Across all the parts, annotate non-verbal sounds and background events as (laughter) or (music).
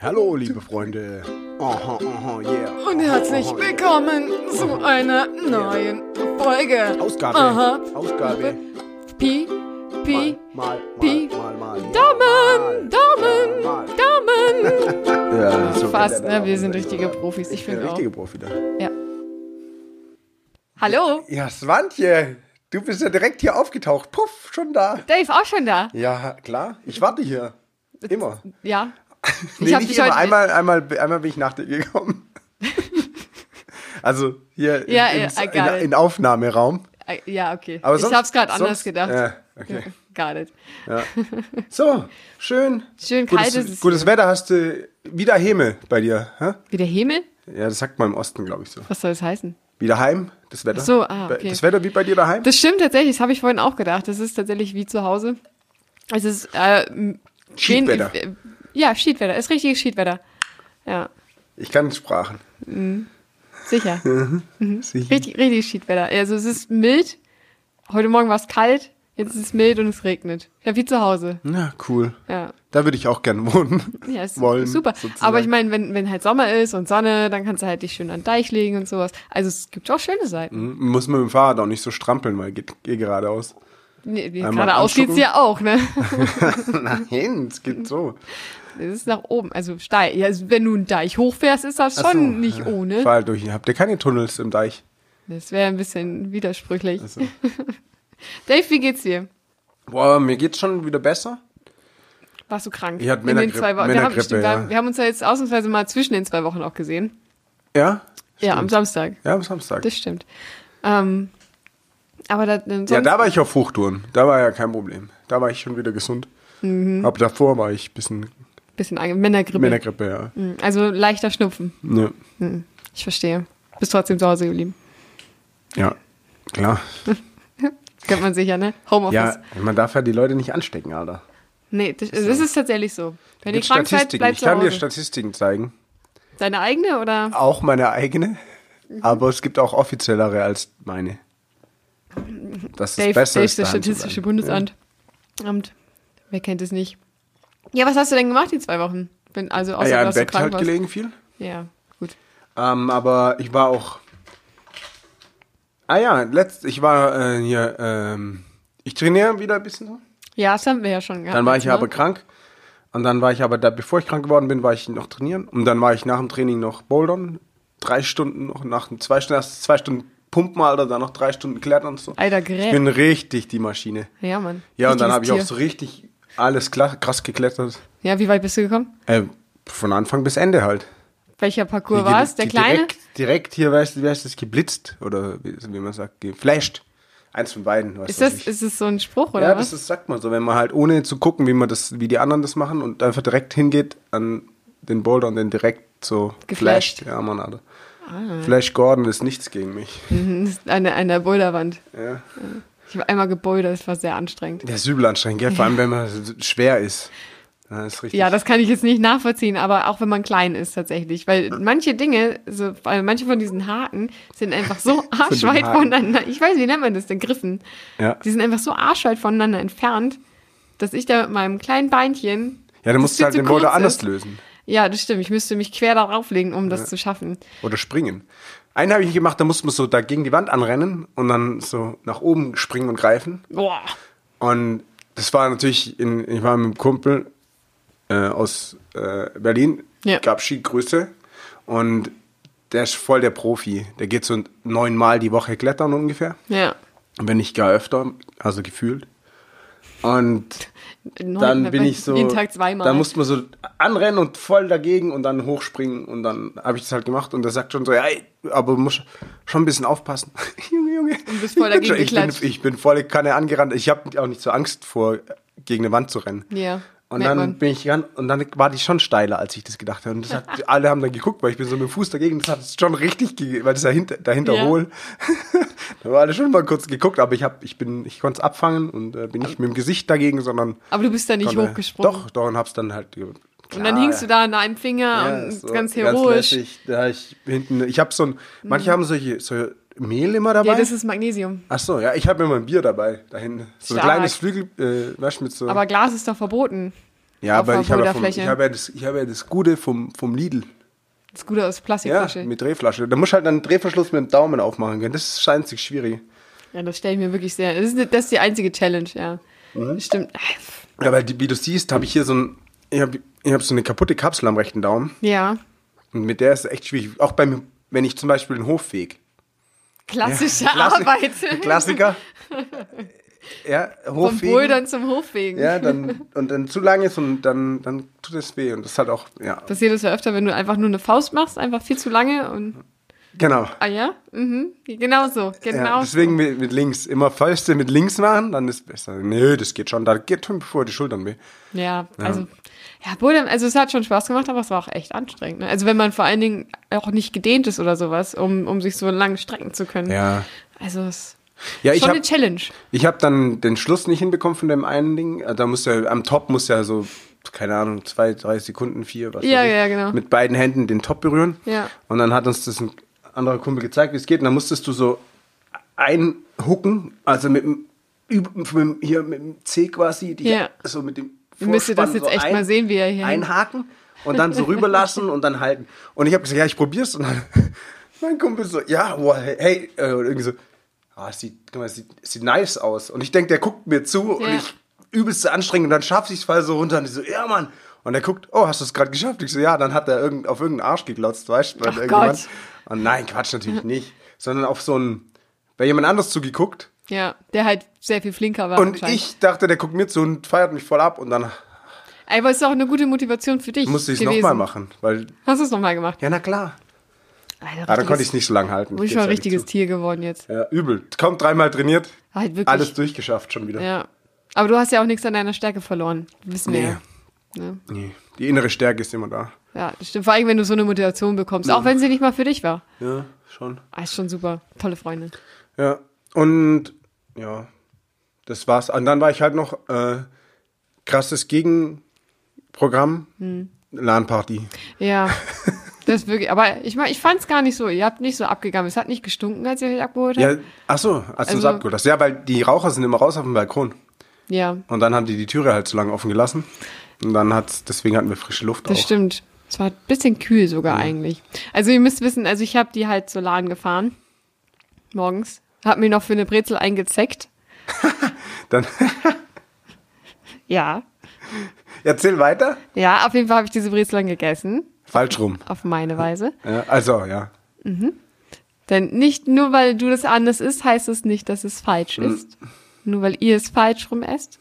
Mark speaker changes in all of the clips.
Speaker 1: Hallo, liebe Freunde. Aha, aha, yeah.
Speaker 2: Und herzlich
Speaker 1: Aha, aha, yeah.
Speaker 2: willkommen zu einer neuen Folge.
Speaker 1: Ausgabe.
Speaker 2: Aha.
Speaker 1: Ausgabe.
Speaker 2: Pi, Pi,
Speaker 1: Mal, mal,
Speaker 2: Pi.
Speaker 1: mal, mal, mal.
Speaker 2: Daumen, Daumen,
Speaker 1: Mal.
Speaker 2: Daumen.
Speaker 1: Ja, (laughs) so
Speaker 2: Fast,
Speaker 1: geht der
Speaker 2: ne? Wir sind genau.
Speaker 1: Daumen.
Speaker 2: richtige Profis. Ich
Speaker 1: Der
Speaker 2: finde auch.
Speaker 1: richtige Profi da.
Speaker 2: Ja. Hallo,
Speaker 1: Ja, Swantje, du bist ja direkt hier aufgetaucht. Puff, schon da.
Speaker 2: Dave, auch schon da?
Speaker 1: Ja, klar. Ich warte hier. Immer.
Speaker 2: Ja.
Speaker 1: Nee,
Speaker 2: hab
Speaker 1: nicht immer. Einmal, einmal, einmal bin ich nach dir gekommen. (laughs) also hier in-
Speaker 2: Ja, ja,
Speaker 1: ins- in,
Speaker 2: egal.
Speaker 1: in Aufnahmeraum.
Speaker 2: Äh, Ja, okay.
Speaker 1: Aber
Speaker 2: ich
Speaker 1: sonst,
Speaker 2: hab's gerade anders
Speaker 1: sonst-
Speaker 2: gedacht.
Speaker 1: Ja,
Speaker 2: (laughs)
Speaker 1: okay.
Speaker 2: Gar nicht.
Speaker 1: So, schön.
Speaker 2: Schön
Speaker 1: gutes,
Speaker 2: kaltes-
Speaker 1: Gutes Wetter hast du wieder Heme bei dir. Hä?
Speaker 2: Wie der Himmel?
Speaker 1: Ja, das sagt man im Osten, glaube ich so.
Speaker 2: Was soll das heißen?
Speaker 1: Wieder heim, das Wetter.
Speaker 2: Ach so, ah,
Speaker 1: Bei-
Speaker 2: okay.
Speaker 1: Das Wetter wie bei dir daheim?
Speaker 2: Das stimmt tatsächlich, das habe ich vorhin auch gedacht. Das ist tatsächlich wie zu Hause. Es ist äh, m-
Speaker 1: Schiedwetter.
Speaker 2: wen- äh, Ja, Schiedwetter, ist richtiges Schiedwetter. Ja,
Speaker 1: Ich kann Sprachen. (laughs)
Speaker 2: sicher.
Speaker 1: Sicher.
Speaker 2: Hm? richtig, richtig Schiedwetter. Also es ist mild. Heute Morgen war es kalt, jetzt ist es mild und es regnet. Ja, wie zu Hause.
Speaker 1: Na, cool.
Speaker 2: Ja.
Speaker 1: Da würde ich auch gern wohnen.
Speaker 2: Ja, ist
Speaker 1: Wollen,
Speaker 2: super.
Speaker 1: sozusagen.
Speaker 2: Aber ich meine, wenn, wenn halt Sommer ist und Sonne, dann kannst du halt dich schön an den Deich legen und sowas. Also es gibt auch schöne Seiten.
Speaker 1: Hm, Muss man mit dem Fahrrad auch nicht so strampeln, weil geht eh geradeaus. (laughs)
Speaker 2: Nee, nee,
Speaker 1: Einmal
Speaker 2: Geradeaus
Speaker 1: anschucken.
Speaker 2: geht's ja auch, ne? (laughs)
Speaker 1: Nein, es geht so.
Speaker 2: Es ist nach oben, also steil. Ja, also wenn du einen Deich hochfährst, ist das
Speaker 1: Ach so.
Speaker 2: schon nicht ohne.
Speaker 1: Fahr halt durch. Habt ihr keine Tunnels im Deich?
Speaker 2: Das wäre ein bisschen widersprüchlich.
Speaker 1: Also.
Speaker 2: (laughs) Dave, wie geht's dir?
Speaker 1: Boah, mir geht's schon wieder besser.
Speaker 2: Warst du krank?
Speaker 1: Ich hatte
Speaker 2: in den
Speaker 1: Männergrippe-
Speaker 2: zwei Wochen. Wir haben,
Speaker 1: Männergrippe,
Speaker 2: stimmt, wir, haben,
Speaker 1: ja.
Speaker 2: wir haben uns ja jetzt ausnahmsweise mal zwischen den zwei Wochen auch gesehen.
Speaker 1: Ja?
Speaker 2: Ja, am Samstag.
Speaker 1: Ja, am Samstag.
Speaker 2: Das stimmt. Ähm, aber da, äh, sonst,
Speaker 1: Ja, da war ich auf Hochtouren. Da war ja kein Problem. Da war ich schon wieder gesund.
Speaker 2: Mhm.
Speaker 1: Aber davor war ich ein bisschen
Speaker 2: bisschen ange- Männergrippe.
Speaker 1: Männergrippe, ja.
Speaker 2: Mhm, Also leichter Schnupfen.
Speaker 1: Ne.
Speaker 2: Ich verstehe. Bist trotzdem zu Hause geblieben. (laughs)
Speaker 1: Ja, klar.
Speaker 2: Kennt man sicher, ne? Homeoffice.
Speaker 1: Ja, man darf ja die Leute nicht anstecken, Alter.
Speaker 2: Nee, das, das ist tatsächlich so. Wenn ihr
Speaker 1: Gibt's
Speaker 2: krank seid,
Speaker 1: Statistiken.
Speaker 2: bleibt
Speaker 1: Ich
Speaker 2: zu
Speaker 1: kann dir
Speaker 2: Hause.
Speaker 1: Statistiken zeigen.
Speaker 2: Deine eigene oder?
Speaker 1: Auch meine eigene.
Speaker 2: Mhm.
Speaker 1: Aber es gibt auch offiziellere als meine. Das ist
Speaker 2: Mhm. Dave,
Speaker 1: besser.
Speaker 2: Dave,
Speaker 1: ist
Speaker 2: das
Speaker 1: daheim zu
Speaker 2: Statistische
Speaker 1: bleiben.
Speaker 2: Bundesamt. Amt. Wer kennt es nicht? Ja, was hast du denn gemacht die zwei Wochen? Bin also
Speaker 1: Ja,
Speaker 2: außer
Speaker 1: ja im
Speaker 2: dass du
Speaker 1: Bett
Speaker 2: krank
Speaker 1: halt
Speaker 2: warst.
Speaker 1: gelegen viel.
Speaker 2: Ja, gut.
Speaker 1: Ähm, aber ich war auch. Ah ja, letzt, ich war äh, hier. Ähm, ich trainiere wieder ein bisschen so.
Speaker 2: Ja, das haben wir ja schon gehabt. ne?
Speaker 1: Dann war ich
Speaker 2: letztes
Speaker 1: aber
Speaker 2: Mal.
Speaker 1: krank. Und dann war ich aber, da, bevor ich krank geworden bin, war ich noch trainieren. Und dann war ich nach dem Training noch bouldern. Drei Stunden noch, nach dem- zwei Stunden, erst zwei Stunden pumpen, Alter, dann noch drei Stunden klettern und so.
Speaker 2: Alter,
Speaker 1: Ich
Speaker 2: Gerät.
Speaker 1: bin richtig die Maschine.
Speaker 2: ja, Mann.
Speaker 1: Ja, und dann
Speaker 2: Richtiges
Speaker 1: habe ich auch
Speaker 2: Tier.
Speaker 1: so richtig alles kla- krass geklettert.
Speaker 2: Ja, wie weit bist du gekommen?
Speaker 1: Äh, von Anfang bis Ende halt.
Speaker 2: Welcher Parcours
Speaker 1: Die-
Speaker 2: war es? Der
Speaker 1: die
Speaker 2: kleine?
Speaker 1: Direkt, direkt hier, weißt du, wie heißt das, geblitzt oder wie, wie man sagt, geflasht. Eins von beiden. Weißt
Speaker 2: Ist
Speaker 1: du,
Speaker 2: das,
Speaker 1: ich-
Speaker 2: ist das so ein Spruch oder
Speaker 1: ja,
Speaker 2: was?
Speaker 1: das ist, sagt man so, wenn man halt ohne zu gucken, wie man das, wie die anderen das machen und einfach direkt hingeht an den Boulder und den direkt so
Speaker 2: Geflasht. Ah.
Speaker 1: flasht. Ja, Mann, Alter. Flash Gordon ist nichts gegen mich.
Speaker 2: (laughs) Das ist eine, eine Boulderwand.
Speaker 1: Ja.
Speaker 2: Ich habe einmal gebouldert, das war sehr anstrengend.
Speaker 1: Der ist übel anstrengend, gell? vor allem wenn man so schwer ist. Ja, ist richtig.
Speaker 2: Ja, das kann ich jetzt nicht nachvollziehen, aber auch wenn man klein ist tatsächlich. Weil manche Dinge, so, weil manche von diesen Haken sind
Speaker 1: (laughs)
Speaker 2: einfach so arschweit
Speaker 1: Haken.
Speaker 2: voneinander. Ich weiß, wie nennt man das denn? Griffen.
Speaker 1: Ja.
Speaker 2: Die sind einfach so arschweit voneinander entfernt, dass ich da mit meinem kleinen Beinchen.
Speaker 1: ja dann
Speaker 2: das
Speaker 1: musst du
Speaker 2: viel
Speaker 1: halt
Speaker 2: zu
Speaker 1: den Boulder
Speaker 2: kurz ne?
Speaker 1: anders
Speaker 2: ist.
Speaker 1: lösen
Speaker 2: Ja, das stimmt. Ich müsste mich quer darauf legen, um das zu schaffen.
Speaker 1: oder springen. Einen habe ich gemacht, da musste man so da gegen die Wand anrennen und dann so nach oben springen und greifen.
Speaker 2: Boah.
Speaker 1: Und das war natürlich, in, ich war mit einem Kumpel äh, aus äh, Berlin,
Speaker 2: Ja.
Speaker 1: gab Skigrüße. Und der ist voll der Profi. Der geht so neunmal die Woche klettern ungefähr.
Speaker 2: Ja.
Speaker 1: Wenn nicht gar öfter, also gefühlt. Und
Speaker 2: Neun-
Speaker 1: dann bin ich so.
Speaker 2: Jeden Tag zweimal.
Speaker 1: Dann musste man so anrennen und voll dagegen und dann hochspringen. Und dann habe ich das halt gemacht. Und der sagt schon so: Ja, ey, aber du musst schon ein bisschen aufpassen. (laughs) Junge, Junge. Du
Speaker 2: bist voll dagegen
Speaker 1: ich bin, schon- ich
Speaker 2: geklatscht.
Speaker 1: bin, ich bin volle Kanne angerannt. Ich habe auch nicht so Angst vor, gegen eine Wand zu rennen.
Speaker 2: Ja,
Speaker 1: Und
Speaker 2: merkt
Speaker 1: dann
Speaker 2: man.
Speaker 1: bin ich ran, und dann war die schon steiler, als ich das gedacht habe. Und das
Speaker 2: (laughs)
Speaker 1: hat, alle haben dann geguckt, weil ich bin so mit dem Fuß dagegen. Das hat schon richtig, ge- weil das dahinter, dahinter
Speaker 2: Ja.
Speaker 1: hohl. (laughs) da haben alle schon mal kurz geguckt, aber ich habe, ich bin, ich konnte es abfangen und äh, bin nicht mit dem Gesicht dagegen, sondern
Speaker 2: aber du bist da nicht
Speaker 1: konnte-
Speaker 2: hochgesprungen.
Speaker 1: äh, Doch, doch, und hab's dann halt. ge-
Speaker 2: Und dann hingst du da an einem Finger
Speaker 1: Ja,
Speaker 2: und
Speaker 1: so
Speaker 2: ganz heroisch. Mhm.
Speaker 1: lässig. Da ich hinten, ich hab so ein, manche haben solche, so Mehl immer dabei.
Speaker 2: ja, das ist Magnesium.
Speaker 1: Ach so, ja, ich habe immer ein Bier dabei, da hinten. So ein
Speaker 2: Stark.
Speaker 1: kleines Flügel, äh, weißt du, mit so.
Speaker 2: Aber Glas ist doch verboten.
Speaker 1: Ja,
Speaker 2: auf
Speaker 1: aber
Speaker 2: der
Speaker 1: ich habe ja, vom, ich
Speaker 2: Boulderfläche.
Speaker 1: habe ja, das, ich habe ja das Gute vom, vom Lidl.
Speaker 2: Das Gute aus
Speaker 1: Ja,
Speaker 2: Plastikflasche. Ja,
Speaker 1: mit Drehflasche. Da musst du halt einen Drehverschluss mit dem Daumen aufmachen können. Das ist einzig schwierig.
Speaker 2: das stelle ich mir wirklich sehr. Das ist, ne- das ist die einzige Challenge, ja.
Speaker 1: Mhm.
Speaker 2: Stimmt. Äh,
Speaker 1: Ja, weil die, wie du siehst, habe ich hier so ein. Ich habe ich hab so eine kaputte Kapsel am rechten Daumen.
Speaker 2: Ja.
Speaker 1: Und mit der ist es echt schwierig. Auch beim, wenn ich zum Beispiel den Hof feg. (laughs)
Speaker 2: Klassische
Speaker 1: Klassi-
Speaker 2: Arbeit.
Speaker 1: Klassiker. ja,
Speaker 2: Vom
Speaker 1: Hoffegen.
Speaker 2: Bouldern zum Hofwegen.
Speaker 1: Ja, dann, und dann zu lang ist und dann, dann tut es weh. Und das ist halt auch, ja.
Speaker 2: Passiert das ja öfter, wenn du einfach nur eine Faust machst, einfach viel zu lange und.
Speaker 1: Genau.
Speaker 2: Ah ja? Mhm. Genau so. Genau.
Speaker 1: Ja, deswegen mit, mit links. Immer Fäuste mit links machen, dann ist besser. Nö, das geht schon. Da geht schon bevor die Schultern weh.
Speaker 2: Ja, also ja, Bouldern, also es hat schon Spaß gemacht, aber es war auch echt anstrengend. Ne? Also wenn man vor allen Dingen auch nicht gedehnt ist oder sowas, um, um sich so lang strecken zu können.
Speaker 1: Ja.
Speaker 2: Also es
Speaker 1: Ja,
Speaker 2: ist
Speaker 1: ich
Speaker 2: schon
Speaker 1: habe
Speaker 2: eine Challenge.
Speaker 1: Ich habe dann den Schluss nicht hinbekommen von dem einen Ding. Äh, Da muss ja, am Top muss ja so, keine Ahnung, zwei, drei Sekunden, vier, was
Speaker 2: Ja,
Speaker 1: weiß ich,
Speaker 2: ja, genau.
Speaker 1: mit beiden Händen den Top berühren.
Speaker 2: Ja.
Speaker 1: Und dann hat uns das ein anderer Kumpel gezeigt, wie es geht. Und dann musstest du so einhucken, also mit dem, Üb- mit dem hier mit dem C quasi, die,
Speaker 2: Ja.
Speaker 1: so mit dem
Speaker 2: Ihr müsstet das
Speaker 1: Vorspann
Speaker 2: jetzt
Speaker 1: so
Speaker 2: echt
Speaker 1: ein-
Speaker 2: mal sehen, wie er hier hin-
Speaker 1: einhaken und dann so rüberlassen und dann halten. Und ich habe gesagt, ja, ich probier's. Und dann (laughs) mein Kumpel so, ja, boah, hey, hey, äh, und irgendwie so, ah, es sieht, guck mal, es sieht, es sieht nice aus. Und ich denke, der guckt mir zu und
Speaker 2: Ja.
Speaker 1: ich übelste Anstrengung und dann schaffe ich es voll so runter und ich so, ja, Mann. Und er guckt, oh, hast du es gerade geschafft? Ich so, ja, dann hat er irgend, auf irgendeinen Arsch geglotzt, weißt du? weil
Speaker 2: Ach
Speaker 1: irgendjemand-
Speaker 2: Gott.
Speaker 1: Und nein, Quatsch natürlich nicht. Sondern auf so einen, bei jemand anders zugeguckt.
Speaker 2: Ja, der halt sehr viel flinker war.
Speaker 1: Und
Speaker 2: anscheinend.
Speaker 1: ich dachte, der guckt mir zu und feiert mich voll ab. Und dann
Speaker 2: Aber es ist auch eine gute Motivation für dich.
Speaker 1: musste ich es
Speaker 2: gewesen.
Speaker 1: nochmal machen. Weil,
Speaker 2: Hast du es nochmal gemacht?
Speaker 1: ja, na klar.
Speaker 2: Alter,
Speaker 1: Ah, da konnte ich
Speaker 2: richtiges-
Speaker 1: es nicht so lange halten.
Speaker 2: Bin ich
Speaker 1: ich
Speaker 2: schon ein
Speaker 1: geb's ehrlich
Speaker 2: richtiges Tier geworden jetzt.
Speaker 1: zu. Ja, übel. Kaum dreimal trainiert,
Speaker 2: Halt wirklich.
Speaker 1: alles durchgeschafft schon wieder.
Speaker 2: Ja. Aber du hast ja auch nichts an deiner Stärke verloren. Wissen wir. ja. Ne?
Speaker 1: Nee, die innere Stärke ist immer da.
Speaker 2: Ja, das stimmt. Vor allem, wenn du so eine Motivation bekommst. Auch wenn sie nicht mal für dich war.
Speaker 1: Ja, schon.
Speaker 2: Ah, ist schon super. Tolle Freundin.
Speaker 1: Ja, und ja, das war's. Und dann war ich halt noch äh, krasses Gegenprogramm,
Speaker 2: Hm.
Speaker 1: LAN-Party. (laughs)
Speaker 2: Ja. Das ist wirklich, aber ich meine, ich fand es gar nicht so. Ihr habt nicht so abgegangen. Es hat nicht gestunken, als ihr euch abgeholt habt.
Speaker 1: Ja, ach so, als du uns
Speaker 2: Also-
Speaker 1: abgeholt hast. Ja, weil die Raucher sind immer raus auf dem Balkon.
Speaker 2: Ja,
Speaker 1: Und dann haben die die Türe halt zu lange offen gelassen. Und dann hat's, deswegen hatten wir frische Luft
Speaker 2: das
Speaker 1: auch.
Speaker 2: stimmt. Es war ein bisschen kühl sogar eigentlich. Also ihr müsst wissen, also ich habe die halt zur Lahn gefahren. Morgens. Hab mir noch für eine Brezel eingezeckt.
Speaker 1: Dann, (laughs)
Speaker 2: Ja.
Speaker 1: erzähl weiter.
Speaker 2: Ja, auf jeden Fall habe ich diese Brezel dann gegessen.
Speaker 1: Falsch rum.
Speaker 2: Auf meine Weise.
Speaker 1: Ja, also, ja.
Speaker 2: Denn nicht nur weil du das anders isst, heißt es nicht, dass es falsch ist. Nur weil ihr es falsch rum esst.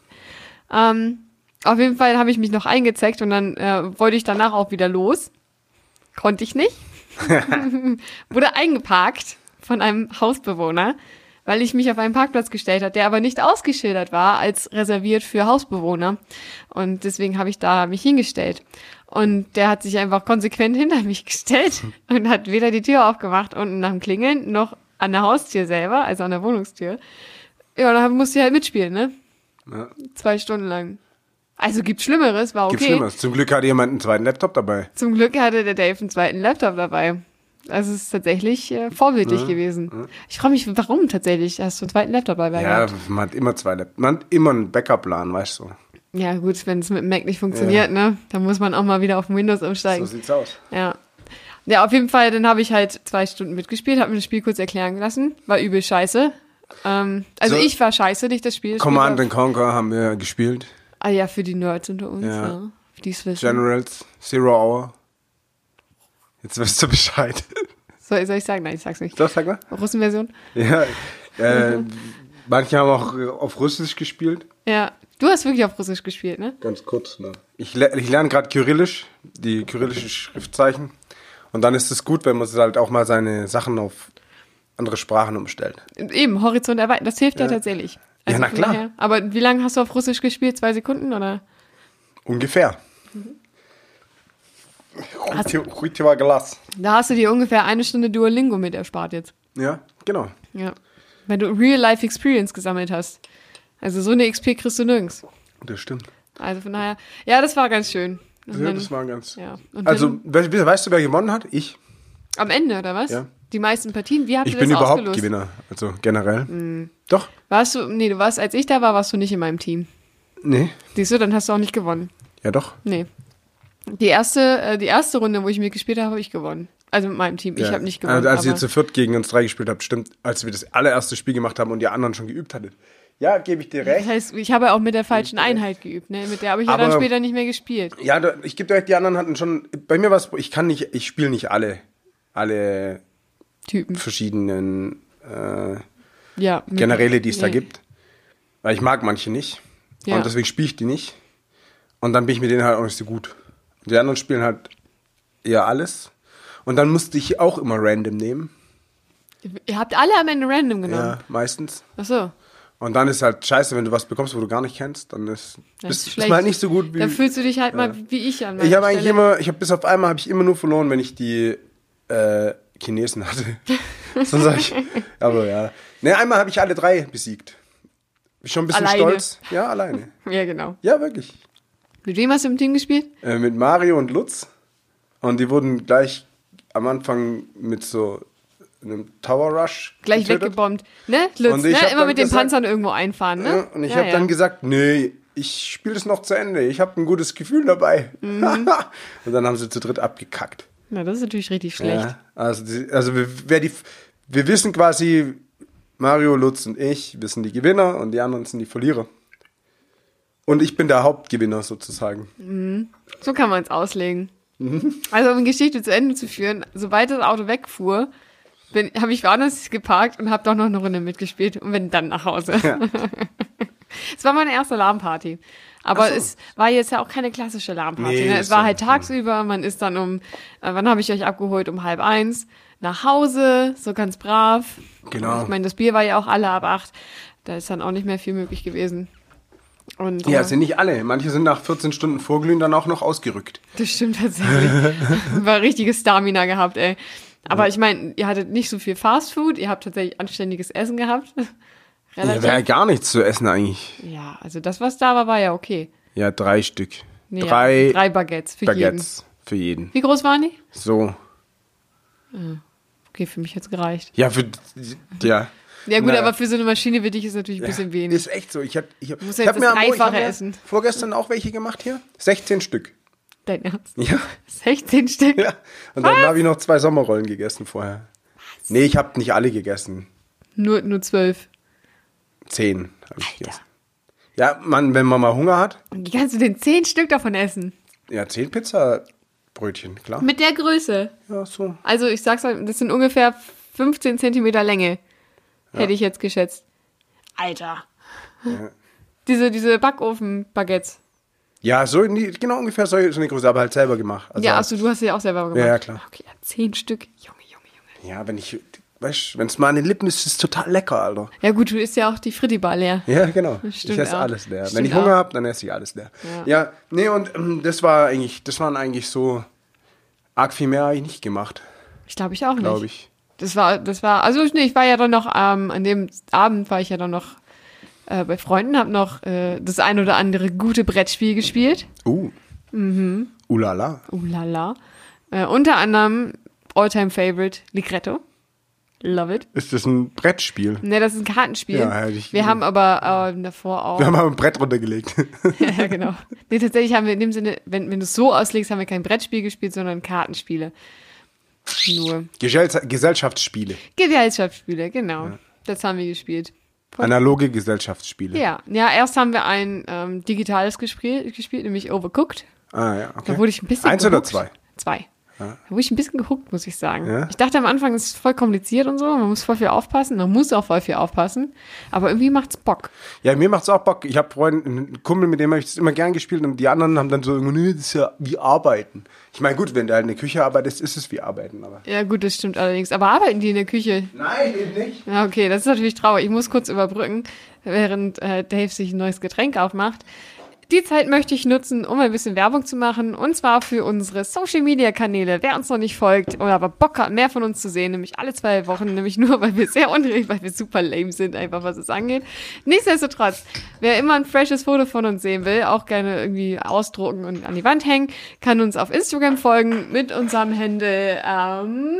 Speaker 2: Ähm, auf jeden Fall habe ich mich noch eingezeckt und dann äh, wollte ich danach auch wieder los. Konnte ich nicht. (laughs) Wurde eingeparkt von einem Hausbewohner, weil ich mich auf einen Parkplatz gestellt hat, der aber nicht ausgeschildert war als reserviert für Hausbewohner. Und deswegen habe ich da mich hingestellt. Und der hat sich einfach konsequent (laughs) hinter mich gestellt und hat weder die Tür aufgemacht unten nach dem Klingeln noch an der Haustür selber, also an der Wohnungstür. Ja, dann musste ich halt mitspielen, ne?
Speaker 1: ja.
Speaker 2: Zwei Stunden lang. Also gibt Schlimmeres, war okay.
Speaker 1: Gibt Schlimmeres. Zum Glück hat jemand einen zweiten Laptop dabei.
Speaker 2: Zum Glück hatte der Dave einen zweiten Laptop dabei. Also es ist tatsächlich äh, vorbildlich gewesen. Ich frage mich, warum tatsächlich hast du einen zweiten Laptop dabei
Speaker 1: Ah, Ja,
Speaker 2: gehabt?
Speaker 1: man hat immer zwei Laptops. Man hat immer einen Backup-Plan, weißt du.
Speaker 2: Ja gut, wenn es mit dem Mac nicht funktioniert, ne, dann muss man auch mal wieder auf den Windows
Speaker 1: So
Speaker 2: umsteigen.
Speaker 1: sieht's aus.
Speaker 2: Ja. Ja, auf jeden Fall, dann habe ich halt zwei Stunden mitgespielt, habe mir das Spiel kurz erklären lassen, war übel scheiße. Ähm, also
Speaker 1: So-
Speaker 2: ich war scheiße, nicht das Spiel. das
Speaker 1: Command
Speaker 2: Spiel
Speaker 1: and Conquer haben wir gespielt.
Speaker 2: war, ah ja, für die Nerds unter uns,
Speaker 1: Ja.
Speaker 2: ja. Für die es wissen.
Speaker 1: Generals, Zero Hour. Jetzt weißt du (laughs) Bescheid.
Speaker 2: soll, soll ich sagen? Nein, ich sag's nicht.
Speaker 1: So, sag mal.
Speaker 2: Russenversion?
Speaker 1: Ja. Äh, manche haben auch äh, auf Russisch gespielt.
Speaker 2: Ja. Du hast wirklich auf Russisch gespielt, ne?
Speaker 1: Ganz kurz, ne? Ich, le ich lerne gerade Kyrillisch, die kyrillischen Schriftzeichen. Und dann ist es gut, wenn man halt auch mal seine Sachen auf andere Sprachen umstellt.
Speaker 2: Eben, Horizont erweitern, das hilft ja, tatsächlich. Also
Speaker 1: Ja, na
Speaker 2: von
Speaker 1: klar.
Speaker 2: daher- aber wie lange hast du auf Russisch gespielt? Zwei Sekunden oder?
Speaker 1: Ungefähr.
Speaker 2: Mhm.
Speaker 1: Heute war Glas.
Speaker 2: Da hast du dir ungefähr eine Stunde Duolingo mit erspart jetzt.
Speaker 1: Ja, genau.
Speaker 2: Ja. Wenn du Real-Life-Experience gesammelt hast. Also so eine XP kriegst du nirgends.
Speaker 1: Das stimmt.
Speaker 2: Also von daher, ja, das war ganz schön. Und
Speaker 1: Ja,
Speaker 2: dann-
Speaker 1: das war ganz.
Speaker 2: ja. Und
Speaker 1: Also,
Speaker 2: dann-
Speaker 1: we we- weißt du, wer gewonnen hat? Ich.
Speaker 2: am Ende, oder was?
Speaker 1: Ja.
Speaker 2: Die meisten Partien, wie habt
Speaker 1: Ich
Speaker 2: ihr das
Speaker 1: bin überhaupt
Speaker 2: ausgelost? Mhm.
Speaker 1: Gewinner. Also generell. Doch?
Speaker 2: Warst du, nee, du warst, als ich da war, warst du nicht in meinem Team.
Speaker 1: Nee.
Speaker 2: Siehst du, dann hast du auch nicht gewonnen.
Speaker 1: Ja, doch.
Speaker 2: Nee. Die erste, äh, die erste Runde, wo ich mitgespielt habe, habe ich gewonnen. Also mit meinem Team. Ich
Speaker 1: ja.
Speaker 2: habe nicht gewonnen.
Speaker 1: Also, als ihr
Speaker 2: aber
Speaker 1: zu viert gegen uns drei gespielt habt, stimmt, als wir das allererste Spiel gemacht haben und die anderen schon geübt hattet. Ja, gebe ich dir
Speaker 2: das
Speaker 1: recht.
Speaker 2: heißt, ich habe auch mit der falschen Einheit geübt, ne? Mit der habe ich ja dann
Speaker 1: Aber-
Speaker 2: später nicht mehr gespielt.
Speaker 1: Ja, da- ich gebe dir recht, die anderen hatten schon. Bei mir war es, ich kann nicht, ich spiele nicht alle, alle
Speaker 2: Typen.
Speaker 1: verschiedenen äh,
Speaker 2: Ja. mit-
Speaker 1: Generäle, die es da
Speaker 2: nee.
Speaker 1: gibt. Weil ich mag manche nicht.
Speaker 2: Ja.
Speaker 1: Und deswegen spiele ich die nicht. Und dann bin ich mit denen halt auch nicht so gut. Die anderen spielen halt eher alles. Und dann musste ich auch immer random nehmen.
Speaker 2: Ihr habt alle am Ende random genommen.
Speaker 1: Ja, meistens.
Speaker 2: Ach so.
Speaker 1: Und dann ist halt scheiße, wenn du was bekommst, wo du gar nicht kennst, dann ist,
Speaker 2: Das
Speaker 1: bist,
Speaker 2: ist
Speaker 1: bist
Speaker 2: schlecht.
Speaker 1: du halt nicht so gut wie.
Speaker 2: Dann fühlst du dich halt mal wie ich an.
Speaker 1: ich
Speaker 2: meiner
Speaker 1: habe eigentlich
Speaker 2: Stelle.
Speaker 1: immer, ich habe bis auf einmal habe ich immer nur verloren, wenn ich die äh, Chinesen
Speaker 2: (laughs)
Speaker 1: hatte. Sonst hab ich, aber ja. Ne, einmal habe ich alle drei besiegt. Bin Schon ein bisschen
Speaker 2: Alleine.
Speaker 1: stolz. Ja, alleine.
Speaker 2: Ja, genau.
Speaker 1: Ja, wirklich.
Speaker 2: Mit wem hast du im Team gespielt?
Speaker 1: Äh, mit Mario und Lutz. Und die wurden gleich am Anfang mit so einem Tower Rush
Speaker 2: Gleich
Speaker 1: getötet.
Speaker 2: weggebombt. Ne, Lutz,
Speaker 1: Und ich
Speaker 2: ne?
Speaker 1: hab
Speaker 2: Immer
Speaker 1: dann
Speaker 2: mit den
Speaker 1: gesagt-
Speaker 2: Panzern irgendwo einfahren, ne?
Speaker 1: Ja, Und ich
Speaker 2: Ja,
Speaker 1: habe
Speaker 2: ja.
Speaker 1: dann gesagt, nee, ich spiele es noch zu Ende. Ich habe ein gutes Gefühl dabei.
Speaker 2: Mhm.
Speaker 1: (laughs) und dann haben sie zu dritt abgekackt.
Speaker 2: Na, das ist natürlich richtig schlecht.
Speaker 1: Ja, also die, also wir, wer die, wir wissen quasi, Mario, Lutz und ich wissen die Gewinner und die anderen sind die Verlierer. Und ich bin der Hauptgewinner sozusagen.
Speaker 2: So kann man es auslegen. Also um die Geschichte zu Ende zu führen, sobald das Auto wegfuhr, habe ich woanders geparkt und habe doch noch eine Runde mitgespielt und bin dann nach Hause.
Speaker 1: Ja.
Speaker 2: (laughs) Es war meine erste Alarmparty. Aber
Speaker 1: Ach so.
Speaker 2: es war jetzt ja auch keine klassische Alarmparty.
Speaker 1: Nee,
Speaker 2: ne?
Speaker 1: ist
Speaker 2: Es war
Speaker 1: ja-
Speaker 2: halt tagsüber, man ist dann um, äh, wann habe ich euch abgeholt? Um halb eins nach Hause, so ganz brav.
Speaker 1: Genau.
Speaker 2: Ich meine, das Bier war ja auch alle ab acht. Da ist dann auch nicht mehr viel möglich gewesen. Und,
Speaker 1: Ja,
Speaker 2: äh,
Speaker 1: es sind nicht alle. Manche sind nach 14 Stunden Vorglühen dann auch noch ausgerückt.
Speaker 2: Das stimmt
Speaker 1: (laughs)
Speaker 2: tatsächlich. War richtiges Stamina gehabt, ey. Aber ich meine, ihr hattet nicht so viel Fast Food, ihr habt tatsächlich anständiges Essen gehabt. (laughs)
Speaker 1: Ja, wäre
Speaker 2: Relativ.
Speaker 1: gar nichts zu essen eigentlich.
Speaker 2: Ja, also das, was da war, war ja okay.
Speaker 1: Ja, drei Stück.
Speaker 2: Nee,
Speaker 1: drei
Speaker 2: ja, drei Baguettes für jeden.
Speaker 1: Baguettes für jeden.
Speaker 2: Wie groß waren die?
Speaker 1: So.
Speaker 2: Okay, für mich hat's gereicht.
Speaker 1: Ja, für. Ja.
Speaker 2: Ja gut,
Speaker 1: Na,
Speaker 2: aber für so eine Maschine wie dich ist natürlich ein bisschen wenig.
Speaker 1: Ist echt so. Ich habe ich hab,
Speaker 2: Muss
Speaker 1: ich
Speaker 2: ja
Speaker 1: hab
Speaker 2: jetzt
Speaker 1: mir
Speaker 2: das
Speaker 1: am Mo- ich hab
Speaker 2: Dreifache
Speaker 1: mir
Speaker 2: essen.
Speaker 1: vorgestern auch welche gemacht hier. 16 Stück. (laughs)
Speaker 2: Dein Ernst.
Speaker 1: Ja.
Speaker 2: 16 Stück.
Speaker 1: Ja. Und dann habe ich noch zwei Sommerrollen gegessen vorher. Nee, ich habe nicht alle gegessen.
Speaker 2: Nur, nur zwölf.
Speaker 1: Zehn habe ich gegessen. Ja, man, wenn man mal Hunger hat,
Speaker 2: Wie kannst du denn zehn Stück davon essen?
Speaker 1: ja, zehn Pizzabrötchen, klar.
Speaker 2: Mit der Größe.
Speaker 1: Ja, so.
Speaker 2: Also ich sag's euch, das sind ungefähr 15 Zentimeter Länge. Hätte ich jetzt geschätzt. Alter. Diese, diese Backofen-Baguettes.
Speaker 1: Ja, so in die, genau ungefähr so, so eine Größe, aber halt selber gemacht. Also,
Speaker 2: ja, achso, du hast sie auch selber gemacht.
Speaker 1: Ja, ja, klar.
Speaker 2: Okay, ja, zehn Stück. Junge, Junge, Junge.
Speaker 1: ja, wenn ich, weißt wenn es mal an den Lippen ist, ist es total lecker, Alter.
Speaker 2: Ja gut, du isst ja auch die Frittibar leer.
Speaker 1: Ja, genau.
Speaker 2: Stimmt
Speaker 1: ich esse
Speaker 2: auch.
Speaker 1: alles leer. Wenn
Speaker 2: Stimmt
Speaker 1: ich Hunger
Speaker 2: auch.
Speaker 1: habe, dann esse ich alles leer.
Speaker 2: Ja.
Speaker 1: Ja, nee, und ähm, das war eigentlich, das waren eigentlich so, arg viel mehr habe ich nicht gemacht,
Speaker 2: Ich glaube ich auch nicht.
Speaker 1: glaube ich.
Speaker 2: Das war, das war, also nee, ich war ja dann noch, ähm, an dem Abend war ich ja dann noch äh, bei Freunden, hab noch äh, das ein oder andere gute Brettspiel gespielt.
Speaker 1: Uh. Mhm. Ulala.
Speaker 2: Oh la la. Äh, unter anderem Alltime Favorite Ligretto. Love it.
Speaker 1: Ist das ein Brettspiel?
Speaker 2: Ne, das ist ein Kartenspiel.
Speaker 1: Ja, hätte ich-
Speaker 2: wir haben aber ähm, davor auch.
Speaker 1: Wir haben aber ein Brett runtergelegt.
Speaker 2: (laughs)
Speaker 1: (laughs)
Speaker 2: ja, genau. Nee, tatsächlich haben wir in dem Sinne, wenn, wenn du es so auslegst, haben wir kein Brettspiel gespielt, sondern Kartenspiele. Nur
Speaker 1: Gesell Gesellschaftsspiele.
Speaker 2: Gesellschaftsspiele, genau. Das haben wir gespielt.
Speaker 1: Analoge Gesellschaftsspiele.
Speaker 2: Ja, ja, erst haben wir ein ähm, digitales gespielt, gespielt, nämlich Overcooked.
Speaker 1: Ah, ja, okay.
Speaker 2: Da wurde ich ein bisschen.
Speaker 1: Eins oder
Speaker 2: gehuckt.
Speaker 1: zwei?
Speaker 2: Zwei. Da wurde ich ein bisschen gehuckt, muss ich sagen.
Speaker 1: Ja?
Speaker 2: Ich dachte am Anfang, es ist voll kompliziert und so, man muss voll viel aufpassen, man muss auch voll viel aufpassen, aber irgendwie macht's Bock.
Speaker 1: Ja, mir macht's auch Bock. Ich habe Freunde, einen Kumpel, mit dem habe ich das immer gern gespielt und die anderen haben dann so, nö, das ist ja wie Arbeiten. Ich meine, gut, wenn du halt in der Küche arbeitest, ist es wie Arbeiten, aber.
Speaker 2: Ja, gut, das stimmt allerdings. Aber arbeiten die in der Küche?
Speaker 1: Nein, eben nicht.
Speaker 2: Ja, okay, das ist natürlich traurig. Ich muss kurz überbrücken, während äh, Dave sich ein neues Getränk aufmacht. Die Zeit möchte ich nutzen, um ein bisschen Werbung zu machen. Und zwar für unsere Social Media Kanäle. Wer uns noch nicht folgt oder aber Bock hat, mehr von uns zu sehen, nämlich alle zwei Wochen, nämlich nur, weil wir sehr unrecht, weil wir super lame sind, einfach was es angeht. Nichtsdestotrotz, wer immer ein freshes Foto von uns sehen will, auch gerne irgendwie ausdrucken und an die Wand hängen, kann uns auf Instagram folgen mit unserem Handle, ähm,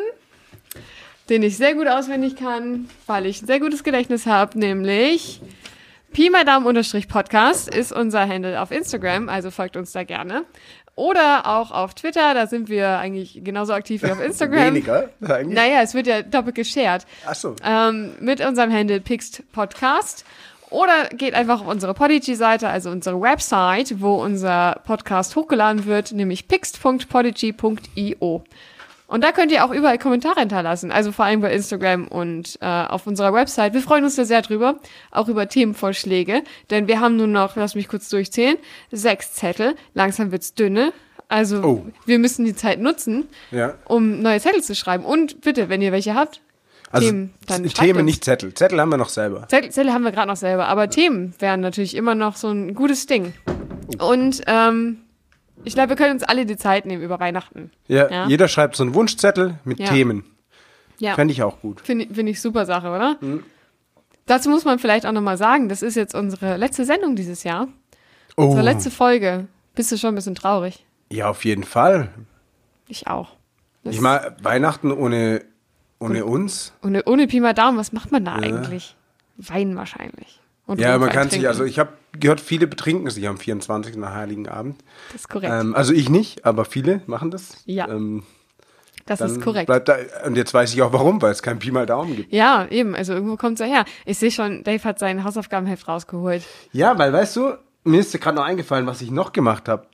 Speaker 2: den ich sehr gut auswendig kann, weil ich ein sehr gutes Gedächtnis habe, nämlich Pi mal Daumen unterstrich Podcast ist unser Handle auf Instagram, also folgt uns da gerne. Oder auch auf Twitter, da sind wir eigentlich genauso aktiv wie auf Instagram.
Speaker 1: Weniger eigentlich.
Speaker 2: Naja, es wird ja doppelt geshared.
Speaker 1: Ach so.
Speaker 2: Ähm, mit unserem Handle Pixt Podcast. Oder geht einfach auf unsere Podigy-Seite, also unsere Website, wo unser Podcast hochgeladen wird, nämlich pixt.podigy.io. Und da könnt ihr auch überall Kommentare hinterlassen, also vor allem bei Instagram und äh, auf unserer Website. Wir freuen uns da sehr drüber, auch über Themenvorschläge, denn wir haben nun noch, lass mich kurz durchzählen, sechs Zettel. Langsam wird's dünne. Also
Speaker 1: Oh.
Speaker 2: wir müssen die Zeit nutzen,
Speaker 1: Ja.
Speaker 2: um neue Zettel zu schreiben. Und bitte, wenn ihr welche habt,
Speaker 1: Also
Speaker 2: Themen,
Speaker 1: Themen,
Speaker 2: dann schreibt uns.
Speaker 1: nicht Zettel. Zettel haben wir noch selber.
Speaker 2: Zettel, Zettel haben wir gerade noch selber, aber Themen wären natürlich immer noch so ein gutes Ding. Und ähm, ich glaube, wir können uns alle die Zeit nehmen über Weihnachten.
Speaker 1: Ja,
Speaker 2: Ja.
Speaker 1: Jeder schreibt so einen Wunschzettel mit
Speaker 2: Ja.
Speaker 1: Themen.
Speaker 2: Ja,
Speaker 1: Fände ich Mhm. auch gut.
Speaker 2: finde find ich super Sache, oder? Dazu muss man vielleicht auch nochmal sagen, das ist jetzt unsere letzte Sendung dieses Jahr.
Speaker 1: Oh,
Speaker 2: Unsere letzte Folge. Bist du schon ein bisschen traurig?
Speaker 1: ja, auf jeden Fall.
Speaker 2: Ich auch. Das
Speaker 1: Ich meine, Weihnachten ohne, ohne uns.
Speaker 2: ohne, ohne Pi mal Daumen, was macht man da eigentlich? Weinen wahrscheinlich. Und
Speaker 1: Ja, man
Speaker 2: Rotwein
Speaker 1: kann
Speaker 2: trinken.
Speaker 1: sich, also ich habe gehört, viele betrinken sich am 24. nach Heiligen Abend.
Speaker 2: Das ist korrekt.
Speaker 1: Ähm, also ich nicht, aber viele machen das.
Speaker 2: Ja,
Speaker 1: ähm,
Speaker 2: das
Speaker 1: dann
Speaker 2: ist korrekt.
Speaker 1: Bleibt da, und jetzt weiß ich auch warum, weil es kein Pi mal Daumen gibt.
Speaker 2: Ja, eben. Also irgendwo kommt's ja her. Ich sehe schon, Dave hat sein Hausaufgabenheft rausgeholt.
Speaker 1: Ja, weil weißt du, mir ist gerade noch eingefallen, was ich noch gemacht habe.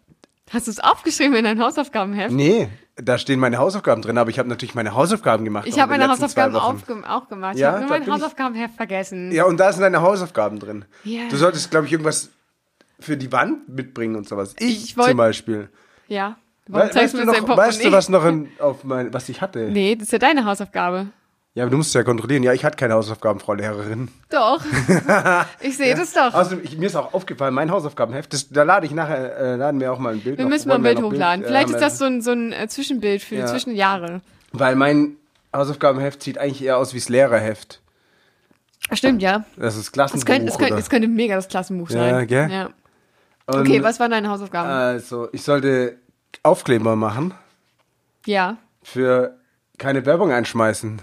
Speaker 2: Hast du es aufgeschrieben in dein Hausaufgabenheft?
Speaker 1: Nee, da stehen meine Hausaufgaben drin, aber ich habe natürlich meine Hausaufgaben gemacht.
Speaker 2: Ich
Speaker 1: auch
Speaker 2: habe
Speaker 1: in den
Speaker 2: meine
Speaker 1: letzten zwei
Speaker 2: Hausaufgaben
Speaker 1: Wochen.
Speaker 2: aufge auch gemacht.
Speaker 1: Ja,
Speaker 2: ich habe nur
Speaker 1: da
Speaker 2: mein
Speaker 1: bin ich-
Speaker 2: Hausaufgabenheft vergessen.
Speaker 1: Ja, und da sind deine Hausaufgaben drin.
Speaker 2: Ja.
Speaker 1: Du solltest, glaube ich, irgendwas für die Wand mitbringen und sowas. Ich,
Speaker 2: Ich wollt-
Speaker 1: zum Beispiel.
Speaker 2: Ja. Warum
Speaker 1: We weißt,
Speaker 2: zeigst
Speaker 1: du
Speaker 2: du mir dein
Speaker 1: noch,
Speaker 2: Portemonnaie?
Speaker 1: weißt du, was noch in, auf mein, was ich hatte?
Speaker 2: Nee, das ist ja deine Hausaufgabe.
Speaker 1: Ja, aber du musst es ja kontrollieren. Ja, ich hatte keine Hausaufgaben, Frau Lehrerin. (laughs)
Speaker 2: Doch. ich sehe das doch.
Speaker 1: Außerdem, ich, mir ist auch aufgefallen, mein Hausaufgabenheft, das, da lade ich nachher, äh, laden wir auch mal ein Bild
Speaker 2: wir
Speaker 1: noch-
Speaker 2: müssen mal ein
Speaker 1: wollen wir
Speaker 2: Bild
Speaker 1: noch
Speaker 2: hochladen.
Speaker 1: äh,
Speaker 2: Vielleicht
Speaker 1: haben
Speaker 2: ist
Speaker 1: wir-
Speaker 2: das so ein, so ein äh, Zwischenbild für
Speaker 1: Ja.
Speaker 2: die Zwischenjahre.
Speaker 1: Weil mein Hausaufgabenheft sieht eigentlich eher aus wie das Lehrerheft.
Speaker 2: Stimmt, ja.
Speaker 1: Das ist Klassenbuch.
Speaker 2: Es könnte, es, könnte,
Speaker 1: oder-
Speaker 2: es könnte mega das Klassenbuch
Speaker 1: Ja,
Speaker 2: sein.
Speaker 1: gell?
Speaker 2: Ja.
Speaker 1: Und,
Speaker 2: Okay, was waren deine Hausaufgaben?
Speaker 1: Also, ich sollte Aufkleber machen Äh,
Speaker 2: ja.
Speaker 1: für keine Werbung einschmeißen.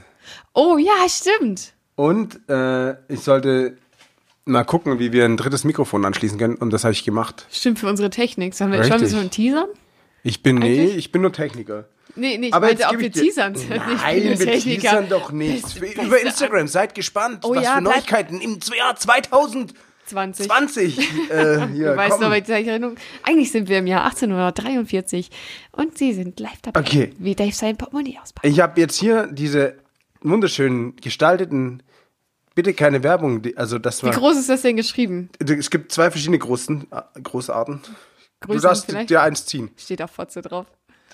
Speaker 2: Oh ja, stimmt.
Speaker 1: Und äh, ich sollte mal gucken, wie wir ein drittes Mikrofon anschließen können. Und das habe ich gemacht.
Speaker 2: Stimmt für unsere Technik. Sollen wir, sollen wir
Speaker 1: Richtig.
Speaker 2: so einen Teasern?
Speaker 1: Ich bin, nee,
Speaker 2: Eigentlich?
Speaker 1: ich bin nur Techniker.
Speaker 2: Nee, nee, ich
Speaker 1: Aber
Speaker 2: meinte,
Speaker 1: jetzt
Speaker 2: ob
Speaker 1: gebe
Speaker 2: wir
Speaker 1: ich dir-
Speaker 2: teasern.
Speaker 1: Nein, wir teasern doch nicht.
Speaker 2: Beste- beste
Speaker 1: Über Instagram, seid gespannt,
Speaker 2: Oh
Speaker 1: was
Speaker 2: ja,
Speaker 1: für
Speaker 2: bleib-
Speaker 1: Neuigkeiten im Jahr
Speaker 2: (laughs)
Speaker 1: 2020
Speaker 2: 20.
Speaker 1: äh, hier
Speaker 2: du weißt
Speaker 1: kommen.
Speaker 2: noch, welche Erinnerung. Eigentlich sind wir im Jahr 1843 und Sie sind live dabei,
Speaker 1: Okay.
Speaker 2: wie Dave sein Portemonnaie auspackt.
Speaker 1: Ich habe jetzt hier diese wunderschönen gestalteten, bitte keine Werbung, die- also das
Speaker 2: Wie
Speaker 1: war.
Speaker 2: groß ist das denn geschrieben?
Speaker 1: Es gibt zwei verschiedene großen, äh, Großarten.
Speaker 2: Größen
Speaker 1: du darfst
Speaker 2: vielleicht?
Speaker 1: dir eins ziehen.
Speaker 2: Steht auf Fotze drauf.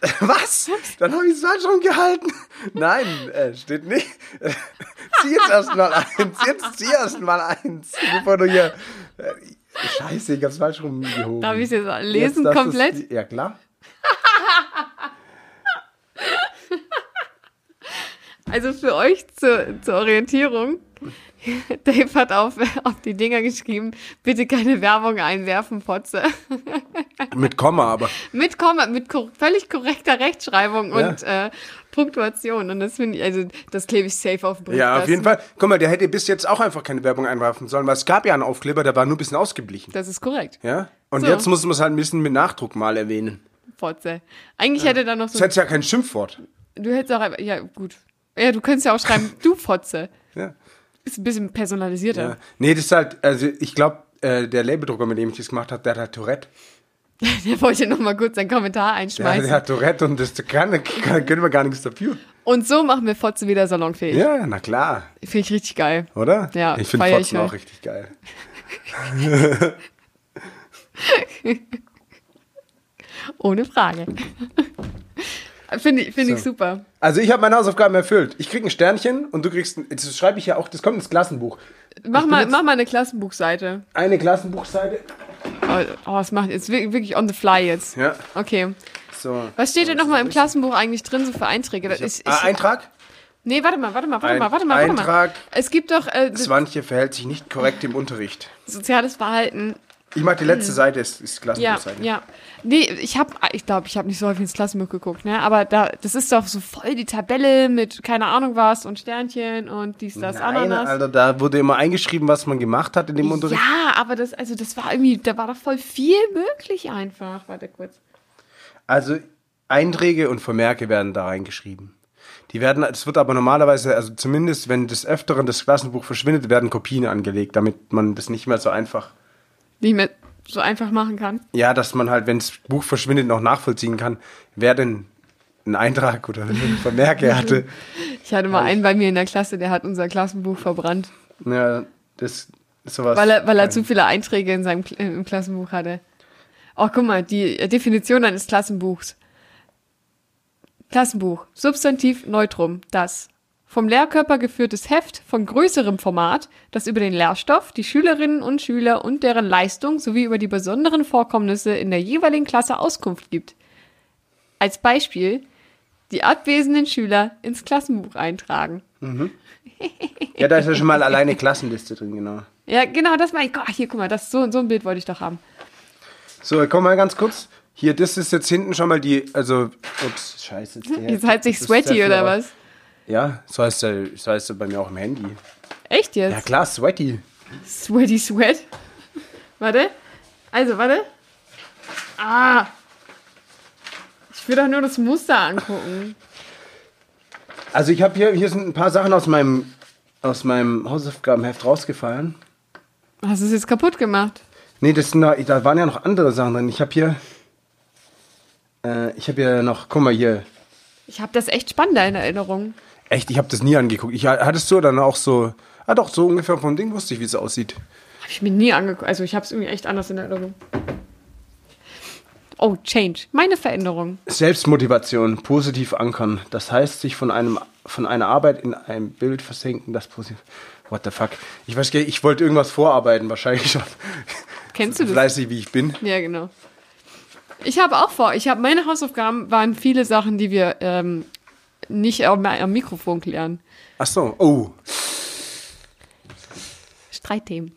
Speaker 1: (laughs) Was? Dann habe ich es falsch rumgehalten. Nein, äh, steht nicht. (laughs) Äh, zieh jetzt erstmal eins. Jetzt zieh erstmal eins. Bevor du hier. Äh, Scheiße, ich hab's falsch rumgehoben.
Speaker 2: Darf ich es jetzt
Speaker 1: Jetzt
Speaker 2: lesen
Speaker 1: darfst du's-
Speaker 2: komplett?
Speaker 1: Ja, klar.
Speaker 2: Also für euch zur, zur Orientierung. (laughs) Dave hat auf, auf die Dinger geschrieben, bitte keine Werbung einwerfen, Potze.
Speaker 1: Mit Komma, aber.
Speaker 2: Mit Komma, mit kor völlig korrekter Rechtschreibung
Speaker 1: Ja.
Speaker 2: und äh, Punktuation. Und das finde ich, also das klebe ich safe auf den
Speaker 1: Ja, auf
Speaker 2: Briefkasten.
Speaker 1: jeden Fall. Guck mal, der hätte bis jetzt auch einfach keine Werbung einwerfen sollen, weil es gab ja einen Aufkleber, der war nur ein bisschen ausgeblichen.
Speaker 2: Das ist korrekt,
Speaker 1: Ja? Und
Speaker 2: So.
Speaker 1: jetzt muss man es halt ein bisschen mit Nachdruck mal erwähnen.
Speaker 2: Potze. Eigentlich hätte da noch
Speaker 1: Das
Speaker 2: so.
Speaker 1: ist jetzt ja kein Schimpfwort.
Speaker 2: Du hättest auch. einfach- Ja, gut. Ja, du könntest ja auch schreiben, du Fotze.
Speaker 1: Ja.
Speaker 2: Ist ein bisschen personalisierter.
Speaker 1: Ja. Nee, das ist halt, also ich glaube, äh, der Labeldrucker, mit dem ich das gemacht habe, der hat halt Tourette.
Speaker 2: (laughs) Der wollte noch mal kurz seinen Kommentar
Speaker 1: Ja,
Speaker 2: einschmeißen.
Speaker 1: der hat Tourette und das kann, kann, können wir gar nichts dafür.
Speaker 2: Und so machen wir Fotze wieder salonfähig.
Speaker 1: Ja, na klar,
Speaker 2: Finde ich richtig geil.
Speaker 1: oder?
Speaker 2: Ja,
Speaker 1: ich finde
Speaker 2: feier
Speaker 1: Fotzen
Speaker 2: ich
Speaker 1: auch
Speaker 2: halt.
Speaker 1: richtig geil.
Speaker 2: Ohne Frage. (laughs) Finde ich, finde ich
Speaker 1: So.
Speaker 2: super.
Speaker 1: Also ich habe meine Hausaufgaben erfüllt. Ich krieg ein Sternchen und du kriegst, ein, das schreibe ich ja auch, das kommt ins Klassenbuch.
Speaker 2: Mach
Speaker 1: bin
Speaker 2: mal,
Speaker 1: jetzt-
Speaker 2: mach mal eine Klassenbuchseite.
Speaker 1: Eine Klassenbuchseite.
Speaker 2: Oh, oh, es macht jetzt wir- wirklich on the fly jetzt.
Speaker 1: Ja,
Speaker 2: Okay.
Speaker 1: so.
Speaker 2: Was steht denn nochmal im Klassenbuch eigentlich drin, so für Einträge? Ich, ich,
Speaker 1: ah, Eintrag?
Speaker 2: nee, warte mal, warte mal, warte
Speaker 1: Ein-
Speaker 2: mal, warte mal, warte mal.
Speaker 1: Eintrag-
Speaker 2: Es gibt doch äh,
Speaker 1: Zwanche verhält sich nicht korrekt im Unterricht.
Speaker 2: soziales Verhalten.
Speaker 1: Ich mag die letzte Seite, ist, ist
Speaker 2: Ja,
Speaker 1: Klassenbuchseite.
Speaker 2: ja. Nee, ich habe, ich glaube, ich habe nicht so häufig ins Klassenbuch geguckt, ne? Aber da, das ist doch so voll die Tabelle mit keine Ahnung was und Sternchen und dies, das,
Speaker 1: Nein,
Speaker 2: Ananas.
Speaker 1: Alter, da wurde immer eingeschrieben, was man gemacht hat in dem Unterricht.
Speaker 2: Ja, aber das, also das war irgendwie, da war doch voll viel möglich einfach. Warte kurz.
Speaker 1: Also Einträge und Vermerke werden da reingeschrieben. Die werden, es wird aber normalerweise, also zumindest wenn des Öfteren das Klassenbuch verschwindet, werden Kopien angelegt, damit man das nicht mehr so einfach,
Speaker 2: Nicht mehr so einfach machen kann.
Speaker 1: ja, dass man halt, wenn das Buch verschwindet, noch nachvollziehen kann, wer denn einen Eintrag
Speaker 2: (laughs)
Speaker 1: oder Vermerke hatte.
Speaker 2: Ich hatte mal einen bei mir in der Klasse, der hat unser Klassenbuch verbrannt,
Speaker 1: Ja, das ist sowas.
Speaker 2: weil er, weil er zu viele Einträge in seinem Kl- äh, im Klassenbuch hatte. Oh, guck mal, die Definition eines Klassenbuchs. Klassenbuch. Substantiv neutrum. Das. Vom Lehrkörper geführtes Heft von größerem Format, das über den Lehrstoff, die Schülerinnen und Schüler und deren Leistung sowie über die besonderen Vorkommnisse in der jeweiligen Klasse Auskunft gibt. Als Beispiel die abwesenden Schüler ins Klassenbuch eintragen.
Speaker 1: ja, da ist ja schon
Speaker 2: (laughs)
Speaker 1: mal alleine Klassenliste drin, genau.
Speaker 2: Ja, genau, das meine ich. Ach, hier, guck mal, das, so, so ein Bild wollte ich doch haben.
Speaker 1: So, komm mal ganz kurz. Hier, das ist jetzt hinten schon mal die, also, ups, scheiße.
Speaker 2: (laughs) Jetzt heißt sich
Speaker 1: das ist sehr
Speaker 2: Sweaty
Speaker 1: viel,
Speaker 2: oder
Speaker 1: aber-
Speaker 2: was?
Speaker 1: Ja, so heißt er, so heißt er bei mir auch im Handy.
Speaker 2: Echt jetzt?
Speaker 1: Ja klar, Sweaty.
Speaker 2: Sweaty Sweat. Warte. Also, warte. Ah. Ich will doch nur das Muster angucken.
Speaker 1: Also ich habe hier, hier sind ein paar Sachen aus meinem, aus meinem Hausaufgabenheft rausgefallen.
Speaker 2: Hast du es jetzt kaputt gemacht?
Speaker 1: Nee, das sind, noch- da waren ja noch andere Sachen drin. Ich habe hier, äh, ich habe hier noch, guck mal hier.
Speaker 2: Ich habe das echt spannender in Erinnerung.
Speaker 1: Echt, ich habe das nie angeguckt. Ich, hattest du dann auch so, ah doch, so ungefähr vom Ding wusste ich, wie es aussieht.
Speaker 2: Habe ich mir nie angeguckt. Also, ich habe es irgendwie echt anders in Erinnerung. Oh, Change. Meine Veränderung.
Speaker 1: Selbstmotivation, positiv ankern. Das heißt, sich von einem von einer Arbeit in einem Bild versenken, das positiv. What the fuck? Ich weiß gar nicht, ich wollte irgendwas vorarbeiten wahrscheinlich schon.
Speaker 2: Kennst du das?
Speaker 1: Fleißig wie ich bin.
Speaker 2: Ja, genau. Ich habe auch vor, ich habe meine Hausaufgaben waren viele Sachen, die wir ähm, nicht am, am Mikrofon klären.
Speaker 1: Ach so, oh,
Speaker 2: Streitthemen.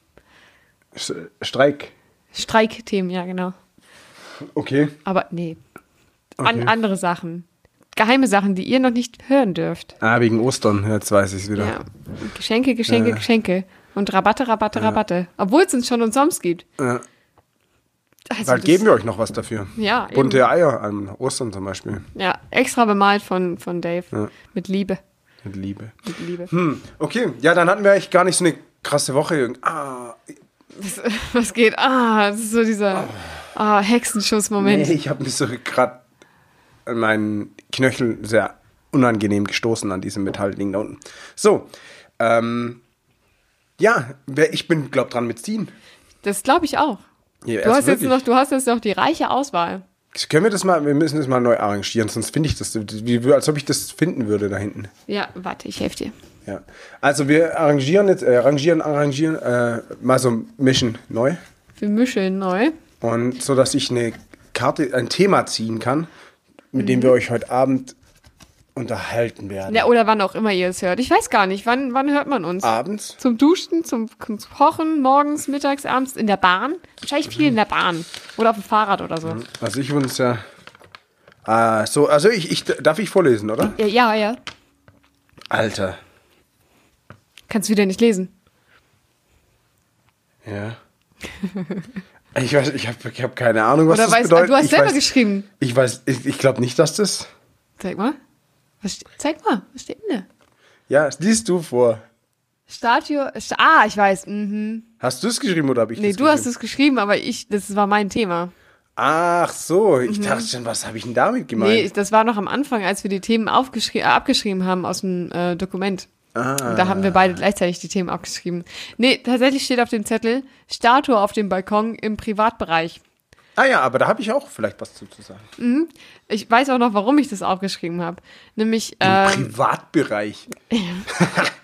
Speaker 1: S Streik.
Speaker 2: Streikthemen, ja, genau.
Speaker 1: Okay.
Speaker 2: Aber nee. An,
Speaker 1: Okay.
Speaker 2: andere Sachen. Geheime Sachen, die ihr noch nicht hören dürft.
Speaker 1: Ah, wegen Ostern, jetzt weiß ich es wieder.
Speaker 2: Ja. Geschenke, Geschenke, Geschenke. Und Rabatte, Rabatte, Rabatte. Obwohl es uns schon umsonst gibt.
Speaker 1: Ja.
Speaker 2: Also
Speaker 1: Bald
Speaker 2: das-
Speaker 1: geben wir euch noch was dafür.
Speaker 2: Ja,
Speaker 1: Bunte Eier an Ostern zum Beispiel.
Speaker 2: ja, extra bemalt von, von Dave.
Speaker 1: Ja.
Speaker 2: Mit Liebe.
Speaker 1: Mit Liebe.
Speaker 2: Mit Liebe.
Speaker 1: Hm, okay. Ja, dann hatten wir eigentlich gar nicht so eine krasse Woche. Irgend- Ah,
Speaker 2: Was, was geht? Ah, das ist so dieser ah, Hexenschuss-Moment.
Speaker 1: nee, ich habe mich so gerade an meinen Knöchel sehr unangenehm gestoßen an diesem Metallding da unten. So, ähm, ja, wer- ich bin, glaub, dran mit Ziehen.
Speaker 2: Das glaube ich auch.
Speaker 1: Ja,
Speaker 2: Du
Speaker 1: erst
Speaker 2: hast, jetzt
Speaker 1: wirklich.
Speaker 2: noch, du hast jetzt noch die reiche Auswahl.
Speaker 1: Können wir das mal, wir müssen das mal neu arrangieren, sonst finde ich das, wie, als ob ich das finden würde da hinten.
Speaker 2: Ja, warte, ich helfe dir.
Speaker 1: Ja. Also wir arrangieren jetzt, äh, arrangieren, arrangieren, äh, mal so mischen neu.
Speaker 2: Wir mischen neu.
Speaker 1: Und so, dass ich eine Karte, ein Thema ziehen kann, mit dem wir euch heute Abend unterhalten werden.
Speaker 2: Mhm. Ja, oder wann auch immer ihr es hört. Ich weiß gar nicht, wann, wann hört man uns?
Speaker 1: Abends?
Speaker 2: Zum Duschen, zum, zum Kochen, morgens, mittags, abends, in der Bahn. Wahrscheinlich viel in der Bahn. Oder auf dem Fahrrad oder so.
Speaker 1: Also ich würde uns ja. Ah, so, also ich, ich darf ich vorlesen, oder?
Speaker 2: Ja, ja, ja.
Speaker 1: Alter.
Speaker 2: Kannst wieder nicht lesen.
Speaker 1: Ja. Ich weiß, ich habe ich hab keine Ahnung, was
Speaker 2: oder
Speaker 1: das
Speaker 2: weißt
Speaker 1: bedeutet.
Speaker 2: du, hast
Speaker 1: ich
Speaker 2: selber
Speaker 1: weiß,
Speaker 2: geschrieben.
Speaker 1: Ich weiß, ich, ich glaube nicht, dass das.
Speaker 2: Zeig mal. Was, ste- zeig mal, was steht denn da?
Speaker 1: Ja, das liest du vor.
Speaker 2: Statue. Sta- Ah, ich weiß. Mhm.
Speaker 1: Hast du es geschrieben oder habe ich
Speaker 2: Nee,
Speaker 1: das
Speaker 2: du hast es geschrieben, aber ich, das war mein Thema.
Speaker 1: Ach so, ich dachte schon, was habe ich denn damit gemeint?
Speaker 2: Mhm. Nee, ich- das war noch am Anfang, als wir die Themen aufgeschrie- äh, abgeschrieben haben aus dem äh, Dokument. Und da haben wir beide gleichzeitig die Themen abgeschrieben. Nee, tatsächlich steht auf dem Zettel Statue auf dem Balkon im Privatbereich.
Speaker 1: ah ja, aber da habe ich auch vielleicht was zu, zu sagen.
Speaker 2: Ich weiß auch noch, warum ich das aufgeschrieben habe. Nämlich ähm,
Speaker 1: Privatbereich.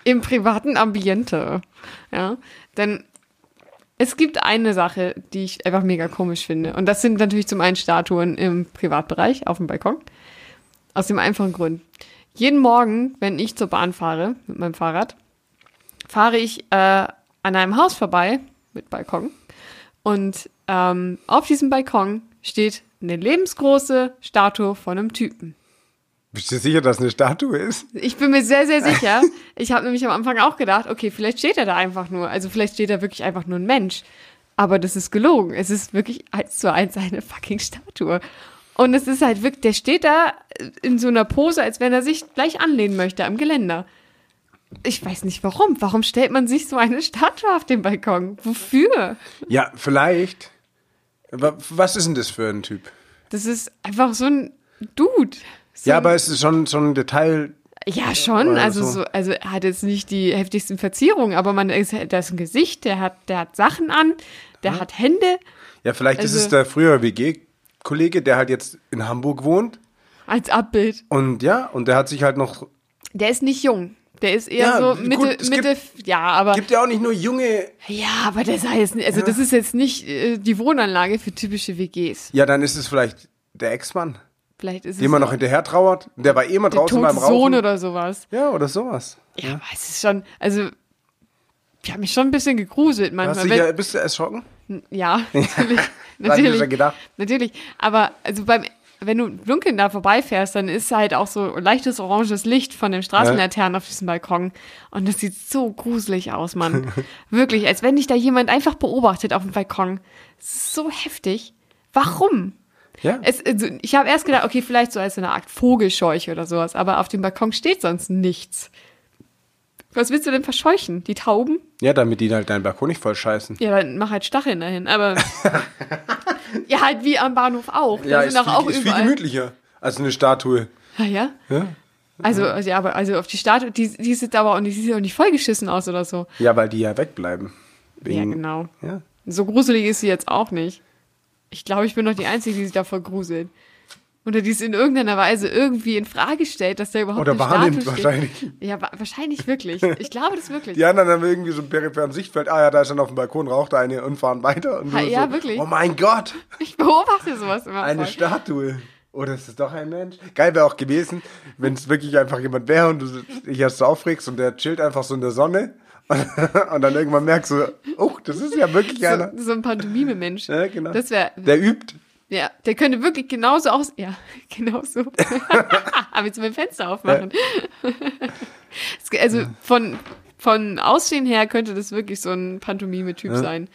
Speaker 2: im privaten Ambiente. Ja, denn es gibt eine Sache, die ich einfach mega komisch finde. Und das sind natürlich zum einen Statuen im Privatbereich auf dem Balkon. Aus dem einfachen Grund. Jeden Morgen, wenn ich zur Bahn fahre mit meinem Fahrrad, fahre ich äh, an einem Haus vorbei mit Balkon. Und ähm, auf diesem Balkon steht eine lebensgroße Statue von einem Typen.
Speaker 1: Bist du sicher, dass eine Statue ist?
Speaker 2: Ich bin mir
Speaker 1: (laughs)
Speaker 2: sehr, sehr sicher. Ich habe nämlich am Anfang auch gedacht, okay, vielleicht steht er da einfach nur. Also vielleicht steht da wirklich einfach nur ein Mensch. Aber das ist gelogen. Es ist wirklich eins zu eins eine fucking Statue. Und es ist halt wirklich, der steht da in so einer Pose, als wenn er sich gleich anlehnen möchte am Geländer. Ich weiß nicht warum. Warum stellt man sich so eine Statue auf den Balkon? Wofür?
Speaker 1: Ja, vielleicht. Aber was ist denn das für ein Typ?
Speaker 2: Das ist einfach so ein Dude. So
Speaker 1: Ja,
Speaker 2: ein-
Speaker 1: aber es ist schon, schon ein Detail.
Speaker 2: Ja, schon.
Speaker 1: Oder
Speaker 2: Also,
Speaker 1: so.
Speaker 2: so, also er hat jetzt nicht die heftigsten Verzierungen, aber man ist, da ist ein Gesicht, der hat, der hat Sachen an, der hat Hände.
Speaker 1: Ja, vielleicht
Speaker 2: Also-
Speaker 1: ist es der frühere WG-Kollege, der halt jetzt in Hamburg wohnt.
Speaker 2: Als Abbild.
Speaker 1: Und ja, und der hat sich halt noch.
Speaker 2: Der ist nicht jung. Der ist eher
Speaker 1: Ja,
Speaker 2: so
Speaker 1: gut,
Speaker 2: Mitte,
Speaker 1: es
Speaker 2: Mitte, ja, aber,
Speaker 1: Gibt ja auch nicht nur junge.
Speaker 2: ja, aber das heißt, also das ist jetzt nicht äh, die Wohnanlage für typische WGs.
Speaker 1: Ja, dann ist es vielleicht der Ex-Mann,
Speaker 2: Vielleicht ist es
Speaker 1: dem man noch hinterher trauert. Der war eh immer
Speaker 2: der
Speaker 1: draußen
Speaker 2: tote
Speaker 1: beim Rauchen.
Speaker 2: Sohn oder sowas.
Speaker 1: ja, oder sowas.
Speaker 2: Ja, aber es ist schon, also, ich habe mich schon ein bisschen gegruselt
Speaker 1: Hast
Speaker 2: manchmal.
Speaker 1: du
Speaker 2: Wenn-
Speaker 1: ja, bist du erschrocken?
Speaker 2: Ja, (laughs)
Speaker 1: (laughs)
Speaker 2: natürlich.
Speaker 1: mir schon
Speaker 2: natürlich,
Speaker 1: gedacht.
Speaker 2: natürlich. Aber also beim, wenn du im Dunkeln da vorbeifährst, dann ist halt auch so leichtes oranges Licht von den Straßenlaternen auf diesem Balkon. Und das sieht so gruselig
Speaker 1: (laughs)
Speaker 2: aus, Mann. Wirklich, als wenn dich da jemand einfach beobachtet auf dem Balkon. Das ist so heftig. Warum?
Speaker 1: Ja.
Speaker 2: Es, also ich habe erst gedacht, okay, vielleicht so als so eine Art Vogelscheuche oder sowas, aber auf dem Balkon steht sonst nichts. Was willst du denn verscheuchen? Die Tauben?
Speaker 1: ja, damit die halt deinen Balkon nicht voll scheißen.
Speaker 2: Ja, dann mach halt Stacheln
Speaker 1: (laughs)
Speaker 2: dahin, aber. ja, halt wie am Bahnhof auch. Da
Speaker 1: Ja,
Speaker 2: sind
Speaker 1: ist,
Speaker 2: doch
Speaker 1: viel,
Speaker 2: auch
Speaker 1: ist viel
Speaker 2: überall.
Speaker 1: gemütlicher als eine Statue.
Speaker 2: Ah, ja?
Speaker 1: Ja?
Speaker 2: Also,
Speaker 1: Mhm.
Speaker 2: also, ja, aber also auf die Statue, die, die sieht aber auch nicht, die sieht auch nicht vollgeschissen aus oder so.
Speaker 1: ja, weil die ja wegbleiben.
Speaker 2: Ja,
Speaker 1: Wegen-
Speaker 2: genau.
Speaker 1: Ja.
Speaker 2: So gruselig ist sie jetzt auch nicht. Ich glaube, ich bin noch die Einzige, die sich davor gruselt. Oder die es in irgendeiner Weise irgendwie in Frage stellt, dass da überhaupt
Speaker 1: Oder
Speaker 2: eine
Speaker 1: wahrnimmt
Speaker 2: Statue steht.
Speaker 1: wahrscheinlich.
Speaker 2: Ja, wa
Speaker 1: (laughs)
Speaker 2: wahrscheinlich wirklich. Ich glaube das wirklich.
Speaker 1: Die anderen haben irgendwie so einen peripheren Sichtfeld. Ah ja, da ist dann auf dem Balkon, raucht eine und fahren weiter. Und du
Speaker 2: Ha, ja,
Speaker 1: so,
Speaker 2: wirklich.
Speaker 1: Oh mein Gott,
Speaker 2: Ich beobachte sowas immer.
Speaker 1: eine
Speaker 2: voll.
Speaker 1: Statue. Oder ist es doch ein Mensch? Geil wäre auch gewesen, wenn es wirklich einfach jemand wäre und du dich erst so aufregst und der chillt einfach so in der Sonne. (laughs) Und dann irgendwann merkst du, oh, das ist ja wirklich einer.
Speaker 2: so, so ein Pantomime-Mensch.
Speaker 1: Ja, genau.
Speaker 2: Das wäre
Speaker 1: Der übt.
Speaker 2: Ja, der könnte wirklich genauso aus. Ja, (laughs) genau so. Aber jetzt mein Fenster aufmachen. (laughs) Es ge- also von, von Aussehen her könnte das wirklich so ein Pantomime-Typ sein.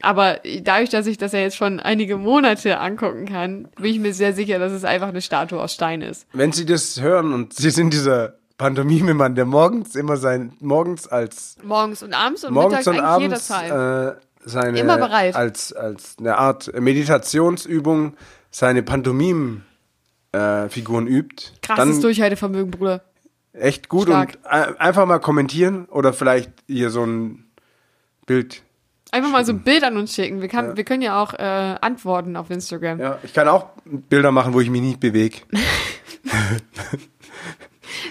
Speaker 2: Aber dadurch, dass ich das ja jetzt schon einige Monate angucken kann, bin ich mir sehr sicher, dass es einfach eine Statue aus Stein ist.
Speaker 1: Wenn Sie das hören und Sie sind dieser Pantomime-Mann, der morgens immer sein, morgens als
Speaker 2: Morgens und abends und
Speaker 1: morgens
Speaker 2: mittags
Speaker 1: und
Speaker 2: eigentlich
Speaker 1: abends
Speaker 2: jederzeit.
Speaker 1: äh, seine
Speaker 2: Immer bereit.
Speaker 1: als als eine Art Meditationsübung seine Pantomimen äh, Figuren übt.
Speaker 2: Krasses
Speaker 1: dann
Speaker 2: Durchhaltevermögen, Bruder.
Speaker 1: echt gut
Speaker 2: Stark.
Speaker 1: und äh, einfach mal kommentieren oder vielleicht hier so ein Bild.
Speaker 2: Einfach mal so ein Bild an uns schicken. Wir, kann, wir können ja auch äh, antworten auf Instagram.
Speaker 1: Ja, ich kann auch Bilder machen, wo ich mich nicht bewege.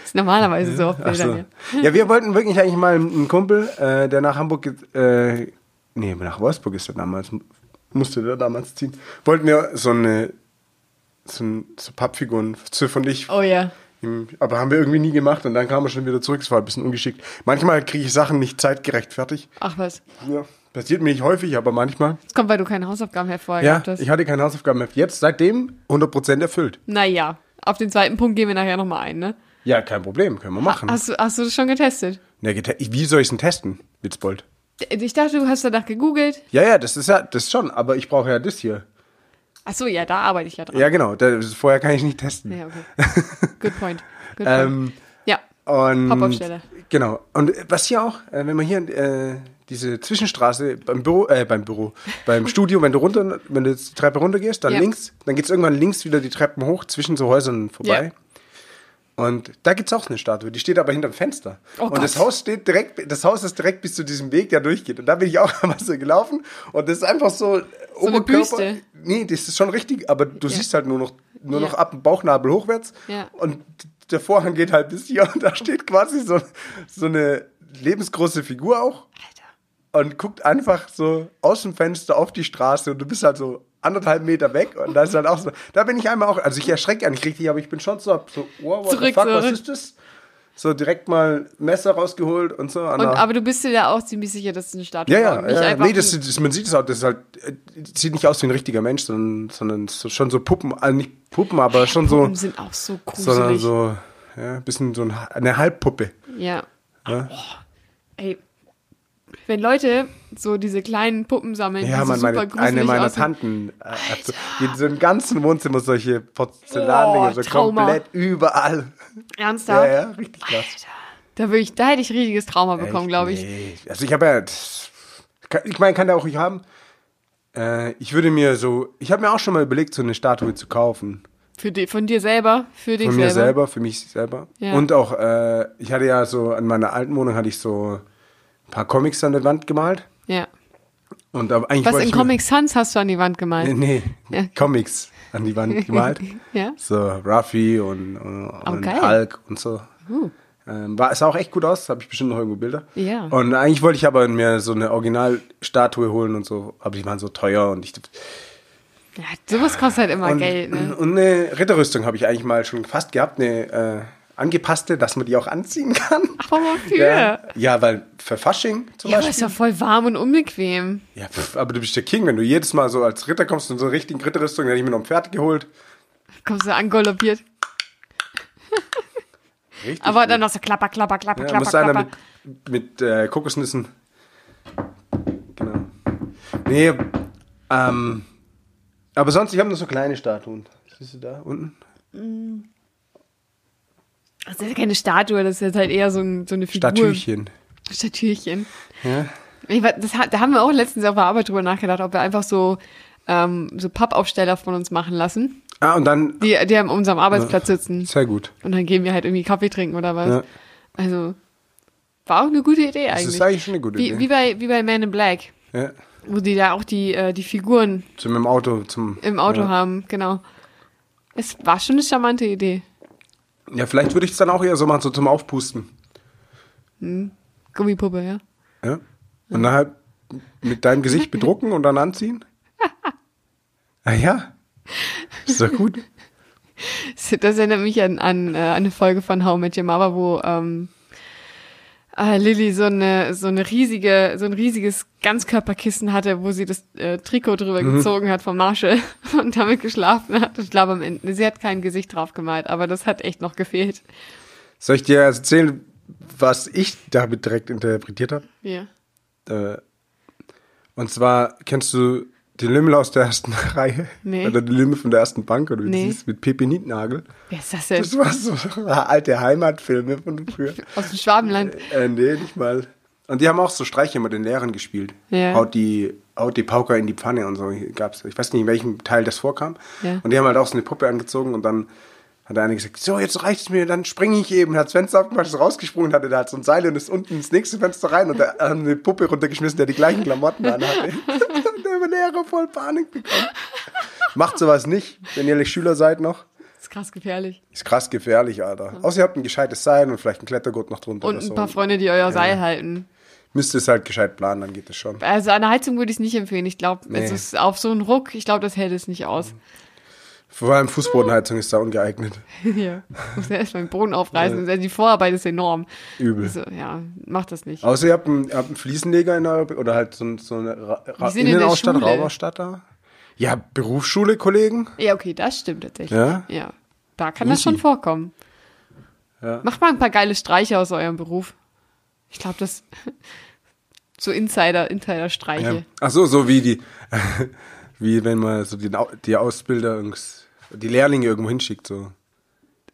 Speaker 2: Ist normalerweise so auf
Speaker 1: Ach
Speaker 2: Bildern.
Speaker 1: so.
Speaker 2: Ja.
Speaker 1: Ja, wir wollten wirklich eigentlich mal einen Kumpel, äh, der nach Hamburg, ge- äh, nee, nach Wolfsburg ist er damals, musste der damals ziehen, wollten wir so eine, so, ein, so Pappfiguren, Ziff und ich,
Speaker 2: Oh ja.
Speaker 1: ihm- aber haben wir irgendwie nie gemacht und dann kam er schon wieder zurück, es war ein bisschen ungeschickt. Manchmal kriege ich Sachen nicht zeitgerecht fertig,
Speaker 2: Ach was.
Speaker 1: ja, passiert mir nicht häufig, aber manchmal.
Speaker 2: Das kommt, weil du keine Hausaufgaben hervorgehabt
Speaker 1: Ja,
Speaker 2: hast.
Speaker 1: ich hatte keine Hausaufgaben mehr. Jetzt seitdem 100% erfüllt.
Speaker 2: Naja, auf den zweiten Punkt gehen wir nachher nochmal ein, ne?
Speaker 1: Ja, kein Problem, können wir machen.
Speaker 2: Hast du, hast du das schon getestet?
Speaker 1: Na, gete- wie soll ich es denn testen, Witzbold?
Speaker 2: D- Ich dachte, du hast danach gegoogelt.
Speaker 1: Ja, ja, das ist ja, das schon, aber ich brauche ja das hier.
Speaker 2: Achso, ja, da arbeite ich ja dran.
Speaker 1: Ja, genau, das, vorher kann ich nicht testen. (laughs)
Speaker 2: Ja, okay. Good point. Good point.
Speaker 1: Ähm,
Speaker 2: ja.
Speaker 1: und,
Speaker 2: Pop-up-Stelle.
Speaker 1: Genau, und was hier auch, äh, wenn man hier äh, diese Zwischenstraße beim Büro, äh, beim Büro,
Speaker 2: (laughs)
Speaker 1: beim Studio, wenn du runter, wenn du jetzt die Treppe runter gehst, dann
Speaker 2: Ja.
Speaker 1: links, dann geht's irgendwann links wieder die Treppen hoch zwischen so Häusern vorbei. Und da gibt's auch eine Statue, die steht aber hinterm Fenster.
Speaker 2: Oh
Speaker 1: und
Speaker 2: Gott.
Speaker 1: das Haus steht direkt, das Haus ist direkt bis zu diesem Weg, der durchgeht. Und da bin ich auch (laughs) einmal so gelaufen und das ist einfach so, so
Speaker 2: eine Büste.
Speaker 1: Nee, das ist schon richtig, aber du siehst halt nur noch, nur
Speaker 2: Ja.
Speaker 1: noch ab dem Bauchnabel hochwärts.
Speaker 2: Ja.
Speaker 1: Und der Vorhang geht halt bis hier und da steht quasi so, so eine lebensgroße Figur auch
Speaker 2: Alter.
Speaker 1: und guckt einfach so aus dem Fenster auf die Straße und du bist halt so anderthalb Meter weg und da ist halt auch so, da bin ich einmal auch, also ich erschrecke ja nicht richtig, aber ich bin schon so, so wow, what the
Speaker 2: Zurück,
Speaker 1: fuck,
Speaker 2: zurück.
Speaker 1: was ist das? so direkt mal Messer rausgeholt und so.
Speaker 2: Und, aber du bist dir da auch ziemlich sicher, dass es ein Statue
Speaker 1: ja,
Speaker 2: war.
Speaker 1: ja,
Speaker 2: und nicht
Speaker 1: ja, ja.
Speaker 2: einfach
Speaker 1: Nee, das,
Speaker 2: ein-
Speaker 1: das, man sieht es auch, das ist halt, äh, sieht nicht aus wie ein richtiger Mensch, sondern, sondern so, schon so Puppen, also nicht Puppen, aber schon so,
Speaker 2: Puppen sind auch so
Speaker 1: sondern
Speaker 2: gruselig.
Speaker 1: so, ja, ein bisschen so ein, eine Halbpuppe.
Speaker 2: ja. Oh,
Speaker 1: Ja.
Speaker 2: Ey, wenn Leute so diese kleinen Puppen sammeln,
Speaker 1: Ja,
Speaker 2: die
Speaker 1: man,
Speaker 2: so super
Speaker 1: meine,
Speaker 2: gruselig
Speaker 1: eine meiner
Speaker 2: aussehen.
Speaker 1: Tanten äh, hat so, die in so im ganzen Wohnzimmer solche Porzellandinge,
Speaker 2: Oh,
Speaker 1: so
Speaker 2: Trauma.
Speaker 1: komplett überall. Ja,
Speaker 2: Ernsthaft?
Speaker 1: ja, richtig krass.
Speaker 2: Da, würde ich, da hätte ich riesiges Trauma
Speaker 1: Echt?
Speaker 2: bekommen, glaube ich.
Speaker 1: Nee. Also ich habe ja, das- kann- ich meine, kann der auch ich haben. Äh, ich würde mir so, ich habe mir auch schon mal überlegt, so eine Statue zu kaufen.
Speaker 2: Für die, von dir selber, für dich
Speaker 1: Von
Speaker 2: selber.
Speaker 1: mir selber, für mich selber.
Speaker 2: Ja.
Speaker 1: Und auch, äh, ich hatte ja so, an meiner alten Wohnung hatte ich so ein paar Comics an der Wand gemalt.
Speaker 2: Ja.
Speaker 1: Und aber eigentlich
Speaker 2: Was
Speaker 1: wollte
Speaker 2: in
Speaker 1: ich mir-
Speaker 2: Comic Sans hast du an die Wand gemalt?
Speaker 1: (laughs) Nee, nee
Speaker 2: Ja.
Speaker 1: Comics an die Wand gemalt.
Speaker 2: (laughs) Ja. Oh,
Speaker 1: So Ruffy und, und, und
Speaker 2: geil.
Speaker 1: Hulk und so.
Speaker 2: Uh.
Speaker 1: Ähm, war, es sah auch echt gut aus, habe ich bestimmt noch irgendwo Bilder.
Speaker 2: Ja.
Speaker 1: Und eigentlich wollte ich aber mir so eine Originalstatue holen und so, aber die waren so teuer und ich.
Speaker 2: Ja, sowas kostet halt immer
Speaker 1: und,
Speaker 2: Geld, ne?
Speaker 1: und eine Ritterrüstung habe ich eigentlich mal schon fast gehabt, eine äh, angepasste, dass man die auch anziehen kann.
Speaker 2: Aber wofür?
Speaker 1: Ja, ja, weil für Fasching (clears throat) zum
Speaker 2: Ja, aber
Speaker 1: Beispiel.
Speaker 2: ist ja voll warm und unbequem.
Speaker 1: Ja, pf, aber du bist der King, wenn du jedes Mal so als Ritter kommst und so eine richtige Ritterrüstung, dann hätte ich mir noch ein Pferd geholt.
Speaker 2: Kommst du angaloppiert.
Speaker 1: Richtig
Speaker 2: Aber
Speaker 1: gut.
Speaker 2: dann noch so klapper, klapper, klapper,
Speaker 1: Ja,
Speaker 2: klapper,
Speaker 1: muss einer
Speaker 2: klapper.
Speaker 1: mit, mit äh, Kokosnüssen. Genau. Nee, ähm, aber sonst, ich habe nur so kleine Statuen. Siehst du da unten?
Speaker 2: Das ist ja keine Statue, das ist jetzt halt eher so, ein, so eine Figur.
Speaker 1: Statüchen.
Speaker 2: Statüchen.
Speaker 1: Ja.
Speaker 2: Ich, wa- das, hat- da haben wir auch letztens auf der Arbeit drüber nachgedacht, ob wir einfach so, ähm, so Pappaufsteller von uns machen lassen,
Speaker 1: Ah, und dann,
Speaker 2: die, die an unserem Arbeitsplatz sitzen.
Speaker 1: sehr gut.
Speaker 2: Und dann gehen wir halt irgendwie Kaffee trinken oder was.
Speaker 1: Ja.
Speaker 2: Also, war auch eine gute Idee
Speaker 1: Das
Speaker 2: eigentlich.
Speaker 1: ist eigentlich schon eine gute
Speaker 2: wie,
Speaker 1: Idee.
Speaker 2: wie, bei, wie bei Man in Black,
Speaker 1: ja.
Speaker 2: wo die da auch die, äh, die Figuren
Speaker 1: Zu meinem Auto. Zum,
Speaker 2: im Auto
Speaker 1: ja.
Speaker 2: haben, genau. Es war schon eine charmante Idee.
Speaker 1: Ja, vielleicht würde ich es dann auch eher so machen, so zum Aufpusten.
Speaker 2: Gummipuppe, ja.
Speaker 1: Ja? Und dann halt mit deinem Gesicht bedrucken und dann
Speaker 2: (laughs)
Speaker 1: anziehen? Ah ja. Ist doch gut.
Speaker 2: Das erinnert mich an, an äh, eine Folge von How I Met Your Mother, wo ähm, äh, Lilly so eine so eine riesige so ein riesiges Ganzkörperkissen hatte, wo sie das äh, Trikot drüber
Speaker 1: Mhm.
Speaker 2: gezogen hat von Marshall (laughs) und damit geschlafen hat. Ich glaube am Ende, sie hat kein Gesicht drauf gemalt, aber das hat echt noch gefehlt.
Speaker 1: Soll ich dir erzählen, was ich damit direkt interpretiert habe?
Speaker 2: Ja.
Speaker 1: Äh, und zwar, kennst du den Lümmel aus der ersten (laughs) Reihe?
Speaker 2: Nee.
Speaker 1: Oder den Lümmel von der ersten Bank, oder wie
Speaker 2: Nee. Äh.
Speaker 1: das hieß, mit Pepe Nietnagel.
Speaker 2: Wer ist das denn?
Speaker 1: Das war so alte Heimatfilme von früher.
Speaker 2: Aus dem Schwabenland.
Speaker 1: äh, nee, nicht mal. Und die haben auch so Streiche mit den Lehrern gespielt.
Speaker 2: Ja.
Speaker 1: Haut die, haut die Pauker in die Pfanne und so gab's. Ich weiß nicht, in welchem Teil das vorkam.
Speaker 2: Ja.
Speaker 1: Und die haben halt auch so eine Puppe angezogen und dann hat der eine gesagt, so, jetzt reicht's mir, dann springe ich eben. Hat das Fenster aufgemacht, ist rausgesprungen, hatte da hat so ein Seil und ist unten ins nächste Fenster rein und da haben eine Puppe runtergeschmissen, der die gleichen Klamotten anhatte.
Speaker 2: (laughs)
Speaker 1: und der Lehrer voll Panik bekommen. Macht sowas nicht, wenn ihr Schüler seid noch.
Speaker 2: Das ist krass gefährlich.
Speaker 1: Ist krass gefährlich, Alter. Außer ihr habt ein gescheites Seil und vielleicht einen Klettergurt noch drunter.
Speaker 2: Und
Speaker 1: oder
Speaker 2: ein
Speaker 1: so.
Speaker 2: paar Freunde, die euer Seil halten.
Speaker 1: Müsst ihr es halt gescheit planen, dann geht es schon.
Speaker 2: Also an der Heizung würde ich es nicht empfehlen. Ich glaube,
Speaker 1: Nee.
Speaker 2: es ist auf so einen Ruck, ich glaube, das hält es nicht aus.
Speaker 1: Vor allem Fußbodenheizung ist da ungeeignet.
Speaker 2: (laughs) Ja, muss ja erstmal den Boden aufreißen. Also die Vorarbeit ist enorm.
Speaker 1: Übel.
Speaker 2: Also, ja, macht das nicht.
Speaker 1: Außer ihr habt einen, ihr habt einen Fliesenleger in eurer, oder halt so, ein- so eine Ra Ra
Speaker 2: sind in der
Speaker 1: Innenausstatt,
Speaker 2: Schule.
Speaker 1: Raumausstatter. Ja, Berufsschule, Kollegen.
Speaker 2: Ja, okay, das stimmt tatsächlich.
Speaker 1: Ja?
Speaker 2: ja. Da kann das
Speaker 1: Easy.
Speaker 2: schon vorkommen.
Speaker 1: Ja.
Speaker 2: Macht mal ein paar geile Streiche aus eurem Beruf. Ich glaube, das (laughs) so Insider, Insider-Streiche.
Speaker 1: Ja. Ach so, so wie die, (laughs) wie wenn man so die, Au- die Ausbilder, irgends- die Lehrlinge irgendwo hinschickt, so.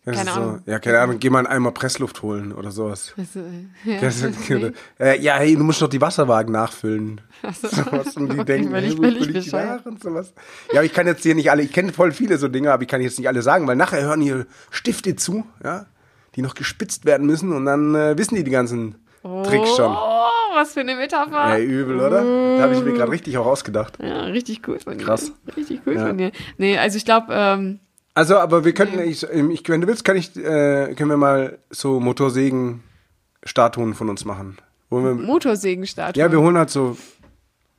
Speaker 1: Das
Speaker 2: Keine
Speaker 1: ist so,
Speaker 2: Ahnung.
Speaker 1: Ja, keine Ahnung, geh mal einmal Pressluft holen oder sowas.
Speaker 2: Also, (laughs) ja.
Speaker 1: Kennst du- Äh, ja, hey, du musst noch die Wasserwagen nachfüllen. (laughs)
Speaker 2: Also,
Speaker 1: sowas und
Speaker 2: (laughs)
Speaker 1: die
Speaker 2: okay,
Speaker 1: denken,
Speaker 2: völlig-
Speaker 1: hey, wo
Speaker 2: völlig
Speaker 1: fülle ich die
Speaker 2: bescheuert.
Speaker 1: nach und sowas. Ja, aber ich kann jetzt hier nicht alle, ich kenne voll viele so Dinge, aber ich kann jetzt nicht alle sagen, weil nachher hören hier Stifte zu, ja, die noch gespitzt werden müssen und dann äh, wissen die die ganzen Tricks schon.
Speaker 2: Oh, was für eine Metapher.
Speaker 1: Ey, übel, oder? Da habe ich mir gerade richtig auch ausgedacht.
Speaker 2: Ja, richtig cool von dir.
Speaker 1: Krass.
Speaker 2: Richtig cool
Speaker 1: Ja.
Speaker 2: von dir. Nee, also ich glaube, ähm,
Speaker 1: Also, aber wir
Speaker 2: Mhm.
Speaker 1: könnten, ich, ich, wenn du willst, kann ich, äh, können wir mal so Motorsägen-Statuen von uns machen. Wo wir,
Speaker 2: Motorsägenstatue.
Speaker 1: ja, wir holen halt so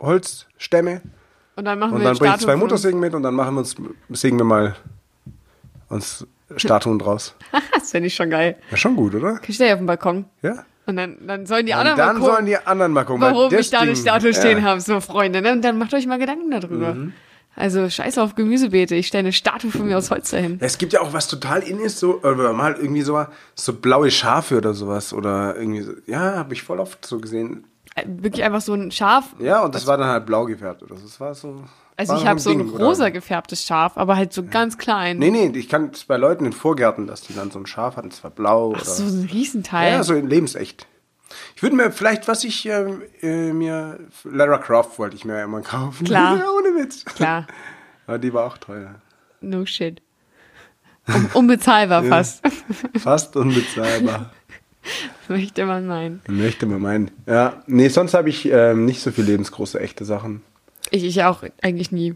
Speaker 1: Holzstämme
Speaker 2: und dann machen
Speaker 1: Und
Speaker 2: wir
Speaker 1: dann bringe ich
Speaker 2: Statuen
Speaker 1: zwei
Speaker 2: von uns.
Speaker 1: Motorsägen mit und dann machen wir uns, sägen wir mal uns Statuen draus.
Speaker 2: (laughs) das finde ich schon geil.
Speaker 1: Ja, schon gut, oder?
Speaker 2: Ich stehe auf dem Balkon.
Speaker 1: Ja.
Speaker 2: Und dann, dann sollen die
Speaker 1: Und
Speaker 2: anderen
Speaker 1: dann
Speaker 2: mal gucken,
Speaker 1: sollen die anderen mal gucken. weil
Speaker 2: warum
Speaker 1: das
Speaker 2: ich da eine
Speaker 1: Ding-
Speaker 2: Statue stehen
Speaker 1: ja. Mhm.
Speaker 2: habe, so Freunde. Ne? Und dann macht euch mal Gedanken darüber. Also scheiß auf Gemüsebeete. Ich stelle eine Statue von mir aus Holz dahin.
Speaker 1: Es gibt ja auch was total in ist, so, oder mal halt irgendwie so, so blaue Schafe oder sowas. Oder irgendwie so, ja, habe ich voll oft so gesehen.
Speaker 2: Äh, Wirklich einfach so ein Schaf.
Speaker 1: Ja, und das war dann halt blau gefärbt. Oder so. Das war so.
Speaker 2: Also
Speaker 1: war
Speaker 2: ich habe so ein
Speaker 1: Ding, oder?
Speaker 2: rosa gefärbtes Schaf, aber halt so ganz klein.
Speaker 1: Nee, nee, ich kann es bei Leuten in Vorgärten, dass die dann so ein Schaf hatten, das war blau.
Speaker 2: Ach,
Speaker 1: oder,
Speaker 2: so ein Riesenteil.
Speaker 1: ja, so in lebensecht. Ich würde mir vielleicht, was ich ähm, äh, mir, Lara Croft wollte ich mir ja immer kaufen. (laughs)
Speaker 2: Klar.
Speaker 1: Ja, ohne Witz.
Speaker 2: Klar,
Speaker 1: Aber die war auch teuer.
Speaker 2: no shit. Un
Speaker 1: (laughs)
Speaker 2: unbezahlbar fast.
Speaker 1: Fast
Speaker 2: (laughs)
Speaker 1: unbezahlbar.
Speaker 2: Möchte man meinen.
Speaker 1: Möchte man meinen. Ja, nee, sonst habe ich ähm, nicht so viel lebensgroße echte Sachen.
Speaker 2: Ich, ich auch eigentlich
Speaker 1: (laughs)
Speaker 2: nie.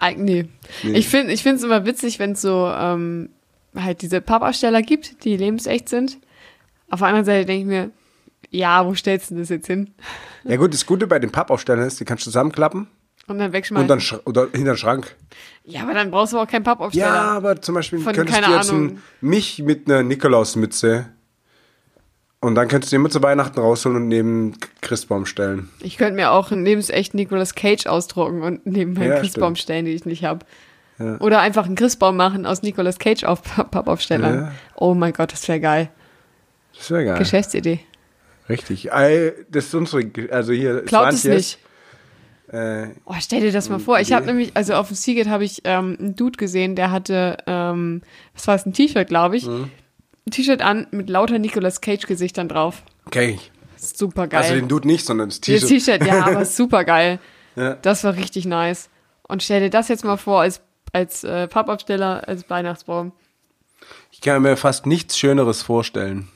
Speaker 2: Eig nee.
Speaker 1: Nee.
Speaker 2: Ich finde es immer witzig, wenn es so ähm, halt diese Pappaussteller gibt, die lebensecht sind. Auf der anderen Seite denke ich mir, ja, wo stellst du das jetzt hin?
Speaker 1: Ja gut, das Gute bei den Pappaufstellern ist, die kannst du zusammenklappen
Speaker 2: Und dann wegschmeißen.
Speaker 1: und dann sch- oder hinter den Schrank.
Speaker 2: ja, aber dann brauchst du auch keinen Pappaufsteller.
Speaker 1: Ja, aber zum Beispiel
Speaker 2: Von-
Speaker 1: könntest du
Speaker 2: keine
Speaker 1: jetzt
Speaker 2: Ahnung.
Speaker 1: einen, mich mit einer Nikolausmütze und dann könntest du den immer zu Weihnachten rausholen und neben K- Christbaum stellen.
Speaker 2: Ich könnte mir auch nebensecht Nicolas Cage ausdrucken und neben meinen
Speaker 1: Ja,
Speaker 2: Christbaum
Speaker 1: stimmt.
Speaker 2: stellen, die ich nicht habe. Oder einfach einen Christbaum machen aus Nicolas Cage auf Pappaufstellern.
Speaker 1: Ja.
Speaker 2: Oh mein Gott, das wäre geil.
Speaker 1: Das wäre geil.
Speaker 2: Geschäftsidee.
Speaker 1: Richtig. Ei, das ist unsere, Ge- also hier.
Speaker 2: Klaut es
Speaker 1: Swantjes,
Speaker 2: nicht.
Speaker 1: Äh,
Speaker 2: Oh, stell dir das mal vor. Ich habe
Speaker 1: Idee.
Speaker 2: nämlich, also auf dem Seagate habe ich ähm, einen Dude gesehen, der hatte, ähm, was war es, ein T-Shirt, glaube ich.
Speaker 1: Hm.
Speaker 2: Ein T-Shirt an mit lauter Nicolas Cage-Gesichtern drauf.
Speaker 1: okay.
Speaker 2: Super geil.
Speaker 1: Also den Dude nicht, sondern das
Speaker 2: Das
Speaker 1: T-Shirt.
Speaker 2: T-Shirt,
Speaker 1: (laughs)
Speaker 2: ja, aber super geil.
Speaker 1: Ja.
Speaker 2: Das war richtig nice. Und stell dir das jetzt mal vor als, als äh, Pappabsteller, als Weihnachtsbaum.
Speaker 1: Ich kann mir fast nichts Schöneres vorstellen.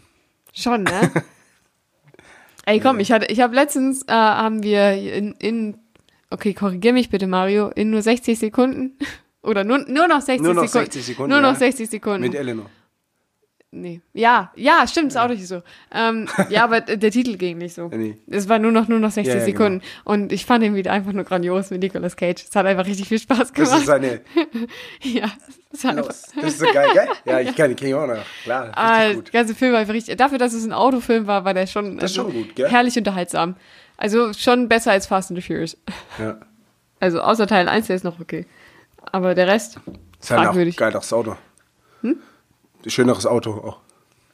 Speaker 2: Schon, ne? (laughs) Ey, komm, ich hatte, ich habe letztens, äh, haben wir in, in, okay, korrigier mich bitte, Mario, in nur 60 Sekunden (laughs) oder nur, nur noch 60
Speaker 1: Nur noch
Speaker 2: Sekunden.
Speaker 1: 60 Sekunden,
Speaker 2: Nur noch
Speaker 1: ja.
Speaker 2: 60 Sekunden.
Speaker 1: Mit Eleanor.
Speaker 2: nee. Ja, ja, stimmt, ist auch nicht so. Ähm, ja, aber der Titel ging nicht
Speaker 1: (laughs)
Speaker 2: so.
Speaker 1: Nee.
Speaker 2: Es war nur noch, nur noch 60
Speaker 1: Ja, genau. ja,
Speaker 2: Sekunden. Und ich fand ihn wieder einfach nur grandios mit Nicolas Cage. Es hat einfach richtig viel Spaß
Speaker 1: Das ist
Speaker 2: gemacht.
Speaker 1: seine.
Speaker 2: (laughs) ja, es hat einfach,
Speaker 1: Das ist so geil, gell? Ja,
Speaker 2: (laughs)
Speaker 1: ich kann, kenn ich auch noch. Klar, richtig
Speaker 2: Ah,
Speaker 1: gut.
Speaker 2: der ganze Film war einfach richtig. Dafür, dass es ein Autofilm war, war der schon,
Speaker 1: Das ist
Speaker 2: also,
Speaker 1: schon gut, gell?
Speaker 2: herrlich unterhaltsam. Also schon besser als Fast and the Furious.
Speaker 1: Ja.
Speaker 2: Also außer Teil 1, der ist noch okay. Aber der Rest,
Speaker 1: Ist halt auch
Speaker 2: fragwürdig. Hm?
Speaker 1: geil, das Auto. Schöneres Auto auch.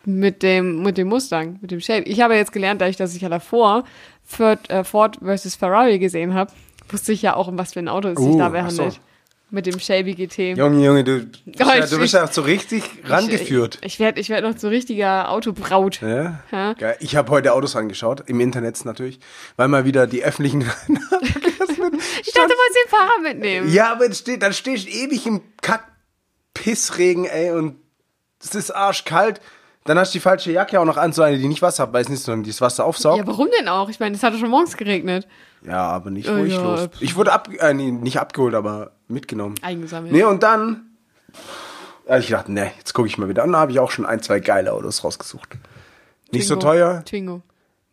Speaker 2: Mit dem, mit dem Mustang, mit dem Shape. Ich habe jetzt gelernt, dadurch, dass ich ja davor Ford, äh, Ford versus Ferrari gesehen habe, wusste ich ja auch, um was für ein Auto es sich
Speaker 1: Uh,
Speaker 2: dabei
Speaker 1: ach so.
Speaker 2: handelt. Mit dem Shelby GT.
Speaker 1: Junge, Junge, du, du bist ja,
Speaker 2: Oh, ich-
Speaker 1: du bist ja auch so richtig rangeführt.
Speaker 2: Ich, ich werde ich werd noch so richtiger Autobraut.
Speaker 1: Ja?
Speaker 2: Ja.
Speaker 1: Geil. Ich habe heute Autos angeschaut, im Internet natürlich, weil mal wieder die öffentlichen. (laughs)
Speaker 2: Ich dachte, du wolltest den Fahrer mitnehmen.
Speaker 1: ja, aber jetzt steht, dann stehe ich ewig im Kack-Pissregen, ey, und es ist arschkalt. Dann hast du die falsche Jacke auch noch an, so eine, die nicht Wasser abweist, nicht, sondern die das Wasser aufsaugt.
Speaker 2: Ja, warum denn auch? Ich meine, es hat doch schon morgens geregnet.
Speaker 1: Ja, aber nicht
Speaker 2: Oh Ja,
Speaker 1: furchtlos.
Speaker 2: ja.
Speaker 1: Ich wurde ab, äh, nee, nicht abgeholt, aber mitgenommen.
Speaker 2: Eingesammelt.
Speaker 1: Nee, und dann. Ja, ich dachte, nee, jetzt gucke ich mal wieder an. Da habe ich auch schon ein, zwei geile Autos rausgesucht. Nicht so
Speaker 2: Twingo.
Speaker 1: teuer.
Speaker 2: Twingo.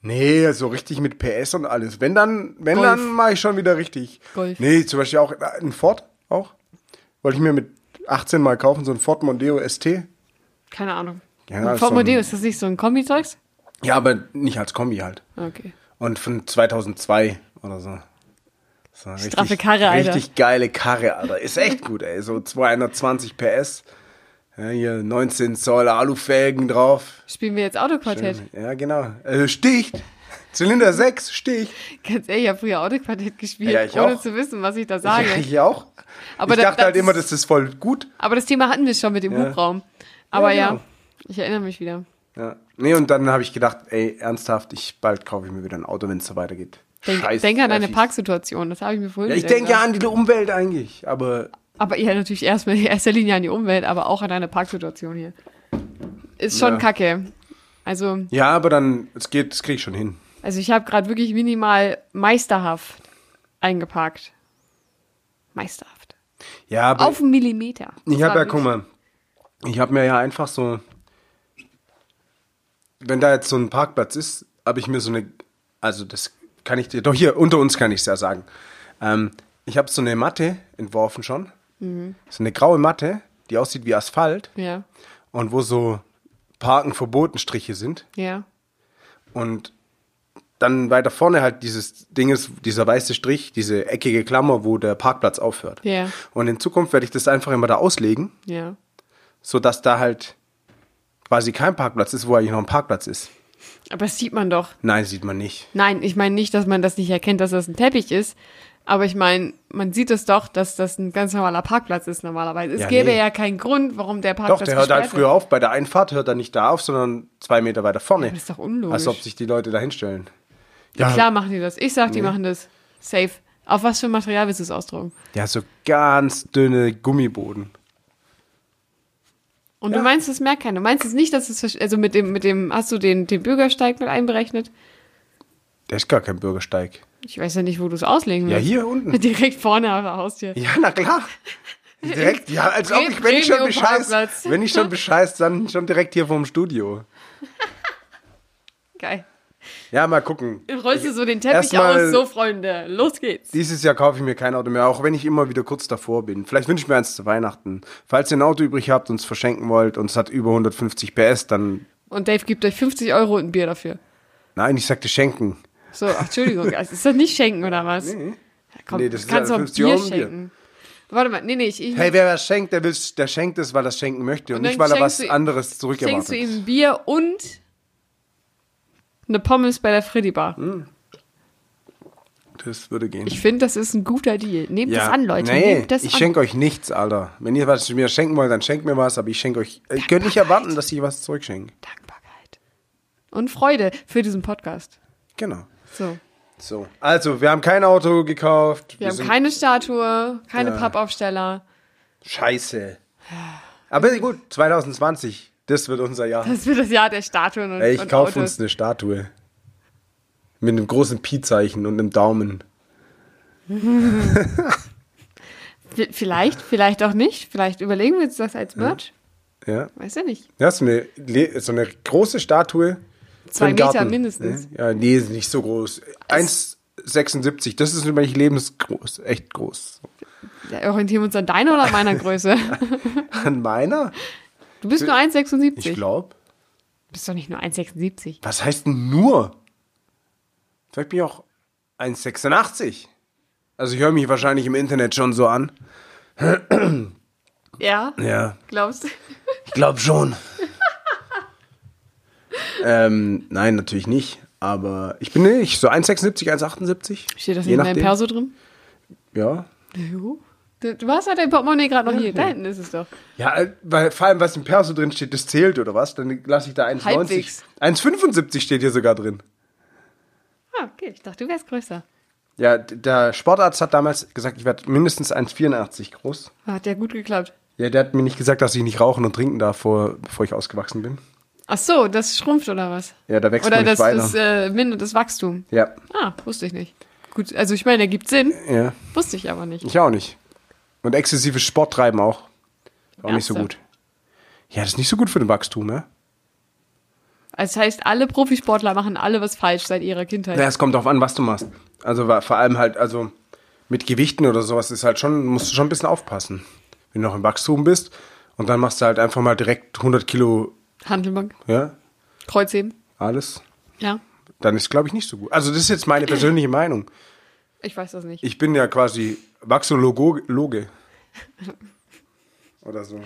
Speaker 1: Nee, so richtig mit PS und alles. Wenn dann, wenn
Speaker 2: Golf.
Speaker 1: dann mache ich schon wieder richtig.
Speaker 2: Golf.
Speaker 1: Nee, zum Beispiel auch äh, ein Ford auch. Wollte ich mir mit 18 mal kaufen, so ein Ford Mondeo ST.
Speaker 2: Keine Ahnung.
Speaker 1: Ja,
Speaker 2: Und
Speaker 1: ist
Speaker 2: Ford
Speaker 1: so ein-
Speaker 2: Mondeo, ist das nicht so ein Kombi-Zeugs?
Speaker 1: Ja, aber nicht als Kombi halt.
Speaker 2: Okay.
Speaker 1: Und von 2002 oder so. so eine
Speaker 2: Straffe Karre, Alter.
Speaker 1: Richtig geile Karre, Alter. Ist echt gut, ey. So 220 PS. Ja, hier 19 Zoll Alufelgen drauf.
Speaker 2: Spielen wir jetzt Autoquartett?
Speaker 1: Ja, genau. Äh, Sticht. Zylinder 6, Sticht.
Speaker 2: Ganz ehrlich, ich habe früher Autoquartett gespielt,
Speaker 1: Ja, ich
Speaker 2: ohne
Speaker 1: auch.
Speaker 2: zu wissen, was ich da
Speaker 1: Ich,
Speaker 2: sage.
Speaker 1: ich auch.
Speaker 2: Aber
Speaker 1: ich
Speaker 2: da-
Speaker 1: dachte
Speaker 2: das
Speaker 1: halt
Speaker 2: ist-
Speaker 1: immer, das ist voll gut.
Speaker 2: Aber das Thema hatten wir schon mit dem
Speaker 1: Ja.
Speaker 2: Hubraum. Aber
Speaker 1: Ja,
Speaker 2: ja,
Speaker 1: genau.
Speaker 2: ich erinnere mich wieder.
Speaker 1: Ja. Nee, und dann habe ich gedacht, ey, ernsthaft, ich bald kaufe ich mir wieder ein Auto, wenn es so weitergeht.
Speaker 2: Denk,
Speaker 1: Scheiß-
Speaker 2: denk an deine
Speaker 1: Nervig.
Speaker 2: Parksituation, das habe ich mir vorhin
Speaker 1: Ja, ich
Speaker 2: gedacht.
Speaker 1: denke ja an die Umwelt eigentlich, aber
Speaker 2: Aber ja, natürlich erstmal in erster Linie an die Umwelt, aber auch an deine Parksituation hier. Ist schon
Speaker 1: Ja.
Speaker 2: kacke. Also,
Speaker 1: ja, aber dann, es geht, das kriege ich schon hin.
Speaker 2: also ich habe gerade wirklich minimal meisterhaft eingeparkt. Meisterhaft.
Speaker 1: Ja, aber
Speaker 2: Auf einen Millimeter.
Speaker 1: Ich
Speaker 2: Das
Speaker 1: habe ja,
Speaker 2: war
Speaker 1: guck mal, ich habe mir ja einfach so, wenn da jetzt so ein Parkplatz ist, habe ich mir so eine, also das kann ich dir, doch hier, unter uns kann ich es ja
Speaker 2: Mhm.
Speaker 1: sagen. Ähm, ich habe so eine Matte entworfen schon, so eine graue Matte die aussieht wie Asphalt
Speaker 2: Ja,
Speaker 1: und wo so Parken verboten Striche sind.
Speaker 2: ja.
Speaker 1: Und dann weiter vorne halt dieses Ding ist, dieser weiße Strich, diese eckige Klammer, wo der Parkplatz aufhört.
Speaker 2: Ja.
Speaker 1: Und in Zukunft werde ich das einfach immer da auslegen,
Speaker 2: Ja.
Speaker 1: sodass da halt quasi kein Parkplatz ist, wo eigentlich noch ein Parkplatz ist.
Speaker 2: Aber das sieht man doch.
Speaker 1: Nein, sieht man nicht.
Speaker 2: Nein, ich meine nicht, dass man das nicht erkennt, dass das ein Teppich ist. Aber ich meine, man sieht es doch, dass das ein ganz normaler Parkplatz ist normalerweise. Es
Speaker 1: Ja,
Speaker 2: gäbe
Speaker 1: nee.
Speaker 2: ja keinen Grund, warum der
Speaker 1: Doch,
Speaker 2: Parkplatz
Speaker 1: der hört halt
Speaker 2: gesperrt wird.
Speaker 1: früher auf. Bei der Einfahrt hört er nicht da auf, sondern zwei Meter weiter vorne.
Speaker 2: das ist doch unlogisch.
Speaker 1: Als ob sich die Leute da hinstellen.
Speaker 2: Klar machen die das. Ich sag, die machen das. Safe. Auf was für ein Material willst du es ausdrucken?
Speaker 1: Ja, so ganz dünne Gummiboden.
Speaker 2: Und du meinst, es merkt keiner. Du meinst es nicht, dass es, versch- also mit dem, mit dem, hast du den, den Bürgersteig mit einberechnet?
Speaker 1: Der ist gar kein Bürgersteig.
Speaker 2: Ich weiß ja nicht, wo du es auslegen
Speaker 1: Ja,
Speaker 2: willst.
Speaker 1: hier unten.
Speaker 2: (laughs) Direkt vorne auf der Haustür.
Speaker 1: Ja, na klar. Direkt, ja, als ob ich, wenn ich
Speaker 2: um
Speaker 1: schon bescheiß,
Speaker 2: Premium-Parkplatz.
Speaker 1: wenn ich schon bescheiß, dann schon direkt hier vorm Studio.
Speaker 2: Geil.
Speaker 1: Ja, mal gucken.
Speaker 2: Dann rollst du so den Teppich
Speaker 1: Erstmal-
Speaker 2: aus. So, Freunde, los geht's.
Speaker 1: Dieses Jahr kaufe ich mir kein Auto mehr, auch wenn ich immer wieder kurz davor bin. Vielleicht wünsche ich mir eins zu Weihnachten. Falls ihr ein Auto übrig habt und es verschenken wollt und es hat über 150 PS, dann,
Speaker 2: Und Dave gibt euch 50 Euro und ein Bier dafür.
Speaker 1: nein, ich sagte schenken.
Speaker 2: So,
Speaker 1: (laughs)
Speaker 2: ach, Entschuldigung, also ist das nicht schenken oder was? Nee. Ja, komm,
Speaker 1: Nee,
Speaker 2: nee,
Speaker 1: das
Speaker 2: das
Speaker 1: ist ja
Speaker 2: kannst du auch
Speaker 1: 50
Speaker 2: Bier
Speaker 1: Euro ein Bier.
Speaker 2: schenken. Warte mal, nee, nee, ich, ich
Speaker 1: Hey, wer was schenkt, der, will's, der schenkt es, weil er es schenken möchte und,
Speaker 2: Und
Speaker 1: nicht,
Speaker 2: dann
Speaker 1: weil er was
Speaker 2: schenkst du-
Speaker 1: anderes
Speaker 2: schenkst du
Speaker 1: zurückerwartet.
Speaker 2: ihm ein Bier und eine Pommes bei der Freddy Bar.
Speaker 1: Hm. Das würde gehen.
Speaker 2: Ich finde, das ist ein guter Deal. Nehmt das an, Leute. Nehmt das
Speaker 1: ich
Speaker 2: an.
Speaker 1: schenke euch nichts, Alter. Wenn ihr was mir schenken wollt, dann schenkt mir was, aber ich schenke euch. Ihr könnt nicht erwarten, dass ich was zurückschenke.
Speaker 2: Dankbarkeit. Und Freude für diesen Podcast.
Speaker 1: Genau.
Speaker 2: So.
Speaker 1: So. Also, wir haben kein Auto gekauft.
Speaker 2: Wir, haben
Speaker 1: sind-
Speaker 2: keine Statue, keine
Speaker 1: Ja.
Speaker 2: Pappaufsteller.
Speaker 1: Scheiße. Aber gut, 2020, das wird unser Jahr.
Speaker 2: Das wird das Jahr der Statuen und,
Speaker 1: Ey, ich
Speaker 2: und
Speaker 1: kaufe
Speaker 2: Autos.
Speaker 1: uns eine Statue. Mit einem großen Pi-Zeichen und einem Daumen.
Speaker 2: V- Vielleicht, vielleicht auch nicht. Vielleicht überlegen wir uns das als Merch.
Speaker 1: Ja.
Speaker 2: Weiß ja nicht.
Speaker 1: Das ist eine, Le- so eine große Statue. für
Speaker 2: Zwei
Speaker 1: den
Speaker 2: Meter
Speaker 1: Garten.
Speaker 2: mindestens.
Speaker 1: Ja, nee, ist nicht so groß. 1,76. Das ist nämlich lebensgroß. Echt
Speaker 2: (laughs)
Speaker 1: groß.
Speaker 2: Ja, orientieren wir uns an deiner oder an meiner Größe?
Speaker 1: An meiner?
Speaker 2: Du bist nur
Speaker 1: Ich
Speaker 2: 1,76. Du
Speaker 1: glaube.
Speaker 2: bist doch nicht nur 1,76.
Speaker 1: Was heißt denn nur? Vielleicht bin ich auch 1,86. Also ich höre mich wahrscheinlich im Internet schon so an.
Speaker 2: Ja,
Speaker 1: Ja,
Speaker 2: glaubst du?
Speaker 1: ich glaube schon. ähm, nein, natürlich nicht. Aber ich bin nicht so 1,76, 1,78.
Speaker 2: Steht das
Speaker 1: Je
Speaker 2: in deinem
Speaker 1: nachdem.
Speaker 2: Perso drin?
Speaker 1: Ja.
Speaker 2: Jo. Du, du hast halt dein Portemonnaie gerade noch hier. Da hinten ist es doch.
Speaker 1: Ja, äh, weil vor allem, was im Perso drin steht, das zählt oder was? Dann lasse ich da 1,90.
Speaker 2: Halbwegs.
Speaker 1: 1,75 steht hier sogar drin.
Speaker 2: Ah, okay. Ich dachte, du wärst größer.
Speaker 1: Ja, d- der Sportarzt hat damals gesagt, ich werde mindestens 1,84 groß.
Speaker 2: Hat ja gut geklappt.
Speaker 1: Ja, der hat mir nicht gesagt, dass ich nicht rauchen und trinken darf, vor, bevor ich ausgewachsen bin.
Speaker 2: Ach so, das schrumpft oder was?
Speaker 1: Ja, da wächst
Speaker 2: Oder
Speaker 1: man nicht
Speaker 2: das,
Speaker 1: weiter.
Speaker 2: das äh, mindert das Wachstum.
Speaker 1: Ja,
Speaker 2: Ah, wusste ich nicht. Gut, also ich meine, ergibt Sinn.
Speaker 1: ja.
Speaker 2: Wusste ich aber nicht.
Speaker 1: Ich auch nicht. Und exzessives Sporttreiben auch. Auch nicht so
Speaker 2: Ernsthaft?
Speaker 1: gut. Ja, das ist nicht so gut für den Wachstum, ne?
Speaker 2: Also das heißt, alle Profisportler machen alle was falsch seit ihrer Kindheit.
Speaker 1: Ja, es kommt drauf an, was du machst. Also wa- vor allem halt, also mit Gewichten oder sowas ist halt schon, musst du schon ein bisschen aufpassen. Wenn du noch im Wachstum bist und dann machst du halt einfach mal direkt 100 Kilo,
Speaker 2: Handelbank,
Speaker 1: ja,
Speaker 2: Kreuzheben.
Speaker 1: alles,
Speaker 2: Ja,
Speaker 1: dann ist glaube ich nicht so gut. Also das ist jetzt meine persönliche Meinung.
Speaker 2: ich weiß das nicht.
Speaker 1: Ich bin ja quasi Waxologe. Oder so.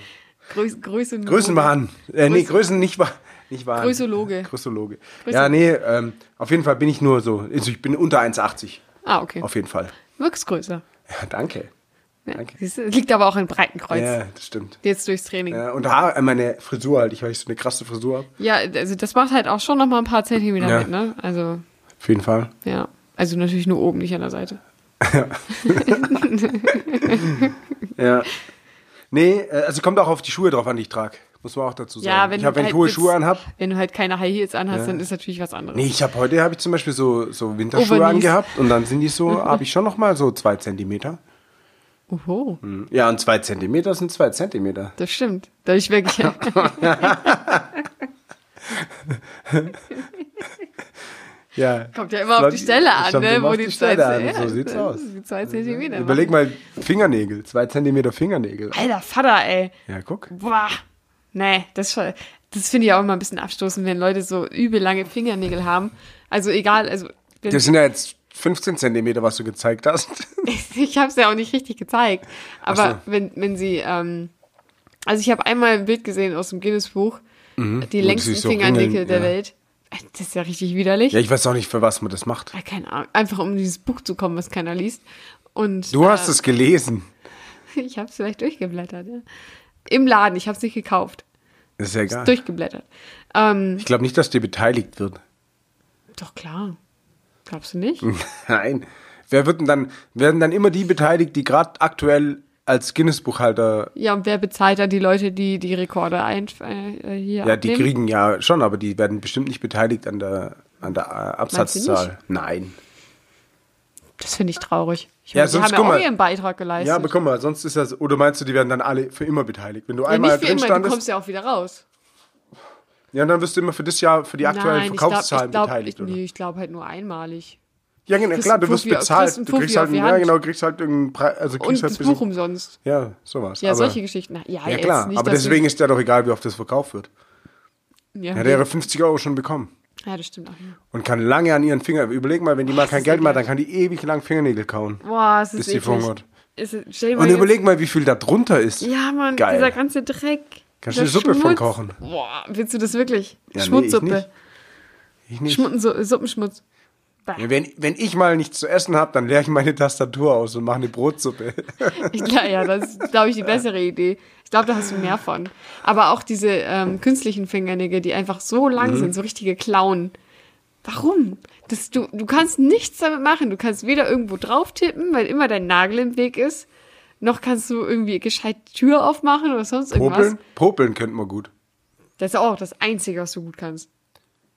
Speaker 2: Größ Größen
Speaker 1: Größenwahn. Äh, nee,
Speaker 2: Größen-
Speaker 1: Größen nicht wahr. Nicht wahr.
Speaker 2: Größologe.
Speaker 1: Größologe.
Speaker 2: Größe-
Speaker 1: Ja, nee, ähm, auf jeden Fall bin ich nur so. Also ich bin unter 1,80.
Speaker 2: Ah, okay.
Speaker 1: Auf jeden Fall.
Speaker 2: Wirkst größer.
Speaker 1: Ja, danke.
Speaker 2: Ja.
Speaker 1: Danke.
Speaker 2: Siehst du, Liegt aber auch in Breitenkreuz.
Speaker 1: Ja, das stimmt.
Speaker 2: Jetzt durchs Training. Ja.
Speaker 1: Ja, und Haare, äh, meine Frisur halt, ich weil ich so eine krasse Frisur habe.
Speaker 2: also das macht halt auch schon noch mal ein paar Zentimeter
Speaker 1: Ja.
Speaker 2: mit, ne? Also,
Speaker 1: Auf jeden Fall.
Speaker 2: ja. Also natürlich nur oben, nicht an der Seite.
Speaker 1: Ja. Nee, äh, also kommt auch auf die Schuhe drauf an, die ich trage. Muss man auch dazu sagen.
Speaker 2: Ja, wenn
Speaker 1: ich
Speaker 2: du
Speaker 1: hab, wenn ich
Speaker 2: halt
Speaker 1: hohe
Speaker 2: jetzt-
Speaker 1: Schuhe anhab.
Speaker 2: Wenn du halt keine High Heels anhast, dann ist natürlich was anderes.
Speaker 1: Nee, ich habe heute habe ich zum Beispiel so, so Winterschuhe
Speaker 2: Overknees.
Speaker 1: angehabt und dann sind die
Speaker 2: (laughs)
Speaker 1: so, habe ich schon nochmal so zwei Zentimeter. Hm.
Speaker 2: Oho,
Speaker 1: Ja, und zwei Zentimeter sind zwei Zentimeter.
Speaker 2: das stimmt.
Speaker 1: (laughs)
Speaker 2: Dadurch wirklich. (laughs)
Speaker 1: Ja.
Speaker 2: Kommt ja immer auf die Stelle an,
Speaker 1: Kommt
Speaker 2: ne?
Speaker 1: immer
Speaker 2: Wo
Speaker 1: auf
Speaker 2: die
Speaker 1: die
Speaker 2: zwei
Speaker 1: Stelle an,
Speaker 2: Zentimeter.
Speaker 1: so sieht's aus.
Speaker 2: Die zwei Zentimeter.
Speaker 1: Überleg mal, Fingernägel, zwei Zentimeter Fingernägel.
Speaker 2: Alter Vater, ey.
Speaker 1: Ja, guck.
Speaker 2: Boah. Nee, das, schon- das finde ich auch immer ein bisschen abstoßend, wenn Leute so übel lange Fingernägel haben. Also egal, also wenn,
Speaker 1: Das sind ja jetzt 15 Zentimeter, was du gezeigt hast.
Speaker 2: (laughs) ich habe es ja auch nicht richtig gezeigt. Aber
Speaker 1: Ach
Speaker 2: wenn, wenn sie, ähm, also ich habe einmal ein Bild gesehen aus dem Guinness-Buch, die
Speaker 1: Wo
Speaker 2: längsten
Speaker 1: sich so
Speaker 2: Fingernägel
Speaker 1: ringeln,
Speaker 2: der
Speaker 1: ja.
Speaker 2: Welt. Das ist ja richtig widerlich.
Speaker 1: Ja, ich weiß auch nicht, für was man das macht.
Speaker 2: Ah, Keine Ahnung, einfach um dieses Buch zu kommen, was keiner liest. Und äh,
Speaker 1: Du hast es gelesen.
Speaker 2: (laughs) Ich habe es vielleicht durchgeblättert, ja. Im Laden, ich habe es nicht gekauft.
Speaker 1: Das ist ja egal.
Speaker 2: Durchgeblättert. Ähm,
Speaker 1: Ich glaube nicht, dass dir beteiligt wird. (laughs)
Speaker 2: doch klar. Glaubst du nicht?
Speaker 1: Nein. Wer wird denn dann, werden dann immer die beteiligt, die gerade aktuell als Guinness-Buchhalter,
Speaker 2: Ja, und wer bezahlt dann die Leute, die die Rekorde ein, äh, hier
Speaker 1: ja, die
Speaker 2: abnehmen?
Speaker 1: kriegen ja schon, aber die werden bestimmt nicht beteiligt an der, an der äh, Absatzzahl. Nein.
Speaker 2: Das finde ich traurig. Ich
Speaker 1: Ja,
Speaker 2: meine, die
Speaker 1: sonst
Speaker 2: haben ja
Speaker 1: guck
Speaker 2: auch
Speaker 1: mal.
Speaker 2: ihren Beitrag geleistet.
Speaker 1: Ja, aber guck mal, sonst ist das, oder meinst du, die werden dann alle für immer beteiligt? Wenn du
Speaker 2: ja,
Speaker 1: einmal
Speaker 2: nicht für
Speaker 1: drin
Speaker 2: immer, du
Speaker 1: standest,
Speaker 2: kommst ja auch wieder raus.
Speaker 1: ja, dann wirst du immer für das Jahr, für die aktuellen
Speaker 2: Nein, ich glaub-
Speaker 1: Verkaufszahlen
Speaker 2: ich glaub,
Speaker 1: beteiligt,
Speaker 2: ich,
Speaker 1: oder?
Speaker 2: Nee, ich glaube halt nur einmalig.
Speaker 1: Ja, genau,
Speaker 2: Kriegst
Speaker 1: klar,
Speaker 2: einen
Speaker 1: du wirst
Speaker 2: Fuffi-
Speaker 1: bezahlt.
Speaker 2: kriegst einen
Speaker 1: Du kriegst
Speaker 2: Fuffi
Speaker 1: halt,
Speaker 2: auf die
Speaker 1: ja,
Speaker 2: Hand.
Speaker 1: genau, kriegst halt irgendeinen Preis, also
Speaker 2: Und
Speaker 1: kriegst halt ein
Speaker 2: das
Speaker 1: bisschen,
Speaker 2: Buch umsonst.
Speaker 1: ja, sowas.
Speaker 2: Ja,
Speaker 1: aber,
Speaker 2: solche Geschichten. Na, Ja,
Speaker 1: Ja,
Speaker 2: jetzt
Speaker 1: klar,
Speaker 2: nicht,
Speaker 1: aber
Speaker 2: dass
Speaker 1: deswegen ist ja doch egal, wie oft das verkauft wird.
Speaker 2: Du, ja,
Speaker 1: Er hat ihre 50 Euro schon bekommen.
Speaker 2: ja, das stimmt auch. Ja.
Speaker 1: Und kann lange an ihren Fingern. Überleg mal, wenn die mal
Speaker 2: das
Speaker 1: kein
Speaker 2: ist
Speaker 1: Geld mehr hat,
Speaker 2: ekelhaft.
Speaker 1: dann kann die ewig lang Fingernägel kauen.
Speaker 2: Boah, es ist
Speaker 1: Bis die
Speaker 2: eklig.
Speaker 1: verhungert.
Speaker 2: Es ist, stell dir mal
Speaker 1: Und
Speaker 2: jetzt-
Speaker 1: überleg mal, wie viel da drunter ist.
Speaker 2: Ja, Mann,
Speaker 1: Geil.
Speaker 2: dieser ganze Dreck.
Speaker 1: Kannst du
Speaker 2: dieser
Speaker 1: eine Suppe von
Speaker 2: Schmutz.
Speaker 1: kochen?
Speaker 2: Boah, willst du das wirklich?
Speaker 1: Ja, nee,
Speaker 2: Schmutzsuppe.
Speaker 1: ich nicht.
Speaker 2: Schmutten, so, Suppenschmutz. Bah.
Speaker 1: Ja, wenn, wenn ich mal nichts zu essen habe, dann leere ich meine Tastatur aus und mache eine Brotsuppe.
Speaker 2: Ich glaub, (laughs) ja, das ist, glaube ich, die bessere Idee. Ich glaube, da hast du mehr von. Aber auch diese ähm, künstlichen Fingernägel, die einfach so
Speaker 1: Mhm.
Speaker 2: lang sind, so richtige Klauen. Warum? Das, du, du kannst nichts damit machen. Du kannst weder irgendwo drauf tippen, weil immer dein Nagel im Weg ist, noch kannst du irgendwie gescheit die Tür aufmachen oder sonst irgendwas.
Speaker 1: Popeln? Popeln könnte man gut.
Speaker 2: Das ist auch das Einzige, was du gut kannst.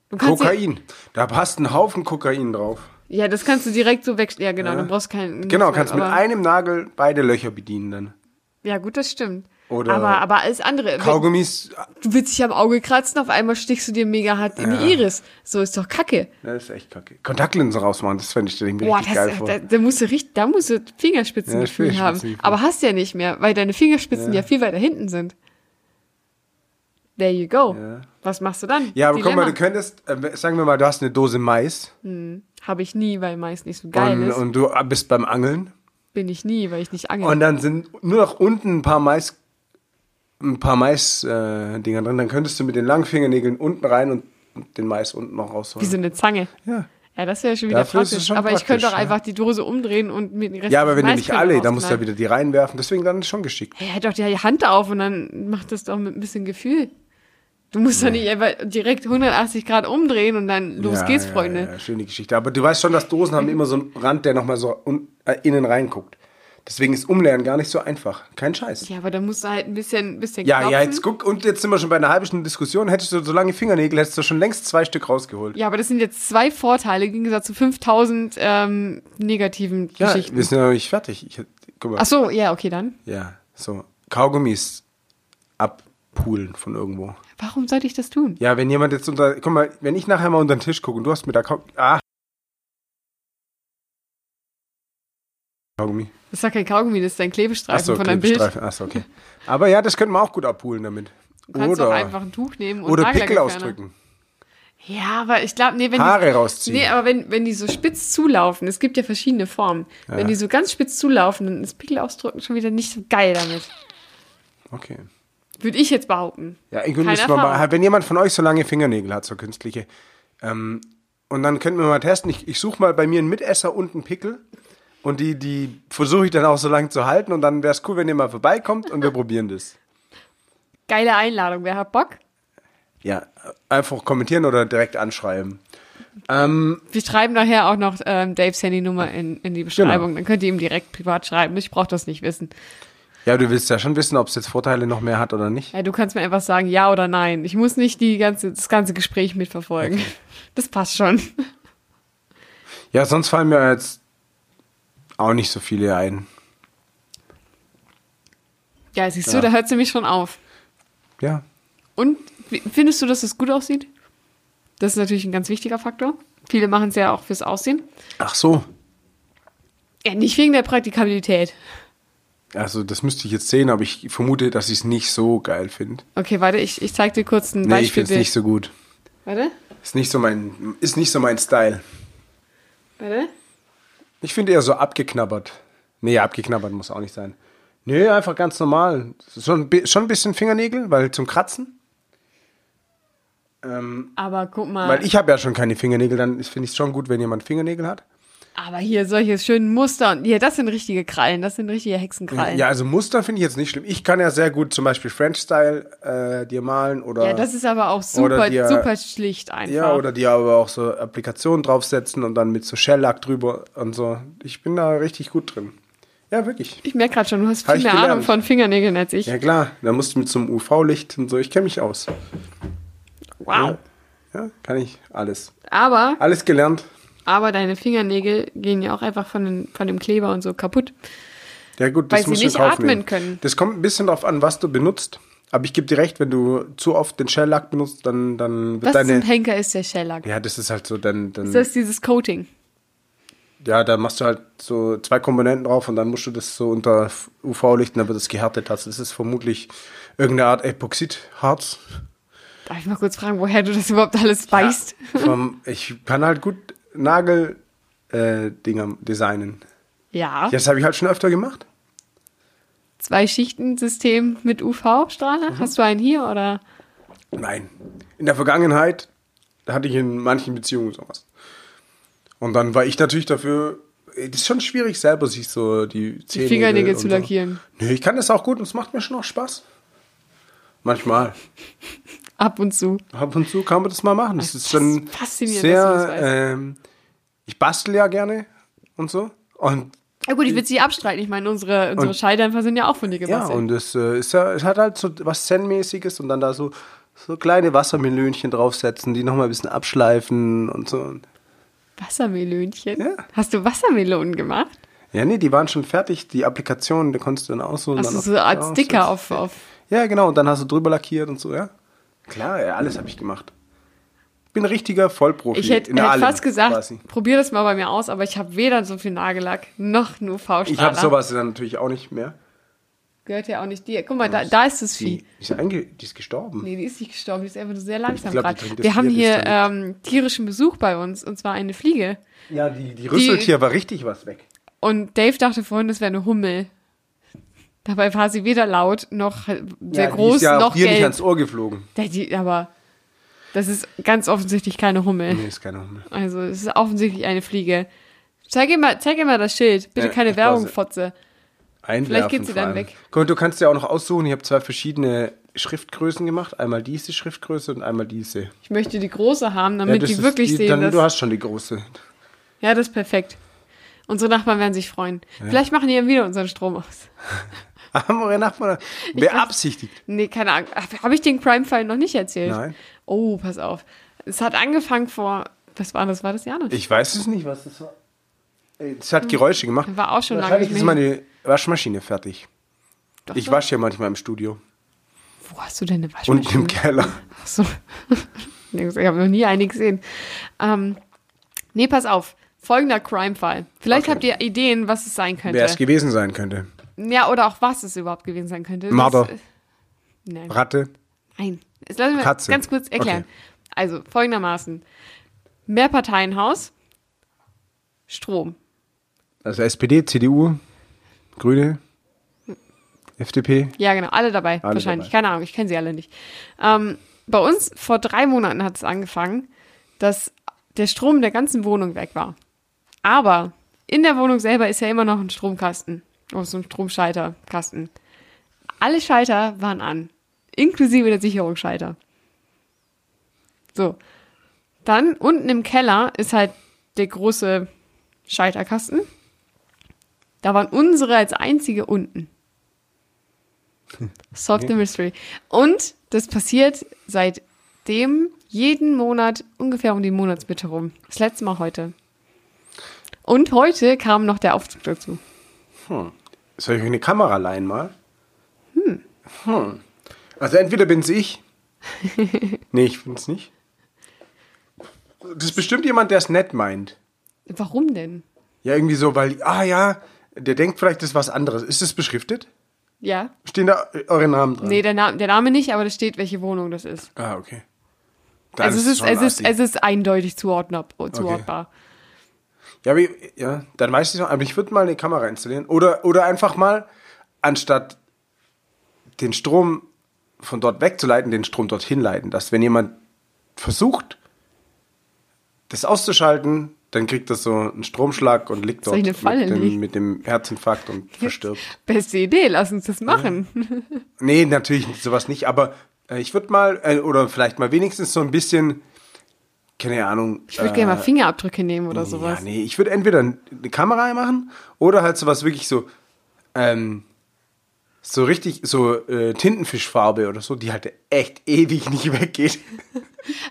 Speaker 2: Du kannst dir-
Speaker 1: Kokain. Da passt ein Haufen Kokain drauf.
Speaker 2: Ja, das kannst du direkt so weg. Ja, genau, du brauchst keinen.
Speaker 1: Genau, kannst mit
Speaker 2: aber-
Speaker 1: einem Nagel beide Löcher bedienen dann.
Speaker 2: Ja, gut, das stimmt.
Speaker 1: Oder
Speaker 2: aber, aber alles andere. Wenn,
Speaker 1: Kaugummis, ah,
Speaker 2: du willst dich am Auge kratzen, auf einmal stichst du dir mega hart in die Iris. So ist doch kacke.
Speaker 1: das ist echt kacke. Kontaktlinsen rausmachen, das fände ich dir richtig
Speaker 2: Boah,
Speaker 1: geil
Speaker 2: das,
Speaker 1: vor.
Speaker 2: da, da musst du richtig, da musst du Fingerspitzengefühl
Speaker 1: Ja,
Speaker 2: haben.
Speaker 1: Fingerspitzengefühl.
Speaker 2: Aber hast du ja nicht mehr, weil deine Fingerspitzen ja, viel weiter hinten sind. There you go. Was machst du dann?
Speaker 1: ja, aber guck mal, du
Speaker 2: Dilemma.
Speaker 1: könntest, äh, sagen wir mal, du hast eine Dose Mais.
Speaker 2: Habe ich nie, weil meist nicht so geil
Speaker 1: Und,
Speaker 2: ist.
Speaker 1: und du bist beim Angeln.
Speaker 2: Bin ich nie, weil ich nicht angle.
Speaker 1: Und dann sind nur noch unten ein paar Mais, ein paar Mais-Dinger drin. Dann könntest du mit den langen Fingernägeln unten rein und und den Mais unten noch rausholen.
Speaker 2: Wie so eine Zange.
Speaker 1: Ja.
Speaker 2: Ja, das wäre schon wieder
Speaker 1: Dafür ist es
Speaker 2: praktisch.
Speaker 1: schon
Speaker 2: aber ich könnte doch
Speaker 1: praktisch,
Speaker 2: einfach die Dose umdrehen und mit den Rest
Speaker 1: ja, aber wenn du
Speaker 2: des
Speaker 1: nicht
Speaker 2: Maiskörnern
Speaker 1: alle, dann musst du ja wieder
Speaker 2: rausknallen.
Speaker 1: die reinwerfen. Deswegen dann ist schon geschickt.
Speaker 2: Hey, halt doch die Hand auf und dann macht das doch mit ein bisschen Gefühl. Du musst doch nicht einfach direkt 180 Grad umdrehen und dann los
Speaker 1: ja,
Speaker 2: geht's,
Speaker 1: ja,
Speaker 2: Freunde.
Speaker 1: Ja, schöne Geschichte. Aber du weißt schon, dass Dosen haben immer so einen Rand, der nochmal so un, äh, innen reinguckt. Deswegen ist Umlernen gar nicht so einfach. Kein Scheiß.
Speaker 2: Ja, aber da musst du halt ein bisschen, bisschen
Speaker 1: Ja, ja,
Speaker 2: klopfen.
Speaker 1: jetzt guck. Und jetzt sind wir schon bei einer halben Stunde Diskussion. Hättest du so lange Fingernägel, hättest du schon längst zwei Stück rausgeholt.
Speaker 2: Ja, aber das sind jetzt zwei Vorteile im Gegensatz zu 5000 ähm, negativen
Speaker 1: Ja,
Speaker 2: Geschichten.
Speaker 1: wir sind ja noch nicht fertig. Ich, hätt- guck mal.
Speaker 2: Ach so, ja, okay, dann.
Speaker 1: Ja, so Kaugummis abpulen von irgendwo.
Speaker 2: Warum sollte ich das tun?
Speaker 1: Ja, wenn jemand jetzt unter, guck mal, wenn ich nachher mal unter den Tisch gucke und du hast mir da Kaugummi, ah. Kaugummi.
Speaker 2: Das ist doch kein Kaugummi, das ist dein Klebestreifen
Speaker 1: Achso,
Speaker 2: von deinem Bild.
Speaker 1: Klebestreifen. Achso, okay. Aber ja, das könnte man auch gut abpulen damit.
Speaker 2: Du kannst doch einfach
Speaker 1: Oder,
Speaker 2: ein Tuch nehmen und
Speaker 1: oder
Speaker 2: Nagel
Speaker 1: Pickel
Speaker 2: entfernen.
Speaker 1: ausdrücken.
Speaker 2: Ja, aber ich glaube, nee, wenn
Speaker 1: Haare
Speaker 2: die,
Speaker 1: rausziehen.
Speaker 2: Nee, aber wenn, wenn die so spitz zulaufen, es gibt ja verschiedene Formen. Wenn die so ganz spitz zulaufen, dann ist Pickel ausdrücken schon wieder nicht so geil damit.
Speaker 1: Okay.
Speaker 2: Würde ich jetzt behaupten.
Speaker 1: Ja, irgendwie
Speaker 2: Keine
Speaker 1: müssen wir mal,
Speaker 2: Erfahrung.
Speaker 1: wenn jemand von euch so lange Fingernägel hat, so künstliche, ähm, und dann könnten wir mal testen. Ich, ich suche mal bei mir einen Mitesser und einen Pickel. Und die, die versuche ich dann auch so lange zu halten. Und dann wäre es cool, wenn ihr mal vorbeikommt und wir probieren das.
Speaker 2: Geile Einladung, wer hat Bock?
Speaker 1: Ja, einfach kommentieren oder direkt anschreiben.
Speaker 2: Wir schreiben nachher auch noch ähm, Daves Handynummer in, in die Beschreibung. Dann könnt ihr ihm direkt privat schreiben. Ich brauche das nicht wissen.
Speaker 1: Ja, du willst ja schon wissen, ob es jetzt Vorteile noch mehr hat oder nicht.
Speaker 2: Ja, du kannst mir einfach sagen, ja oder nein. Ich muss nicht die ganze, das ganze Gespräch mitverfolgen. (laughs) Das passt schon.
Speaker 1: Ja, sonst fallen mir jetzt auch nicht so viele ein.
Speaker 2: Ja, siehst
Speaker 1: Ja.
Speaker 2: du, da hört sie mich schon auf.
Speaker 1: Ja.
Speaker 2: Und wie- findest du, dass es gut aussieht? Das ist natürlich ein ganz wichtiger Faktor. Viele machen es ja auch fürs Aussehen.
Speaker 1: Ach so.
Speaker 2: Ja, nicht wegen der Praktikabilität.
Speaker 1: Also, das müsste ich jetzt sehen, aber ich vermute, dass ich es nicht so geil finde.
Speaker 2: Okay, warte, ich, ich zeig dir kurz ein
Speaker 1: Nee, ich
Speaker 2: Beispiel.
Speaker 1: finde es nicht so gut.
Speaker 2: Warte,
Speaker 1: Ist nicht so mein, ist nicht so mein Style.
Speaker 2: warte.
Speaker 1: Ich finde eher so abgeknabbert. Nee, abgeknabbert muss auch nicht sein. Nee, einfach ganz normal. Schon, ein bi- schon ein bisschen Fingernägel, weil zum Kratzen.
Speaker 2: Aber guck mal.
Speaker 1: Weil ich habe ja schon keine Fingernägel, dann finde ich es schon gut, wenn jemand Fingernägel hat.
Speaker 2: aber hier solche schönen Muster und ja, das sind richtige Krallen, das sind richtige Hexenkrallen.
Speaker 1: Ja, also Muster finde ich jetzt nicht schlimm. Ich kann ja sehr gut zum Beispiel French Style äh, dir malen oder.
Speaker 2: Ja, das ist aber auch
Speaker 1: Oder
Speaker 2: super,
Speaker 1: die, äh,
Speaker 2: super schlicht einfach.
Speaker 1: Ja, oder die aber auch so Applikationen draufsetzen und dann mit so Shellack drüber und so. Ich bin da richtig gut drin. Ja, wirklich.
Speaker 2: ich merke gerade schon, du hast
Speaker 1: Hab
Speaker 2: viel
Speaker 1: ich
Speaker 2: mehr Ahnung
Speaker 1: gelernt.
Speaker 2: von Fingernägeln als ich.
Speaker 1: Ja, klar. Da musst du mit so einem UV-Licht und so. Ich kenne mich aus.
Speaker 2: wow.
Speaker 1: Ja, kann ich. Alles.
Speaker 2: Aber,
Speaker 1: Alles gelernt.
Speaker 2: aber deine Fingernägel gehen ja auch einfach von, den, von dem Kleber und so kaputt.
Speaker 1: Ja, gut,
Speaker 2: Weil
Speaker 1: das
Speaker 2: sie
Speaker 1: musst du
Speaker 2: nicht
Speaker 1: in Kauf nehmen.
Speaker 2: atmen können.
Speaker 1: Das kommt ein bisschen drauf an, was du benutzt. Aber ich gebe dir recht, wenn du zu oft den Shellack benutzt, dann, dann wird
Speaker 2: Was
Speaker 1: deine.
Speaker 2: zum Henker ist der Shellack?
Speaker 1: Ja, das ist halt so, dann, dann
Speaker 2: Das ist dieses Coating.
Speaker 1: ja, da machst du halt so zwei Komponenten drauf und dann musst du das so unter UV-Licht und dann wird es gehärtet. Also das ist vermutlich irgendeine Art Epoxidharz.
Speaker 2: Darf ich mal kurz fragen, woher du das überhaupt alles weißt?
Speaker 1: Vom, ich kann halt gut Nagel äh, Dinger designen.
Speaker 2: Ja.
Speaker 1: Das habe ich halt schon öfter gemacht.
Speaker 2: Zwei Schichten-System mit UV-Strahler. Hast du einen hier oder?
Speaker 1: Nein. In der Vergangenheit hatte ich in manchen Beziehungen sowas. Und dann war ich natürlich dafür. Es ist schon schwierig, selber sich so die Zähne.
Speaker 2: Fingernägel zu lackieren.
Speaker 1: So. Nö, ich kann das auch gut und es macht mir schon auch Spaß. Manchmal.
Speaker 2: Ab und zu.
Speaker 1: Ab und zu kann man das mal machen. Das ist
Speaker 2: Das ist
Speaker 1: schon
Speaker 2: faszinierend, dass du das
Speaker 1: sehr.
Speaker 2: weißt.
Speaker 1: Ähm, ich bastel ja gerne und so. Und
Speaker 2: Ja gut, ich will es nicht abstreiten. Ich meine, unsere, unsere Scheidämpfer sind ja auch von dir
Speaker 1: ja,
Speaker 2: gebastelt.
Speaker 1: und es, äh, ist ja, es hat halt so was Zen-mäßiges und dann da so, so kleine Wassermelönchen draufsetzen, die nochmal ein bisschen abschleifen und so.
Speaker 2: Wassermelönchen?
Speaker 1: Ja.
Speaker 2: Hast du Wassermelonen gemacht?
Speaker 1: Ja, nee, die waren schon fertig. Die Applikationen, da konntest du dann aussuchen.
Speaker 2: Hast
Speaker 1: dann
Speaker 2: du
Speaker 1: auf-
Speaker 2: so eine Art
Speaker 1: drauf-
Speaker 2: Sticker auf, auf...
Speaker 1: Ja, genau. Und dann hast du drüber lackiert und so, ja. Klar, ja, alles habe ich gemacht. Bin ein richtiger Vollprofi.
Speaker 2: Ich hätte
Speaker 1: in
Speaker 2: hätt
Speaker 1: allem
Speaker 2: fast gesagt,
Speaker 1: quasi.
Speaker 2: probier das mal bei mir aus, aber ich habe weder so viel Nagellack noch einen UV-Strahler.
Speaker 1: Ich habe sowas dann natürlich auch nicht mehr.
Speaker 2: Gehört ja auch nicht dir. Guck mal, da, da ist das
Speaker 1: Die,
Speaker 2: Vieh.
Speaker 1: die, ist, einge die ist gestorben.
Speaker 2: Nee, die ist nicht gestorben, die ist einfach nur sehr langsam
Speaker 1: glaub, die
Speaker 2: gerade.
Speaker 1: trinkt das
Speaker 2: Wir haben
Speaker 1: Bier, die
Speaker 2: hier
Speaker 1: ist
Speaker 2: ähm, tierischen Besuch bei uns, und zwar eine Fliege.
Speaker 1: Ja, die, die rüsselt hier aber richtig was weg.
Speaker 2: Und Dave dachte vorhin, das wäre eine Hummel. Dabei war sie weder laut, noch sehr
Speaker 1: ja, die
Speaker 2: groß,
Speaker 1: ist ja auch
Speaker 2: noch
Speaker 1: dir nicht
Speaker 2: gelb.
Speaker 1: ans Ohr geflogen.
Speaker 2: Ja, die, aber das ist ganz offensichtlich keine Hummel.
Speaker 1: Nee, ist keine Ahnung.
Speaker 2: Also es ist offensichtlich eine Fliege. Zeig ihr mal, zeig ihr mal das Schild. Bitte
Speaker 1: Ja,
Speaker 2: keine
Speaker 1: ich
Speaker 2: Werbung,
Speaker 1: weiß.
Speaker 2: Fotze.
Speaker 1: Einwerfen
Speaker 2: Vielleicht geht sie
Speaker 1: vor
Speaker 2: dann
Speaker 1: allem.
Speaker 2: weg.
Speaker 1: Guck, du kannst ja auch noch aussuchen. Ich habe zwei verschiedene Schriftgrößen gemacht. Einmal diese Schriftgröße und einmal diese.
Speaker 2: Ich möchte die große haben,
Speaker 1: Ja,
Speaker 2: damit
Speaker 1: das
Speaker 2: die
Speaker 1: ist
Speaker 2: wirklich
Speaker 1: die-
Speaker 2: sehen,
Speaker 1: dann, Du
Speaker 2: dass...
Speaker 1: hast schon die große. (laughs)
Speaker 2: Ja, das ist perfekt. Unsere Nachbarn werden sich freuen. Vielleicht machen die ja wieder unseren Strom aus.
Speaker 1: Haben wir Nachbarn beabsichtigt.
Speaker 2: Nee, keine Ahnung. Habe ich den Crime-Fall noch nicht erzählt?
Speaker 1: Nein.
Speaker 2: Oh, pass auf. Es hat angefangen vor... Was war das? War das Janusz?
Speaker 1: Ich weiß es nicht, was das war. Ey, Es hat Geräusche gemacht.
Speaker 2: War auch schon lange
Speaker 1: Wahrscheinlich
Speaker 2: nicht
Speaker 1: ist
Speaker 2: mehr.
Speaker 1: meine Waschmaschine fertig.
Speaker 2: Doch,
Speaker 1: Ich
Speaker 2: doch.
Speaker 1: wasche ja manchmal im Studio
Speaker 2: Wo hast du denn eine
Speaker 1: und
Speaker 2: Waschmaschine?
Speaker 1: im Keller.
Speaker 2: Ach so. (laughs) ich habe noch nie eine gesehen. Ähm, nee, pass auf. Folgender Crime-Fall. Vielleicht habt
Speaker 1: Okay.
Speaker 2: ihr Ideen, was es sein könnte.
Speaker 1: Wer es gewesen sein könnte.
Speaker 2: ja, oder auch was es überhaupt gewesen sein könnte. Das- äh,
Speaker 1: Marder.
Speaker 2: Nein.
Speaker 1: Ratte.
Speaker 2: Nein. Das lassen wir
Speaker 1: Katze.
Speaker 2: ganz kurz erklären.
Speaker 1: Okay.
Speaker 2: Also, folgendermaßen. Mehrparteienhaus, Strom.
Speaker 1: Also SPD, CDU, Grüne, FDP.
Speaker 2: Ja, genau, alle dabei,
Speaker 1: Alle
Speaker 2: wahrscheinlich.
Speaker 1: dabei.
Speaker 2: Keine Ahnung, ich kenne sie alle nicht. Ähm, bei uns vor drei Monaten hat es angefangen, dass der Strom der ganzen Wohnung weg war. Aber in der Wohnung selber ist ja immer noch ein Stromkasten. Oh, so ein Stromschalterkasten. Alle Schalter waren an. Inklusive der Sicherungsschalter. So. Dann unten im Keller ist halt der große Schalterkasten. Da waren unsere als einzige unten. Solve the mystery. Und das passiert seitdem jeden Monat ungefähr um die Monatsmitte rum. Das letzte Mal heute. Und heute kam noch der Aufzug dazu.
Speaker 1: Soll ich euch eine Kamera leihen mal? Hm. hm.
Speaker 2: (laughs)
Speaker 1: Also entweder bin's ich. nee, ich bin's nicht. Das ist bestimmt jemand, der es nett meint.
Speaker 2: Warum denn?
Speaker 1: Ja, irgendwie so, weil, ah ja, der denkt vielleicht, das ist was anderes. Ist es beschriftet?
Speaker 2: Ja.
Speaker 1: Stehen da äh, eure Namen dran?
Speaker 2: Nee, der Name, der Name nicht, aber da steht, welche Wohnung das ist.
Speaker 1: Ah, okay. Dann
Speaker 2: Also es ist,
Speaker 1: schon
Speaker 2: es
Speaker 1: assi.
Speaker 2: ist, es ist eindeutig zuordnab- äh, zuordbar.
Speaker 1: Ja, aber, ja, dann weiß ich noch, aber ich würde mal eine Kamera installieren. Oder, oder einfach mal, anstatt den Strom von dort wegzuleiten, den Strom dorthin leiten. Dass wenn jemand versucht, das auszuschalten, dann kriegt das so einen Stromschlag und liegt
Speaker 2: Soll ich
Speaker 1: dort
Speaker 2: eine Falle
Speaker 1: mit, dem,
Speaker 2: legen?
Speaker 1: mit dem Herzinfarkt und verstirbt.
Speaker 2: Beste Idee, lass uns das machen.
Speaker 1: Nee, natürlich nicht, sowas nicht, aber äh, ich würde mal, äh, oder vielleicht mal wenigstens so ein bisschen, keine Ahnung. äh,
Speaker 2: Ich würde gerne mal Fingerabdrücke nehmen oder sowas.
Speaker 1: Ja, nee, ich würde entweder eine Kamera machen oder halt sowas wirklich so, ähm, so richtig, so äh, Tintenfischfarbe oder so, die halt echt ewig nicht weggeht.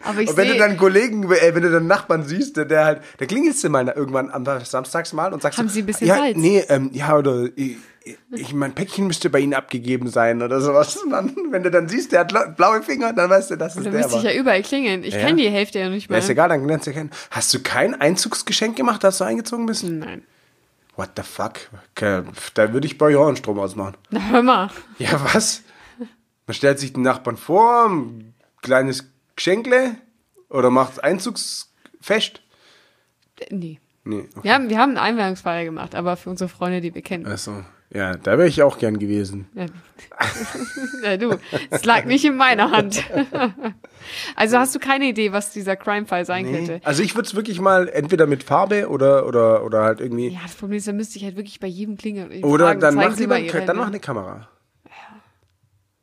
Speaker 2: Aber ich
Speaker 1: Und wenn du
Speaker 2: sehe,
Speaker 1: dann Kollegen, äh, wenn du dann Nachbarn siehst, der, der halt, da klingelst du mal na- irgendwann am samstags mal und sagst,
Speaker 2: Haben
Speaker 1: so,
Speaker 2: Sie ein bisschen
Speaker 1: ja,
Speaker 2: Salz?
Speaker 1: nee, ähm, ja, oder ich, ich, mein Päckchen müsste bei Ihnen abgegeben sein oder sowas. (laughs) Und dann, wenn du dann siehst, der hat lau- blaue Finger, dann weißt du, das ist
Speaker 2: da
Speaker 1: der
Speaker 2: müsste
Speaker 1: war.
Speaker 2: ich ja überall klingeln. Ich
Speaker 1: Ja.
Speaker 2: kann die Hälfte ja nicht
Speaker 1: Ja,
Speaker 2: mal.
Speaker 1: ist egal, dann lernst du kennen. Hast du kein Einzugsgeschenk gemacht, als du eingezogen bist?
Speaker 2: Nein. (laughs)
Speaker 1: What the fuck? Okay, pf, Da würde ich bei Johann Strom ausmachen.
Speaker 2: Na, hör mal.
Speaker 1: Ja, was? Man stellt sich den Nachbarn vor, ein kleines Geschenkle oder macht Einzugsfest?
Speaker 2: Äh, Nee.
Speaker 1: Nee, okay.
Speaker 2: Wir haben, wir haben einen Einweihungsfeier gemacht, aber für unsere Freunde, die wir kennen.
Speaker 1: Also, ja, da wäre ich auch gern gewesen.
Speaker 2: Ja. (laughs) ja, du, es lag nicht in meiner Hand. (laughs) also hast du keine Idee, was dieser Crime-Fall sein könnte?
Speaker 1: Also ich würde es wirklich mal entweder mit Farbe oder, oder, oder halt irgendwie.
Speaker 2: Ja, das Problem ist, da müsste ich halt wirklich bei jedem klingeln. und ihn
Speaker 1: Oder
Speaker 2: fragen,
Speaker 1: dann
Speaker 2: zeigen
Speaker 1: mach
Speaker 2: Sie mal
Speaker 1: lieber
Speaker 2: Ihre-
Speaker 1: dann mach eine Kamera.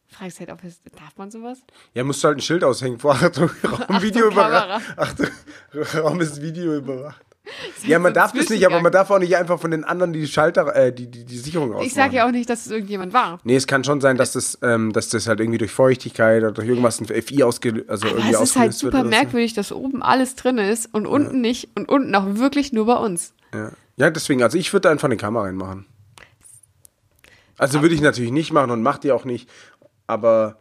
Speaker 2: Fragst halt, ob es, darf man sowas?
Speaker 1: Ja, musst du halt ein Schild aushängen vor (laughs) Achtung, Raum Video
Speaker 2: Kamera.
Speaker 1: überwacht. Achtung, Raum ist Video überwacht. Ja, man
Speaker 2: so ein
Speaker 1: darf das nicht, aber
Speaker 2: Zwischengang.
Speaker 1: man darf auch nicht einfach von den anderen die Schalter, äh, die, die, die Sicherung ausmachen.
Speaker 2: Ich sage ja auch nicht, dass es irgendjemand war.
Speaker 1: Nee, es kann schon sein, dass das, ähm, dass das halt irgendwie durch Feuchtigkeit oder durch irgendwas ein FI ausge also
Speaker 2: Aber
Speaker 1: irgendwie
Speaker 2: es ist halt
Speaker 1: ausgelöst
Speaker 2: super
Speaker 1: wird. Oder
Speaker 2: merkwürdig, dass oben alles drin ist und unten nicht und unten auch wirklich nur bei uns.
Speaker 1: so. ja. ja, deswegen, also ich würde da einfach eine Kamera reinmachen. Also würde ich natürlich nicht machen und macht die auch nicht, aber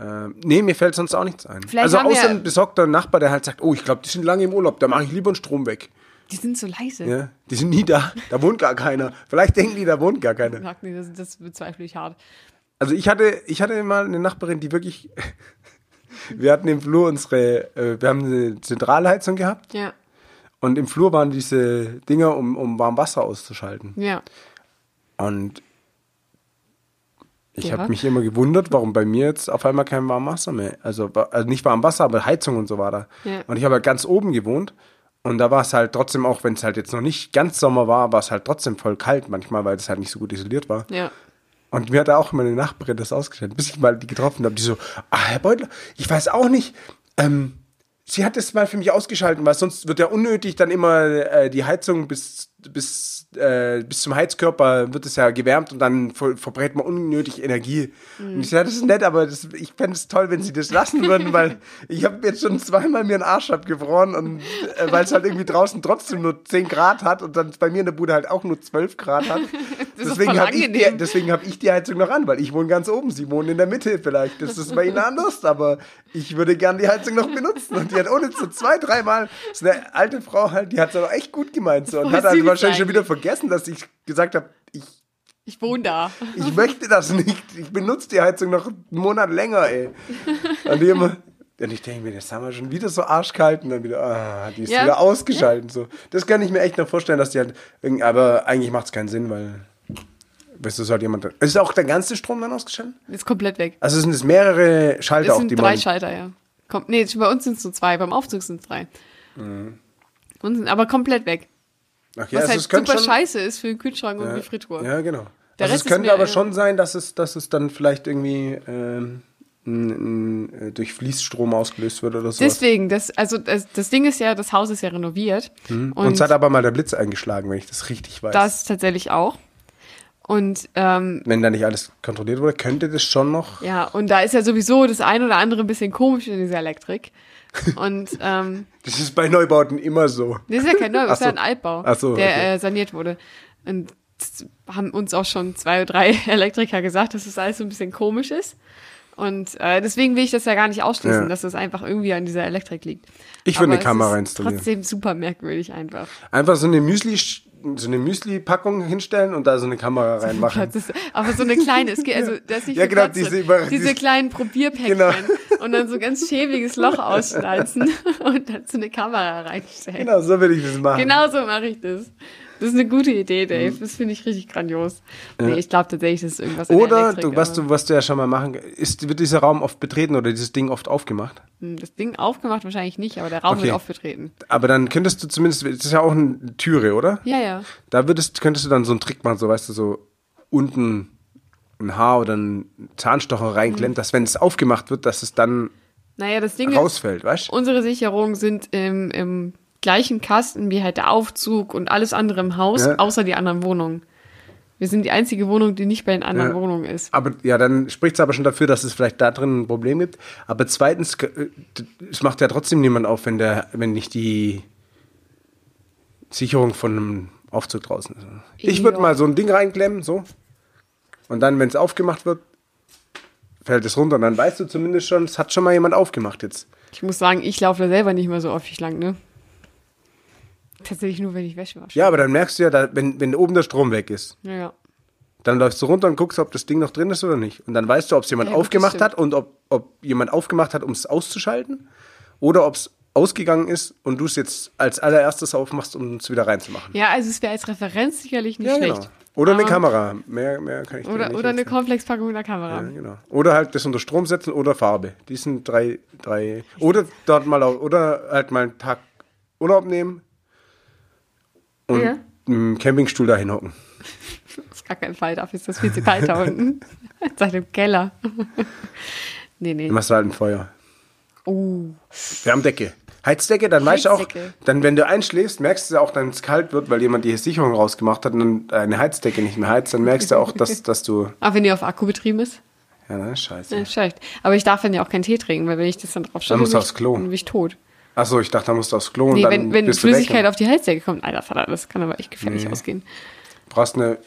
Speaker 1: ähm, nee, mir fällt sonst auch nichts ein.
Speaker 2: Vielleicht
Speaker 1: also
Speaker 2: haben
Speaker 1: außer
Speaker 2: wir-
Speaker 1: ein besorgter Nachbar, der halt sagt, oh, ich glaube, die sind lange im Urlaub, da mache ich lieber einen Strom weg.
Speaker 2: Die sind so leise.
Speaker 1: Ja? Die sind nie da, da wohnt gar keiner. Vielleicht denken die, da wohnt gar keiner.
Speaker 2: Mag nicht, Das, das bezweifle ich hart.
Speaker 1: Also ich hatte, ich hatte mal eine Nachbarin, die wirklich. (laughs) Wir hatten im Flur unsere, äh, wir haben eine Zentralheizung gehabt
Speaker 2: Ja,
Speaker 1: und im Flur waren diese Dinger, um, um warm Wasser auszuschalten.
Speaker 2: ja.
Speaker 1: Und ich
Speaker 2: Ja.
Speaker 1: habe mich immer gewundert, warum bei mir jetzt auf einmal kein warmes Wasser mehr. Also, wa- also nicht warm Wasser, aber Heizung und so war da.
Speaker 2: Ja.
Speaker 1: Und ich habe halt ganz oben gewohnt. Und da war es halt trotzdem, auch wenn es halt jetzt noch nicht ganz Sommer war, war es halt trotzdem voll kalt manchmal, weil es halt nicht so gut isoliert war.
Speaker 2: Ja.
Speaker 1: Und mir hat da auch meine Nachbarin das ausgestellt, bis ich mal die getroffen habe. Die so, ah, Herr Beutler, ich weiß auch nicht. Ähm, sie hat es mal für mich ausgeschalten, weil sonst wird ja unnötig dann immer äh, die Heizung bis, bis, äh, bis zum Heizkörper wird es ja gewärmt und dann ver verbrät man unnötig Energie.
Speaker 2: Mhm.
Speaker 1: Und ich sage, das ist nett, aber das, ich fände es toll, wenn sie das lassen
Speaker 2: (laughs)
Speaker 1: würden, weil ich habe jetzt schon zweimal mir einen Arsch abgefroren und äh, weil es halt irgendwie draußen trotzdem nur 10 Grad hat und dann bei mir in der Bude halt auch nur 12 Grad hat.
Speaker 2: (laughs) Das ist
Speaker 1: Deswegen
Speaker 2: voll
Speaker 1: habe ich, die-
Speaker 2: angenehm.
Speaker 1: deswegen hab ich die Heizung noch an, weil ich wohne ganz oben. Sie wohnen in der Mitte vielleicht. Das ist bei Ihnen anders, aber ich würde gern die Heizung noch benutzen. Und die hat ohne zu zwei, dreimal, ist eine alte Frau halt, die hat es aber echt gut gemeint. So. Und
Speaker 2: Voll
Speaker 1: hat dann
Speaker 2: süß
Speaker 1: wahrscheinlich schon
Speaker 2: eigentlich.
Speaker 1: wieder vergessen, dass ich gesagt habe, ich,
Speaker 2: Ich wohne da.
Speaker 1: ich möchte das nicht. Ich benutze die Heizung noch einen Monat länger, ey. Und die immer. Und ich denke mir, das haben wir schon wieder so arschkalt und dann wieder, ah, die ist
Speaker 2: Ja.
Speaker 1: wieder ausgeschaltet. So. Das kann ich mir echt noch vorstellen, dass die halt, irgend- aber eigentlich macht es keinen Sinn, weil, weißt du, es halt jemand, ist auch der ganze Strom dann ausgeschaltet?
Speaker 2: Ist komplett weg.
Speaker 1: Also es sind jetzt mehrere Schalter,
Speaker 2: Es
Speaker 1: auf
Speaker 2: sind
Speaker 1: die
Speaker 2: drei
Speaker 1: man,
Speaker 2: Schalter, ja. Kom nee, bei uns sind es nur zwei, beim Aufzug sind es drei. Und sind aber komplett weg.
Speaker 1: Ach Mhm. ja,
Speaker 2: Was
Speaker 1: also
Speaker 2: halt
Speaker 1: es könnte
Speaker 2: super
Speaker 1: schon-
Speaker 2: scheiße ist für den Kühlschrank und die Fritur.
Speaker 1: Ja, genau.
Speaker 2: Der
Speaker 1: also
Speaker 2: Rest
Speaker 1: es
Speaker 2: ist
Speaker 1: könnte
Speaker 2: mir,
Speaker 1: aber
Speaker 2: äh,
Speaker 1: schon sein, dass es, dass es dann vielleicht irgendwie ähm, n- n- äh, durch Fließstrom ausgelöst wird oder so.
Speaker 2: Deswegen, das, also das, das Ding ist ja, das Haus ist ja renoviert.
Speaker 1: Uns
Speaker 2: Und
Speaker 1: hat aber mal der Blitz eingeschlagen, wenn ich das richtig weiß.
Speaker 2: das tatsächlich auch. Und ähm,
Speaker 1: wenn da nicht alles kontrolliert wurde, könnte das schon noch.
Speaker 2: ja, und da ist ja sowieso das ein oder andere ein bisschen komisch in dieser Elektrik. Und ähm,
Speaker 1: Das ist bei Neubauten immer so.
Speaker 2: Das ist ja kein Neubau, das
Speaker 1: Ach
Speaker 2: ist ja ein
Speaker 1: so.
Speaker 2: Altbau,
Speaker 1: Ach so,
Speaker 2: der
Speaker 1: okay.
Speaker 2: äh, saniert wurde. Und (laughs) das haben uns auch schon zwei oder drei Elektriker gesagt, dass das alles so ein bisschen komisch ist. Und äh, deswegen will ich das ja gar nicht ausschließen,
Speaker 1: Ja.
Speaker 2: dass das einfach irgendwie an dieser Elektrik liegt.
Speaker 1: Ich würde
Speaker 2: Aber
Speaker 1: eine
Speaker 2: es
Speaker 1: Kamera
Speaker 2: ist
Speaker 1: installieren.
Speaker 2: Trotzdem super merkwürdig einfach.
Speaker 1: Einfach so eine Müsli, so eine Müsli-Packung hinstellen und da so eine Kamera reinmachen.
Speaker 2: Das ist, aber so eine kleine, es geht, also da ist
Speaker 1: (laughs)
Speaker 2: nicht
Speaker 1: Ja,
Speaker 2: viel
Speaker 1: genau,
Speaker 2: Platz drin.
Speaker 1: diese über-
Speaker 2: diese
Speaker 1: diese- Genau.
Speaker 2: kleinen Probierpäckchen und dann so ein ganz schäbiges Loch ausschneiden (laughs) und dann so eine Kamera reinstellen.
Speaker 1: Genau, so will ich das machen.
Speaker 2: Genau so mache ich das. Das ist eine gute Idee, Dave.
Speaker 1: Mhm.
Speaker 2: Das finde ich richtig grandios. Nee, ich glaube tatsächlich, das ist irgendwas an der
Speaker 1: Oder,
Speaker 2: Elektrik,
Speaker 1: du, was,
Speaker 2: aber-
Speaker 1: du, was du ja schon mal machen ist wird dieser Raum oft betreten oder dieses Ding oft aufgemacht?
Speaker 2: Hm, Das Ding aufgemacht wahrscheinlich nicht, aber der Raum
Speaker 1: Okay.
Speaker 2: wird aufgetreten.
Speaker 1: Aber dann könntest du zumindest, das ist ja auch eine Türe, oder?
Speaker 2: Ja, ja.
Speaker 1: Da würdest, könntest du dann so einen Trick machen, so weißt du, so unten ein Haar oder ein Zahnstocher
Speaker 2: Mhm.
Speaker 1: reinklemmt, dass wenn es aufgemacht wird, dass es dann
Speaker 2: Naja, das Ding ist,
Speaker 1: rausfällt, weißt du?
Speaker 2: unsere Sicherungen sind im, im gleichen Kasten wie halt der Aufzug und alles andere im Haus,
Speaker 1: Ja.
Speaker 2: außer die anderen Wohnungen. Wir sind die einzige Wohnung, die nicht bei den anderen
Speaker 1: Ja.
Speaker 2: Wohnungen ist.
Speaker 1: Aber ja, dann spricht es aber schon dafür, dass es vielleicht da drin ein Problem gibt. Aber zweitens, äh, d- es macht ja trotzdem niemand auf, wenn der, wenn nicht die Sicherung von einem Aufzug draußen ist. Ich würde
Speaker 2: Ja.
Speaker 1: mal so ein Ding reinklemmen, so. Und dann, wenn es aufgemacht wird, fällt es runter. Und dann weißt du zumindest schon, es hat schon mal jemand aufgemacht jetzt.
Speaker 2: Ich muss sagen, ich laufe da selber nicht mehr so häufig lang, ne? Tatsächlich nur, wenn ich Wäsche wasche.
Speaker 1: Ja, aber dann merkst du ja, da, wenn, wenn oben der Strom weg ist,
Speaker 2: Ja, ja.
Speaker 1: dann läufst du runter und guckst, ob das Ding noch drin ist oder nicht. Und dann weißt du, ob es jemand
Speaker 2: Ja, gut, das
Speaker 1: aufgemacht
Speaker 2: stimmt.
Speaker 1: hat und ob, ob jemand aufgemacht hat, um es auszuschalten oder ob es ausgegangen ist und du es jetzt als allererstes aufmachst, um es wieder reinzumachen.
Speaker 2: Ja, also es wäre als Referenz sicherlich nicht
Speaker 1: genau.
Speaker 2: schlecht.
Speaker 1: Oder eine
Speaker 2: Aber-
Speaker 1: Kamera. Mehr, mehr kann ich dir
Speaker 2: Oder,
Speaker 1: nicht
Speaker 2: oder eine
Speaker 1: empfehlen.
Speaker 2: Cornflakes-Packung mit einer Kamera.
Speaker 1: ja, genau. Oder halt das unter Strom setzen oder Farbe. Die sind drei, drei. Oder dort mal auf, oder halt mal einen Tag Urlaub nehmen und
Speaker 2: Ja.
Speaker 1: im Campingstuhl da hinhocken.
Speaker 2: Auf gar keinen Fall, dafür ist das viel zu
Speaker 1: (laughs)
Speaker 2: kalt da unten. Seit dem Keller. (laughs) nee, nee.
Speaker 1: Dann machst du halt ein Feuer.
Speaker 2: Oh.
Speaker 1: Wir haben Decke. Heizdecke, dann weißt du auch,
Speaker 2: Heizdecke.
Speaker 1: dann wenn du einschläfst, merkst du auch, dann es kalt wird, weil jemand die Sicherung rausgemacht hat und eine Heizdecke nicht mehr heizt, dann merkst du auch,
Speaker 2: (laughs)
Speaker 1: dass, dass du.
Speaker 2: Aber Ah, wenn die auf Akku betrieben ist,
Speaker 1: Ja, na,
Speaker 2: dann
Speaker 1: scheiße.
Speaker 2: ist schlecht. Aber ich darf dann ja auch keinen Tee trinken, weil wenn ich das dann drauf schütte,
Speaker 1: musst du
Speaker 2: bin ich-
Speaker 1: aufs Klo.
Speaker 2: bin ich tot.
Speaker 1: Achso, ich dachte, da musst du aufs Klo und
Speaker 2: Nee,
Speaker 1: dann
Speaker 2: wenn, wenn
Speaker 1: bist du
Speaker 2: Flüssigkeit
Speaker 1: weg.
Speaker 2: auf die Heizdecke kommt, alter Vater, das kann aber echt gefährlich ausgehen.
Speaker 1: Du brauchst eine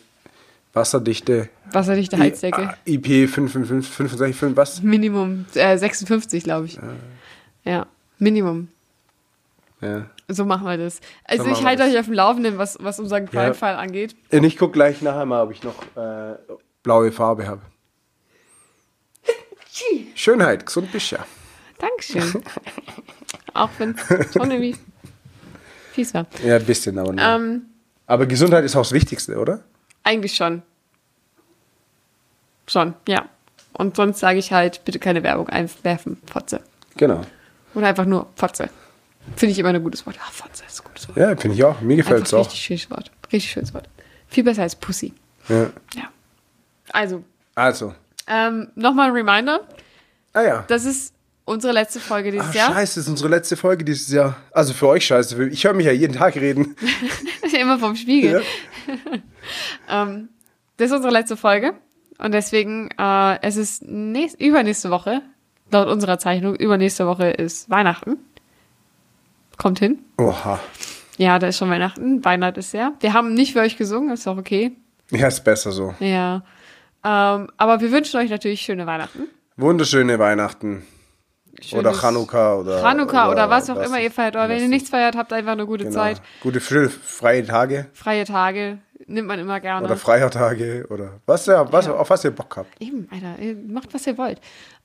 Speaker 1: wasserdichte
Speaker 2: Wasserdichte Heizdecke.
Speaker 1: I- IP 55, 65, 5, was?
Speaker 2: Minimum äh, 56, glaube ich. Ja, Minimum.
Speaker 1: Ja.
Speaker 2: So machen wir das. Also
Speaker 1: So machen
Speaker 2: ich
Speaker 1: wir
Speaker 2: halte
Speaker 1: das.
Speaker 2: euch auf dem Laufenden, was, was unseren Crime-Fall angeht.
Speaker 1: Und ich guck gleich nachher mal, ob ich noch äh, blaue Farbe
Speaker 2: (laughs)
Speaker 1: habe. Schönheit, gesund bist ja.
Speaker 2: Dankeschön. Auch wenn es schon irgendwie fies war.
Speaker 1: Ja, ein bisschen, aber nur.
Speaker 2: Ähm,
Speaker 1: Aber Gesundheit ist auch das Wichtigste, oder?
Speaker 2: eigentlich schon. Schon, ja. Und sonst sage ich halt, bitte keine Werbung einwerfen, Fotze.
Speaker 1: Genau.
Speaker 2: Oder einfach nur Fotze. Finde ich immer ein gutes Wort. Ah, Fotze ist ein gutes Wort.
Speaker 1: Ja, finde ich auch. Mir gefällt es
Speaker 2: Einfach
Speaker 1: auch.
Speaker 2: richtig schönes Wort. Richtig schönes Wort. Viel besser als Pussy.
Speaker 1: Ja.
Speaker 2: Ja. Also,
Speaker 1: Also.
Speaker 2: ähm, nochmal ein Reminder.
Speaker 1: Ah ja.
Speaker 2: Das ist unsere letzte Folge dieses
Speaker 1: Ach,
Speaker 2: Jahr.
Speaker 1: Ah, scheiße, das ist unsere letzte Folge dieses Jahr. Also für euch scheiße. für- Ich höre mich ja jeden Tag reden.
Speaker 2: (laughs) Immer vom Spiegel. (laughs) ähm, das ist unsere letzte Folge. Und deswegen, äh, es ist nächst, übernächste Woche, laut unserer Zeichnung, übernächste Woche ist Weihnachten. Kommt hin.
Speaker 1: Oha.
Speaker 2: Ja, da ist schon Weihnachten. Weihnachten ist ja. Wir haben nicht für euch gesungen, ist auch okay.
Speaker 1: Ja, ist besser so.
Speaker 2: Ja. Ähm, aber wir wünschen euch natürlich schöne Weihnachten.
Speaker 1: Wunderschöne Weihnachten. oder
Speaker 2: Schönes
Speaker 1: Chanukka oder.
Speaker 2: Chanukka oder, was auch immer ihr feiert. Oder wenn
Speaker 1: was-
Speaker 2: ihr nichts feiert, habt einfach eine gute
Speaker 1: genau.
Speaker 2: Zeit.
Speaker 1: Gute schöne freie Tage
Speaker 2: Freie Tage nimmt man immer gerne.
Speaker 1: oder Feiertage oder was ja, was, auf was ihr Bock habt.
Speaker 2: Eben, Alter, ihr macht, was ihr wollt.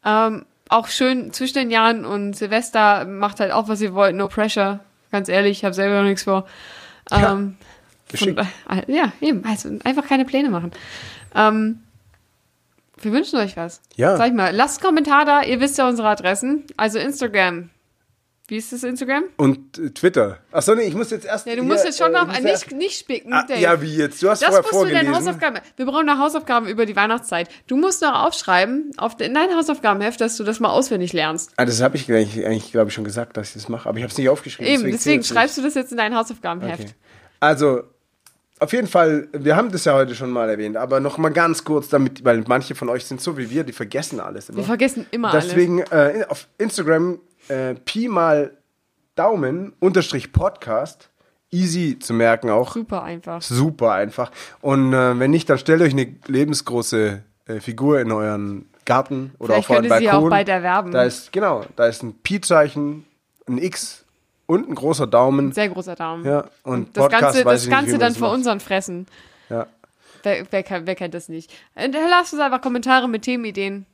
Speaker 2: Ähm, auch schön zwischen den Jahren und Silvester macht halt auch, was ihr wollt. No pressure. Ganz ehrlich, ich habe selber noch nichts vor.
Speaker 1: Ja,
Speaker 2: Ähm,
Speaker 1: geschickt.
Speaker 2: von- äh, ja, eben. Also einfach keine Pläne machen. Ähm, wir wünschen euch was.
Speaker 1: Ja.
Speaker 2: Sag ich mal, lasst einen Kommentar da. Ihr wisst ja unsere Adressen. Also Instagram. Wie ist das Instagram?
Speaker 1: Und äh, Twitter. Achso, nee, ich muss jetzt erst.
Speaker 2: Ja, du
Speaker 1: hier,
Speaker 2: musst jetzt schon
Speaker 1: äh,
Speaker 2: noch
Speaker 1: muss erst-
Speaker 2: nicht, nicht spicken.
Speaker 1: Ah,
Speaker 2: Dave.
Speaker 1: ja, wie jetzt? Du hast
Speaker 2: Das
Speaker 1: vorher
Speaker 2: musst du
Speaker 1: vorgelesen.
Speaker 2: deine Hausaufgaben. Wir brauchen noch Hausaufgaben über die Weihnachtszeit. Du musst noch aufschreiben auf de- in dein Hausaufgabenheft, dass du das mal auswendig lernst.
Speaker 1: ah, das habe ich gleich- eigentlich, glaube ich, schon gesagt, dass ich das mache. Aber ich habe es nicht aufgeschrieben.
Speaker 2: Eben, deswegen
Speaker 1: zählt's nicht.
Speaker 2: schreibst du das jetzt in dein Hausaufgabenheft.
Speaker 1: Okay. Also, auf jeden Fall, wir haben das ja heute schon mal erwähnt, aber noch mal ganz kurz, damit, weil manche von euch sind so wie wir, die vergessen alles immer.
Speaker 2: Wir vergessen immer alles.
Speaker 1: Deswegen äh, in- auf Instagram äh, Pi mal Daumen unterstrich Podcast. Easy zu merken auch.
Speaker 2: Super einfach.
Speaker 1: Super einfach. Und äh, wenn nicht, dann stellt euch eine lebensgroße äh, Figur in euren Garten oder
Speaker 2: Vielleicht
Speaker 1: auch vor einem
Speaker 2: könnte
Speaker 1: Balkon.
Speaker 2: sie auch bald erwerben.
Speaker 1: Da ist, genau, da ist ein Pi-Zeichen, ein X und ein großer Daumen.
Speaker 2: Sehr großer Daumen.
Speaker 1: Ja, und
Speaker 2: das
Speaker 1: Podcast weiß
Speaker 2: Ganze, das
Speaker 1: ich nicht, wie
Speaker 2: Ganze
Speaker 1: man
Speaker 2: dann
Speaker 1: das
Speaker 2: vor
Speaker 1: macht.
Speaker 2: unseren Fressen.
Speaker 1: Ja.
Speaker 2: Wer, wer, kann, wer kennt das nicht? Hinterlasst uns einfach Kommentare mit Themenideen.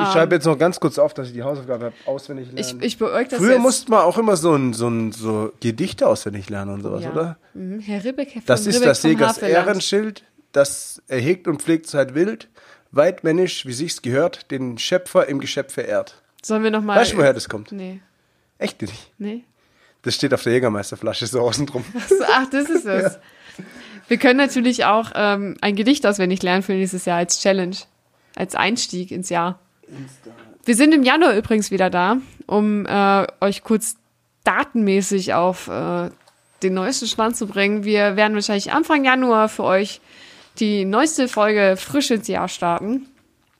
Speaker 1: Ich schreibe jetzt noch ganz kurz auf, dass ich die Hausaufgabe habe, auswendig
Speaker 2: Ah. Ich,
Speaker 1: lernen.
Speaker 2: ich beäug das
Speaker 1: Früher
Speaker 2: jetzt.
Speaker 1: musste man auch immer so, ein, so, ein, so Gedichte auswendig lernen und sowas,
Speaker 2: ja.
Speaker 1: oder?
Speaker 2: Mhm. Herr Ribbeck, Herr
Speaker 1: Das
Speaker 2: von
Speaker 1: ist
Speaker 2: Ribbeck
Speaker 1: das
Speaker 2: vom
Speaker 1: Segers
Speaker 2: Haveland.
Speaker 1: Ehrenschild, das er hegt und pflegt seit wild, weitmännisch, wie sich's gehört, den Schöpfer im Geschöpf verehrt.
Speaker 2: Sollen wir nochmal.
Speaker 1: Weißt du, woher das kommt?
Speaker 2: Nee,
Speaker 1: Echt nicht.
Speaker 2: nee.
Speaker 1: Das steht auf der Jägermeisterflasche so außen
Speaker 2: (laughs)
Speaker 1: drum.
Speaker 2: So, Ach, das ist es. Wir können natürlich auch ähm, ein Gedicht auswendig lernen für nächstes Jahr als Challenge, als Einstieg ins Jahr. Wir sind im Januar übrigens wieder da, um äh, euch kurz datenmäßig auf äh, den neuesten Stand zu bringen. Wir werden wahrscheinlich Anfang Januar für euch die neueste Folge frisch ins Jahr starten.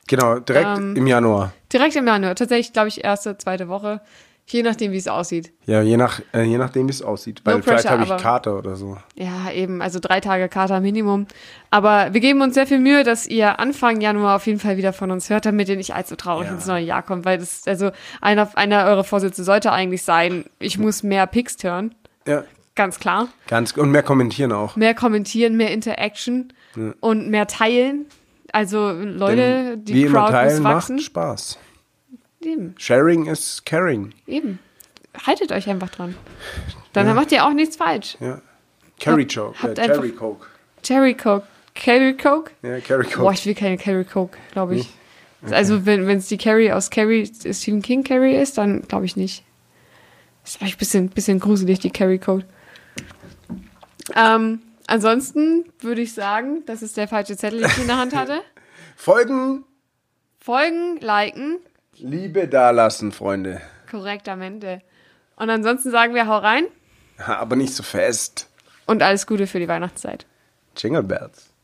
Speaker 1: Genau, direkt
Speaker 2: Ähm.
Speaker 1: im Januar.
Speaker 2: Direkt im Januar, tatsächlich glaube ich erste, zweite Woche, je nachdem wie es aussieht.
Speaker 1: Ja, je, nach, äh, je nachdem, wie es aussieht. Weil
Speaker 2: No
Speaker 1: vielleicht
Speaker 2: pressure,
Speaker 1: habe ich
Speaker 2: aber-
Speaker 1: Kater oder so.
Speaker 2: Ja, eben, also drei Tage Kater Minimum. Aber wir geben uns sehr viel Mühe, dass ihr Anfang Januar auf jeden Fall wieder von uns hört, damit ihr nicht allzu traurig
Speaker 1: Ja.
Speaker 2: ins neue Jahr kommt, weil das, also einer, einer eurer Vorsätze sollte eigentlich sein, ich muss mehr Picks hören,
Speaker 1: Ja,
Speaker 2: ganz klar.
Speaker 1: ganz. Und mehr kommentieren auch.
Speaker 2: Mehr kommentieren, mehr Interaction und mehr teilen. Also Leute,
Speaker 1: Denn
Speaker 2: die Crowd muss
Speaker 1: teilen
Speaker 2: wachsen.
Speaker 1: macht Spaß.
Speaker 2: Eben,
Speaker 1: Sharing is caring.
Speaker 2: eben. Haltet euch einfach dran. Dann macht ihr auch nichts falsch.
Speaker 1: Ja. Carry Joke.
Speaker 2: habt
Speaker 1: äh,
Speaker 2: einfach-
Speaker 1: Cherry Coke.
Speaker 2: Cherry Coke. Carry Coke?
Speaker 1: Ja, Carry Coke.
Speaker 2: Boah, ich will keine Carrie Coke, glaube ich. Also, wenn es die Carrie aus Carrie, äh, Stephen King Carrie ist, dann glaube ich nicht. Ist vielleicht ein bisschen, bisschen gruselig, die Carrie Coke. Ähm, ansonsten würde ich sagen, das ist der falsche Zettel, den ich in der Hand hatte.
Speaker 1: Folgen,
Speaker 2: Folgen, liken,
Speaker 1: Liebe dalassen, Freunde.
Speaker 2: korrektamente. Und ansonsten sagen wir, hau rein
Speaker 1: Aber nicht so fest.
Speaker 2: und alles Gute für die Weihnachtszeit.
Speaker 1: Jingle Bells.